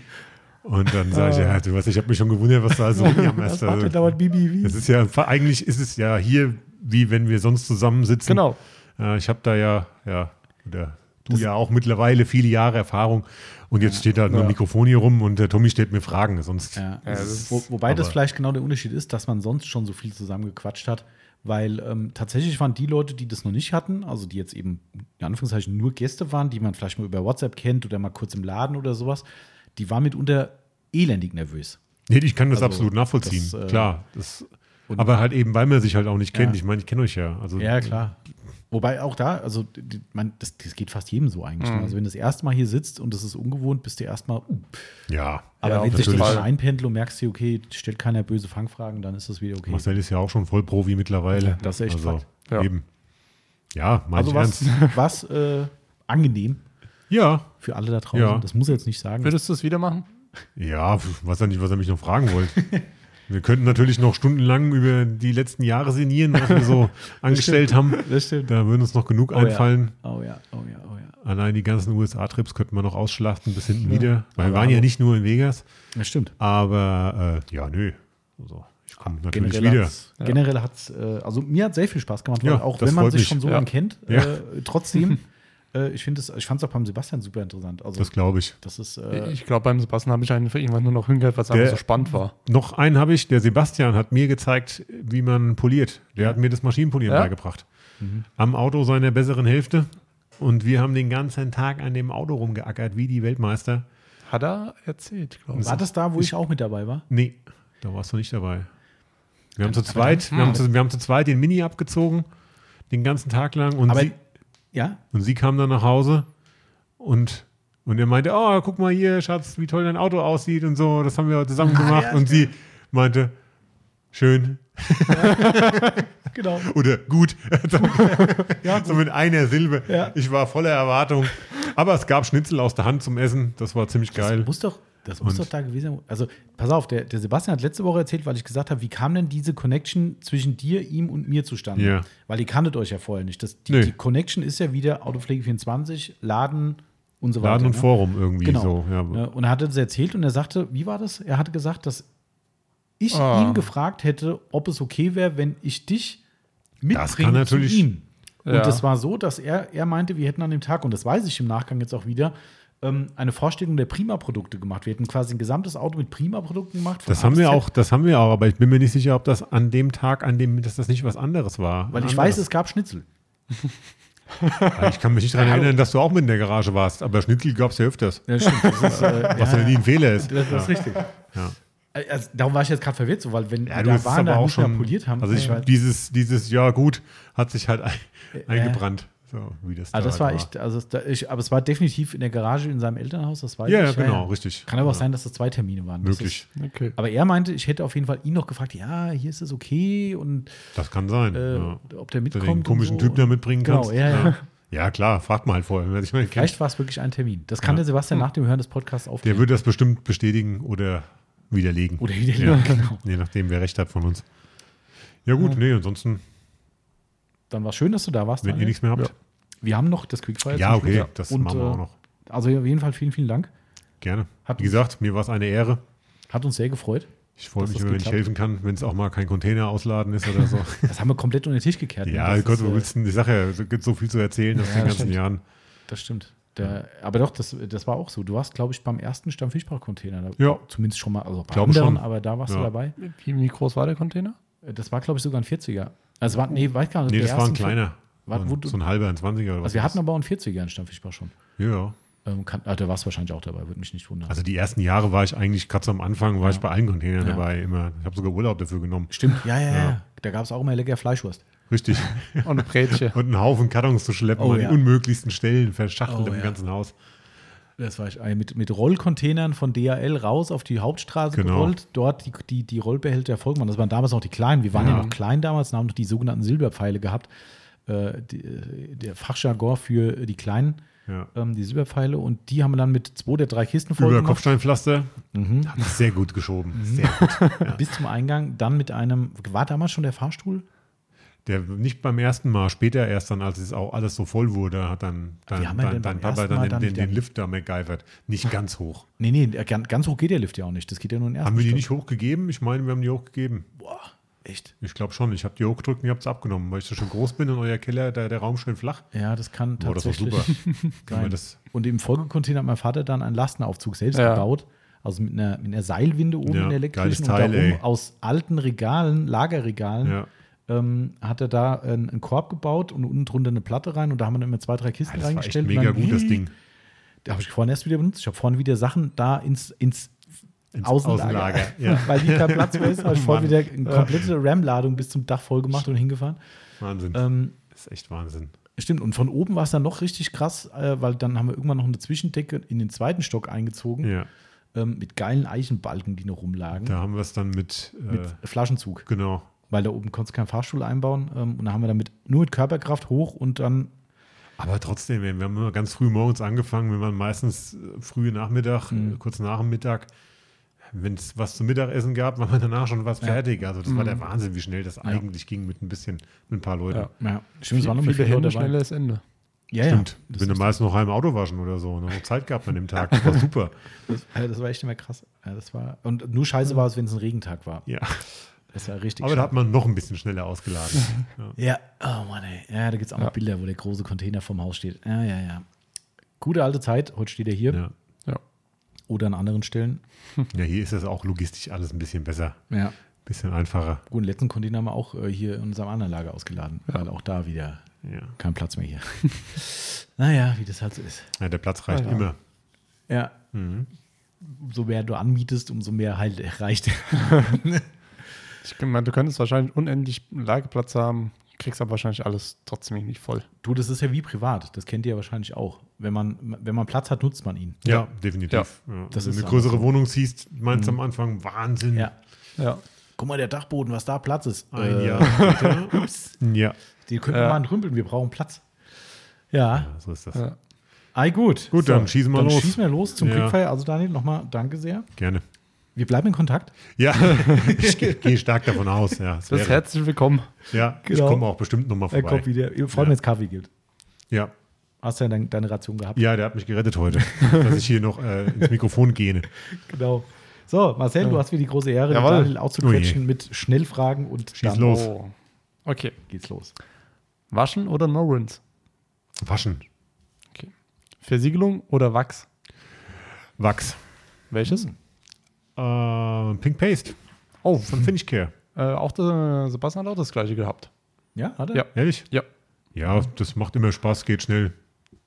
C: Und dann sage ich,
A: Ah.
C: ja, du weißt, ich habe mich schon gewundert, was da so rumjammerst.
A: Warte,
B: äh,
C: Also,
A: dauert Bibi wie?
C: Es ist ja, eigentlich ist es ja hier, wie wenn wir sonst zusammensitzen.
B: Genau.
C: Äh, ich habe da ja, ja, oder du ja auch mittlerweile viele Jahre Erfahrung Und jetzt steht da nur
B: Ja.
C: ein Mikrofon hier rum und der Tommy stellt mir Fragen. Sonst
A: Ja.
B: Ja, das ist-
A: Wo, wobei das
C: aber-
A: vielleicht genau der Unterschied ist, dass man sonst schon so viel zusammengequatscht hat, weil ähm, tatsächlich waren die Leute, die das noch nicht hatten, also die jetzt eben in Anführungszeichen nur Gäste waren, die man vielleicht mal über WhatsApp kennt oder mal kurz im Laden oder sowas, die waren mitunter elendig nervös.
C: Nee, ich kann das
A: Also,
C: absolut nachvollziehen.
A: das, äh,
C: Klar. Das,
A: und-
C: aber halt eben, weil man sich halt auch nicht kennt.
A: Ja.
C: Ich meine, ich kenne euch ja. Also,
A: Ja, klar. Wobei auch da, also die, man, das, das geht fast jedem so eigentlich. ne? Also wenn du das erste Mal hier sitzt und das ist ungewohnt, bist du erstmal, uh,
C: ja.
A: aber
B: Ja,
A: wenn
B: auf
A: sich das
C: jeden
A: schon
B: Fall.
A: einpendelt und merkst dir, okay, stellt keiner böse Fangfragen, dann ist das wieder okay.
C: Marcel ist ja auch schon voll Profi mittlerweile.
A: Das ist echt
C: also,
A: Fakt.
B: Ja.
C: Eben. Ja, mein
A: Also
C: ich
A: was,
C: ernst.
A: was äh, angenehm
C: Ja.
A: für alle da draußen.
C: Ja.
A: Das muss er jetzt nicht sagen.
B: Würdest du es wieder machen?
C: Ja, pf, weiß ja nicht, was er mich noch fragen wollte.
A: *laughs*
C: Wir könnten natürlich noch stundenlang über die letzten Jahre sinnieren, was
A: *laughs*
C: wir so angestellt haben.
A: Das stimmt.
C: Da würden uns noch genug
A: ja.
C: einfallen.
A: Oh ja, oh ja, oh ja.
C: Allein die ganzen USA-Trips könnten wir noch ausschlachten bis hinten wieder. Weil wir waren ja nicht nur in Vegas.
A: Das stimmt.
C: Aber äh, ja, nö. Also, ich komme natürlich
A: Ah, Generell
C: wieder.
A: hat's, generell hat's, äh, also mir hat sehr viel Spaß gemacht, weil
C: Ja,
A: auch
C: das
A: wenn man
C: freut
A: sich
C: mich.
A: schon so
B: Ja.
A: lange kennt,
C: Ja.
A: äh,
C: *laughs*
A: trotzdem, äh, ich finde es, ich fand es auch beim Sebastian super interessant. Also
C: Das glaube ich.
A: das ist, äh,
B: Ich glaube, beim Sebastian habe ich einfach irgendwann nur noch hingehört, was einfach
C: Der-
B: so spannend war.
C: Noch einen habe ich. Der Sebastian hat mir gezeigt, wie man poliert. Der hat mir das Maschinenpolieren
B: Ja? Mhm.
C: beigebracht. Am Auto seiner besseren Hälfte. Und wir haben den ganzen Tag an dem Auto rumgeackert, wie die Weltmeister.
B: Hat er erzählt, glaube ich.
A: war das da, wo ich, auch mit dabei war?
C: Nee, da warst du nicht dabei. Wir haben zu zweit, wir haben
B: Hm.
C: zu, wir haben zu zweit den Mini abgezogen, den ganzen Tag lang. Und,
A: Aber
C: sie,
A: ja,
C: und sie kam dann nach Hause und, und er meinte, oh, guck mal hier, Schatz, wie toll dein Auto aussieht und so, das haben wir zusammen
B: Ah,
C: gemacht. und sie meinte, schön
A: genau.
C: oder
A: *laughs*
C: gut. so mit einer Silbe.
A: Ja.
C: Ich war voller Erwartung. Aber es gab Schnitzel aus der Hand zum Essen, das war ziemlich geil.
A: Das muss doch, das muss
C: Und-
A: doch da gewesen sein. Also, pass auf, der, der Sebastian hat letzte Woche erzählt, weil ich gesagt habe, wie kam denn diese Connection zwischen dir, ihm und mir zustande?
C: Ja.
A: Weil ihr kanntet euch ja vorher nicht. Das, die,
C: Nee.
A: die Connection ist ja wieder Autopflege24, Laden und so weiter.
C: Laden und
A: ne?
C: Forum irgendwie
A: Genau.
C: so. Ja.
A: Ne, Und er hatte das erzählt und er sagte, wie war das? Er hatte gesagt, dass ich
B: Ah.
A: ihn gefragt hätte, ob es okay wäre, wenn ich dich mitbringe
C: Das kann natürlich-
A: zu ihm. Und
B: Ja.
A: das war so, dass er, er meinte, wir hätten an dem Tag, und das weiß ich im Nachgang jetzt auch wieder, ähm, eine Vorstellung der Prima-Produkte gemacht. Wir hätten quasi ein gesamtes Auto mit Prima-Produkten gemacht. von
C: Das
A: A
C: haben
A: bis
C: wir
A: Z.
C: auch, das haben wir auch, aber ich bin mir nicht sicher, ob das an dem Tag, an dem, dass das nicht was anderes war.
A: Weil
C: Ein
A: ich weiß,
C: anderes.
A: es gab Schnitzel.
C: Ich kann mich nicht daran erinnern, dass du auch mit in der Garage warst, aber Schnitzel gab es ja öfters.
A: *laughs* Ja, stimmt. Das ist, äh,
C: Was ja, nie ein Fehler ist.
A: das, das ist richtig.
C: Ja.
A: Also, darum war ich jetzt gerade verwirrt, so, weil wenn
C: Ja,
A: wir da
C: hast es
A: waren, da nicht mehr poliert haben.
C: Also ich,
A: weil-
C: dieses, dieses, ja gut, hat sich halt ein, eingebrannt. So, wie das
A: Also
C: da
A: Äh, das war
C: halt
A: echt, also da, ich, aber es war definitiv in der Garage in seinem Elternhaus, das weiß
C: Ja,
A: ich.
C: ja, genau, richtig.
A: Kann aber auch
C: Ja.
A: sein, dass das zwei Termine waren. Das
C: Möglich.
A: Ist,
B: Okay.
A: aber er meinte, ich hätte auf jeden Fall ihn noch gefragt, ja, hier ist es okay und
C: Das kann sein.
A: äh,
C: ja.
A: ob der
C: Dass du
A: mitkommt.
C: den
A: und
C: komischen
A: so.
C: Typen da mitbringen
A: Genau,
C: kannst.
A: ja, ja.
C: ja. ja, klar, fragt mal halt vorher. wenn er sich mal kennt.
A: Vielleicht war es wirklich ein Termin. Das kann der Sebastian nach dem Hören des Podcasts
C: Hm. Der
A: aufklären.
C: würde das bestimmt bestätigen oder widerlegen.
A: Oder wieder
C: ja.
A: genau.
C: Je nachdem, wer recht hat von uns. Ja gut, nee, ansonsten,
A: Dann war es schön, dass du da warst.
C: wenn ihr
A: Daniel.
C: nichts mehr habt,
A: wir haben noch das Quickfire.
C: Ja,
A: zum Schluss.
C: okay, das machen wir
A: äh,
C: auch noch.
A: Also auf jeden Fall vielen, vielen Dank.
C: gerne.
A: hat-
C: Wie gesagt, mir war es eine Ehre.
A: Hat uns sehr gefreut.
C: Ich freue
A: Dass
C: mich,
A: das
C: immer, wenn ich
A: geklappt
C: helfen kann, wenn es auch mal kein Container ausladen ist
A: *laughs*
C: oder so.
A: Das haben wir komplett unter den Tisch gekehrt.
C: ja,
A: das
C: Gott,
A: ist,
C: wo
A: äh,
C: willst du denn? Ich sage ja, es gibt so viel zu erzählen aus
A: Ja,
C: den ganzen
A: stimmt. Also
C: Jahren.
A: Das stimmt. Der, aber doch, das, das war auch so. Du warst, glaube ich, beim ersten Stammfischbach-Container. da-
C: Ja.
A: Zumindest schon mal, also bei
C: Glaub
A: anderen,
C: schon.
A: aber da warst
C: Ja.
A: du dabei.
B: Wie, wie groß war der *laughs* Container?
A: Das war, glaube ich, sogar ein 40er. Also, war, nee, weiß gar nicht.
C: Nee,
A: der
C: das war ein
A: ersten-
C: kleiner.
A: Warte,
C: So
A: wo
C: ein-
A: du-
C: so ein halber, ein 20er oder was.
A: Also, wir hatten aber auch einen 40er in Stammfischbach schon.
C: ja.
A: Ähm, kann, ah, da warst du wahrscheinlich auch dabei, würde mich nicht wundern.
C: Also die ersten Jahre war ich eigentlich, gerade so am Anfang, war ich bei allen Containern
A: Ja.
C: dabei immer. Ich habe sogar Urlaub dafür genommen.
A: stimmt, ja, ja, ja. Da gab es auch immer lecker Fleischwurst. *laughs*
C: Richtig.
B: Und eine Brätsche.
C: Und einen Haufen Kartons zu schleppen
A: Oh,
C: an
A: ja.
C: die unmöglichsten Stellen, verschachtelt
A: Oh,
C: im
A: ja.
C: ganzen Haus.
A: Das war ich. äh, Mit, mit Rollcontainern von DHL raus auf die Hauptstraße
C: Genau.
A: gerollt. Dort die, die, die Rollbehälter der Volkmann. Das waren damals noch die kleinen. Wir waren ja, noch klein damals und haben noch die sogenannten Silberpfeile gehabt. Äh, die, äh, der Fachjargon für die kleinen,
C: Ja.
A: ähm, die Silberpfeile. Und die haben wir dann mit zwei der drei Kisten voll
C: Über
A: gemacht.
C: Kopfsteinpflaster.
A: Mhm.
C: Hat mich sehr gut geschoben. Sehr gut.
A: bis zum Eingang. Dann mit einem, war damals schon der Fahrstuhl?
C: Der nicht beim ersten Mal, später erst dann, als es auch alles so voll wurde, hat dann dein,
A: Wie haben wir
C: dein,
A: denn
C: dein
A: beim
C: Papa
A: ersten
C: dann
A: Mal
C: den,
A: dann
C: den,
A: wieder-
C: den Lift da MacGyvert. Nicht ganz hoch.
A: Nee, nee, ganz, ganz hoch geht der Lift ja auch nicht. Das geht ja nur in den ersten
C: Haben wir die
A: Stock.
C: nicht hochgegeben? Ich meine, wir haben die hochgegeben.
A: Boah.
D: Echt?
C: Ich glaube schon. Ich habe die hochgedrückt und ihr habt es abgenommen, weil ich so schön groß bin und euer Keller, da der Raum schön flach.
A: Ja, das kann
C: Boah, das war
A: tatsächlich.
C: super.
A: *laughs*
C: Kann man
A: Nein.
C: das,
A: Und im Folgecontainer hat mein Vater dann einen Lastenaufzug selbst
B: Ja.
A: gebaut. Also mit einer, mit einer Seilwinde oben
C: Ja,
A: in der
C: geiles
A: elektrischen
C: Teil,
A: und darum
C: ey.
A: aus alten Regalen, Lagerregalen,
C: ja.
A: ähm, hat er da einen, einen Korb gebaut und unten drunter eine Platte rein und da haben wir dann immer zwei, drei Kisten
C: Ah, das war echt
A: reingestellt.
C: mega
A: und dann,
C: gut, das Ding.
A: Da habe ich vorhin erst wieder benutzt. Ich habe vorhin wieder Sachen da ins, ins,
C: Ins
A: Außenlager. *laughs*
C: Außenlager, ja.
A: Weil hier kein Platz mehr
C: *laughs*
A: ist, habe ich vorhin
C: Mann.
A: wieder eine komplette RAM-Ladung bis zum Dach voll gemacht und hingefahren.
C: Wahnsinn.
A: Ähm,
C: das ist echt Wahnsinn.
A: Stimmt, und von oben war es dann noch richtig krass, äh, weil dann haben wir irgendwann noch eine Zwischendecke in den zweiten Stock eingezogen,
C: Ja.
A: ähm, mit geilen Eichenbalken, die noch rumlagen,
C: Da haben wir es dann mit, äh,
A: mit Flaschenzug,
C: genau.
A: weil da oben konntest du keinen Fahrstuhl einbauen ähm, und da haben wir damit nur mit Körperkraft hoch und dann,
C: Aber trotzdem, ey, wir haben immer ganz früh morgens angefangen. Wir waren meistens äh, früh Nachmittag,
A: Mhm.
C: äh, kurz nach dem Mittag. Wenn es was zum Mittagessen gab, war man danach schon was fertig. Also das war der Wahnsinn, wie schnell das eigentlich ging mit ein bisschen, mit ein paar Leuten.
B: Ja.
A: Mhm. ja, stimmt, es waren noch
B: Viele, viele Hände,
A: Leute dabei.
B: schnelles Ende.
A: Ja,
C: Stimmt.
A: ja,
C: bin
A: das,
C: dann meist noch heim Auto waschen oder so. Noch Zeit
A: *laughs*
C: gehabt an dem Tag. Das war super.
A: äh, das war echt immer krass. Ja, das war, und nur scheiße war es, wenn es ein Regentag war.
C: Ja.
A: Das war richtig
C: Aber da
A: scheiße.
C: hat man noch ein bisschen schneller ausgeladen.
A: *laughs*
C: Ja.
A: Ja, oh Mann, ey. Ja, da gibt es auch noch Bilder, wo der große Container vorm Haus steht. Ja, ja, ja. Gute alte Zeit, heute steht er hier
C: Ja.
B: Ja.
A: oder an anderen Stellen.
C: ja, hier ist das auch logistisch alles ein bisschen besser,
A: Ja.
C: bisschen einfacher.
A: Gut, den letzten Container haben wir auch äh, hier in unserem anderen Lager ausgeladen, weil auch da wieder
C: Ja.
A: kein Platz mehr hier. *laughs* naja, wie das halt so ist.
C: Ja, der Platz reicht
B: Ja.
C: immer.
A: Ja. So mehr du anmietest, umso mehr halt reicht. *laughs*
B: Ich meine, du könntest wahrscheinlich unendlich Lagerplatz haben, kriegst aber wahrscheinlich alles trotzdem nicht voll.
A: du, das ist ja wie privat. Das kennt ihr ja wahrscheinlich auch. Wenn man, wenn man Platz hat, nutzt man ihn.
C: Ja, definitiv. Ja. Mhm.
A: Das
C: Wenn
A: ist
C: du eine
A: auch
C: größere
A: so.
C: Wohnung siehst, meinst du am Anfang, Wahnsinn.
A: Ja.
B: Ja.
A: Guck mal, der Dachboden, was da Platz ist.
C: Ein
A: Äh,
C: Jahr *laughs* später. Ups. Ja.
A: Den können wir
B: Ja.
A: mal entrümpeln, wir brauchen Platz. Ja,
C: ja, so ist das.
B: ja.
A: ei gut.
C: Gut, dann schießen wir
A: Äh, dann
C: los.
A: schießen wir los zum
C: Ja.
A: Quickfire. Also Daniel, nochmal danke sehr.
C: Gerne.
A: Wir bleiben in Kontakt. *laughs*
C: Ja, ich ge- gehe stark davon aus. Ja, es
B: Das
C: wäre-
B: ist herzlich willkommen.
C: ja
A: Genau.
C: ich komme auch bestimmt nochmal
A: Er
C: vorbei.
A: kommt wieder. Vor allem,
C: Ja.
A: wenn es Kaffee gibt.
C: ja.
A: Hast du ja dein, deine Ration gehabt.
C: ja, der hat mich gerettet heute, dass ich hier noch äh, ins Mikrofon gehe.
A: Genau. So, Marcel, du hast mir die große Ehre, den
B: Jawohl.
A: Daniel auch zu
C: Ui.
A: quetschen mit Schnellfragen und
C: Schieß
A: dann
C: los.
B: Oh. Okay.
A: geht's los.
B: Waschen oder No Rinse?
C: Waschen.
B: Okay. Versiegelung oder Wachs?
C: Wachs.
B: Welches?
C: Äh, Pink Paste
B: Oh,
C: von Finchcare.
B: äh, auch der Sebastian hat auch das gleiche gehabt.
A: Ja, hat er?
B: Ja.
C: Ehrlich?
B: Ja.
C: Ja, das macht immer Spaß, geht schnell,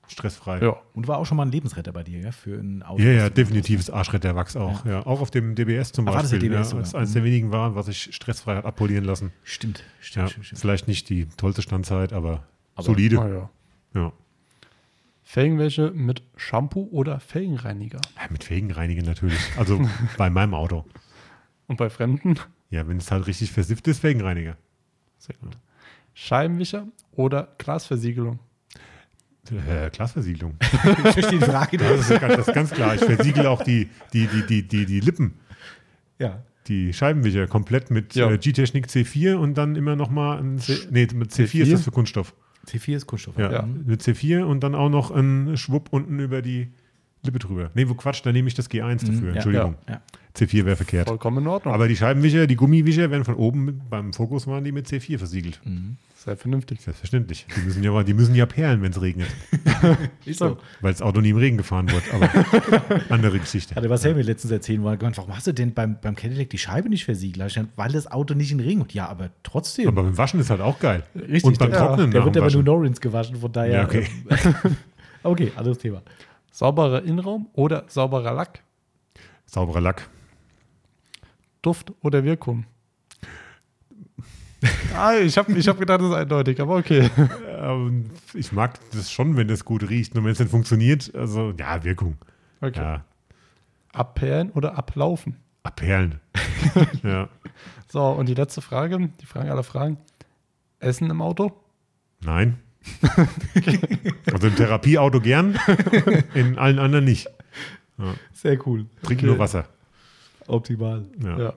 C: stressfrei.
B: Ja.
A: Und war auch schon mal ein Lebensretter bei dir, ja? Für ein Auto.
C: Ja, ja, definitives Arschretterwachs auch. Ja. Auch auf dem DBS zum
A: Ah, war das der
C: Beispiel.
A: DBS
C: ja,
A: sogar?
C: als eines der wenigen waren, was ich stressfrei hat abpolieren lassen.
A: Stimmt, stimmt,
C: Ja,
A: stimmt, stimmt.
C: vielleicht nicht die tollste Standzeit, aber, solide.
B: Ah, ja.
C: Ja.
B: Felgenwäsche mit Shampoo oder Felgenreiniger?
C: Ja, mit Felgenreinigen natürlich.
A: *laughs*
C: Also bei meinem Auto.
B: Und bei Fremden? *laughs*
C: Ja, wenn es halt richtig versifft ist, Felgenreiniger.
B: Sehr gut. Scheibenwischer oder Glasversiegelung?
C: Äh, Glasversiegelung.
A: Ich verstehe die Frage.
C: *laughs*
A: nicht.
C: Das ist, ganz, das ist ganz klar. Ich versiegle auch die, die, die, die, die, die Lippen,
A: ja.
C: die Scheibenwischer komplett mit
B: Ja.
C: äh, G-Technik C4 und dann immer nochmal ein C, nee, mit C4, ist
B: C4?
C: das für Kunststoff.
A: T4 ist Kunststoff.
C: Ja,
B: Ja.
C: mit C4 und dann auch noch ein Schwupp unten über die Lippe drüber. Nee, wo Quatsch, da nehme ich das G1 dafür.
A: Mhm. ja,
C: Entschuldigung.
A: ja.
C: C4 wäre verkehrt.
B: Vollkommen in Ordnung.
C: Aber die Scheibenwischer, die Gummiwischer werden von oben mit, beim Fokus waren die mit C4 versiegelt.
A: Mhm.
B: Sehr vernünftig.
C: Selbstverständlich. Die müssen ja, die müssen ja perlen, wenn es regnet,
A: Ist so.
C: weil das Auto nie im Regen gefahren wird. Aber
A: *laughs*
C: andere Geschichte.
A: Hatte Marcel mir letztens erzählen wollen, Gott, warum hast du denn beim, beim Cadillac die Scheibe nicht versiegelt? Da hab ich gesagt, Weil das Auto nicht in den Regen kommt. Ja, aber trotzdem.
C: Aber beim Waschen ist halt auch geil. und beim
A: der,
C: Trocknen.
A: Der
C: nach
A: wird
C: dem
A: aber nur
C: Waschen.
A: Norins gewaschen, von daher.
C: Ja, okay.
A: ähm, okay, anderes Thema.
B: Sauberer Innenraum oder sauberer Lack?
C: Sauberer Lack.
B: Duft oder Wirkung? ah, ich habe ich hab gedacht, das ist eindeutig, aber okay.
C: Ähm, ich mag das schon, wenn das gut riecht. Nur wenn es nicht funktioniert, also ja, Wirkung.
B: okay.
C: Ja,
B: Abperlen oder ablaufen?
A: *laughs*
C: abperlen. ja.
B: So, und die letzte Frage, die Frage aller Fragen. Essen im Auto?
C: Nein. *laughs* also im Therapieauto gern, in allen anderen nicht.
A: Sehr cool.
C: Trink nur Wasser.
A: Optimal.
C: Ja.
B: Ja.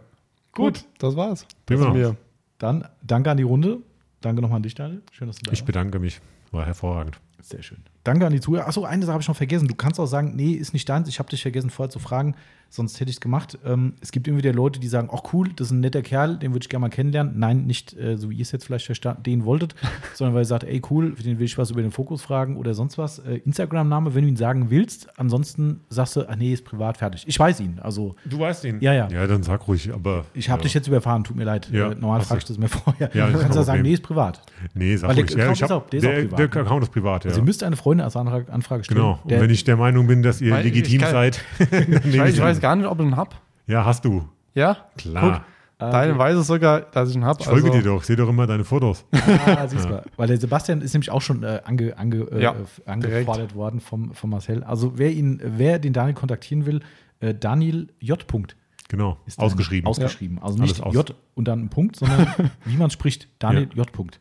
A: Gut.
B: Gut, das war's. Also
C: Prima.
B: Das sind
C: *laughs*
B: wir.
A: Dann danke an die Runde. Danke nochmal an dich, Daniel. Schön, dass du da
C: Ich bedanke mich. War hervorragend.
A: warst. Sehr schön. Danke an die Zuhörer. Achso, eine Sache habe ich noch vergessen. Du kannst auch sagen, nee, ist nicht deins. Ich habe dich vergessen vorher zu fragen, sonst hätte ich es gemacht. Ähm, es gibt immer wieder Leute, die sagen, ach cool, das ist ein netter Kerl, den würde ich gerne mal kennenlernen. Nein, nicht äh, so wie ihr es jetzt vielleicht verstehen
C: *laughs*
A: wolltet, sondern weil ihr sagt, ey cool, für den will ich was über den Fokus fragen oder sonst was. Äh, Instagram-Name, wenn du ihn sagen willst. Ansonsten sagst du, ach nee, ist privat, fertig. Ich weiß ihn. Also
C: Du weißt ihn.
A: Ja, ja.
C: Ja, dann sag ruhig, aber.
A: ich habe
C: ja.
A: dich jetzt überfahren, tut mir leid.
C: Ja,
A: Äh, normal
C: hast
A: frage ich das mir vorher.
C: Ja,
A: du
C: ist
A: kannst
C: kein
A: ja sagen,
C: Problem.
A: nee, ist privat.
C: Nee, sag
A: Weil der
C: ruhig. Ja,
A: Account
C: ich
A: ist
C: hab,
A: auch- der ist auch
C: der,
A: privat. ne? Also
C: der Account ist privat, ja.
A: Sie müsste eine Freundin als Antrag- Anfrage stellen.
C: Genau. Und
A: Der-
C: wenn ich der Meinung bin, dass ihr
B: Weil ich-
C: legitim
B: ich kann-
C: seid, *laughs* dann nehme
B: Ich weiß, ich
C: an.
B: weiß gar nicht, ob ich einen hab.
C: Ja, hast du.
B: Ja?
C: Klar. Ah,
B: Guck, Also- deine weiß es sogar, dass ich einen hab.
C: Ich folge dir doch. Seh doch immer deine Fotos.
A: Ah, siehst mal. Weil der Sebastian ist nämlich auch schon äh, ange, ange, äh,
B: Ja,
A: äh, angefordert
B: direkt.
A: worden vom, vom Marcel. Also wer ihn, wer den Daniel kontaktieren will, äh, Daniel J. Punkt
C: Genau.
A: ist dann
C: Ausgeschrieben.
A: Ausgeschrieben. Also nicht
C: Alles aus.
A: J und dann ein Punkt, sondern
C: *laughs*
A: wie man spricht, Daniel J. Punkt.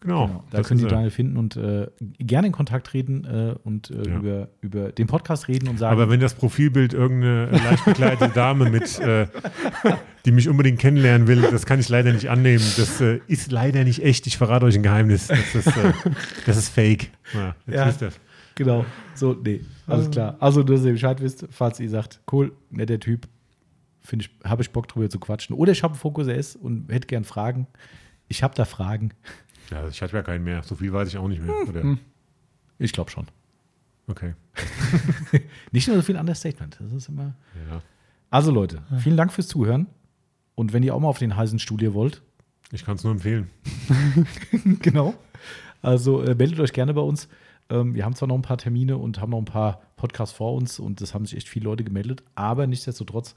C: Genau.
A: Genau. Da
C: das
A: können
C: ist
A: Sie
C: er.
A: Daniel finden und äh, gerne in Kontakt treten äh, und äh,
C: Ja.
A: über, über den Podcast reden und sagen,
C: Aber wenn das Profilbild irgendeine äh, leicht bekleidete Dame mit, äh, die mich unbedingt kennenlernen will, das kann ich leider nicht annehmen. Das äh, ist leider nicht echt. Ich verrate euch ein Geheimnis. Das ist, äh, das ist fake. Ja, jetzt
A: Ja.
C: wisst ihr's.
A: genau, so, nee, alles klar. Also, dass ihr Bescheid wisst, falls ihr sagt, cool, netter Typ, finde ich, habe ich Bock drüber zu quatschen. Oder ich habe einen Fokus RS und hätte gern Fragen. Ich habe da Fragen.
C: Ja, ich hatte ja keinen mehr. So viel weiß ich auch nicht mehr. Oder?
A: Hm. Ich glaube schon.
C: Okay.
A: Nicht nur so viel Understatement. Das ist immer.
C: Ja.
A: Also, Leute, vielen Dank fürs Zuhören. Und wenn ihr auch mal auf den heißen Stuhl hier wollt,
C: Ich kann es nur empfehlen.
A: *laughs* genau. Also äh, meldet euch gerne bei uns. Ähm, wir haben zwar noch ein paar Termine und haben noch ein paar Podcasts vor uns und das haben sich echt viele Leute gemeldet, aber nichtsdestotrotz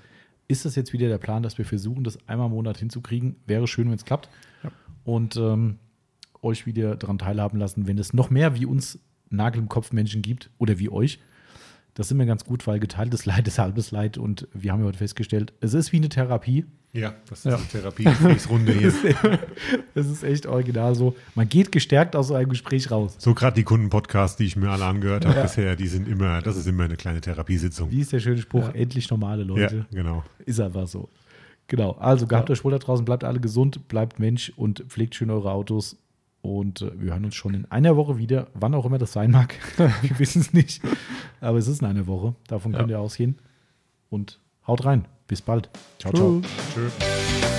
A: ist das jetzt wieder der Plan, dass wir versuchen, das einmal im Monat hinzukriegen. Wäre schön, wenn es klappt. Und ähm, euch wieder daran teilhaben lassen, wenn es noch mehr wie uns Nagel im Kopf Menschen gibt oder wie euch. Das sind wir ganz gut, weil geteiltes Leid ist halbes Leid und wir haben ja heute festgestellt, es ist wie eine Therapie.
C: Ja, das ist
B: Ja.
C: eine Therapiegesprächsrunde hier.
A: *laughs* Es ist echt original so. Man geht gestärkt aus so einem Gespräch raus.
C: So gerade die Kundenpodcasts, die ich mir alle angehört habe bisher, die sind immer, das ist immer eine kleine Therapiesitzung.
A: Wie ist der schöne Spruch? Endlich normale
C: Ja,
A: Leute.
C: genau.
A: Ist einfach so. Genau. Also gehabt euch wohl da draußen, bleibt alle gesund, bleibt Mensch und pflegt schön eure Autos. Und äh, wir hören uns schon in einer Woche wieder, wann auch immer das sein mag. wir wissen es nicht. Aber es ist in einer Woche. Davon könnt ihr ausgehen. Und haut rein. Bis bald. Ciao, ciao.
C: Tschö.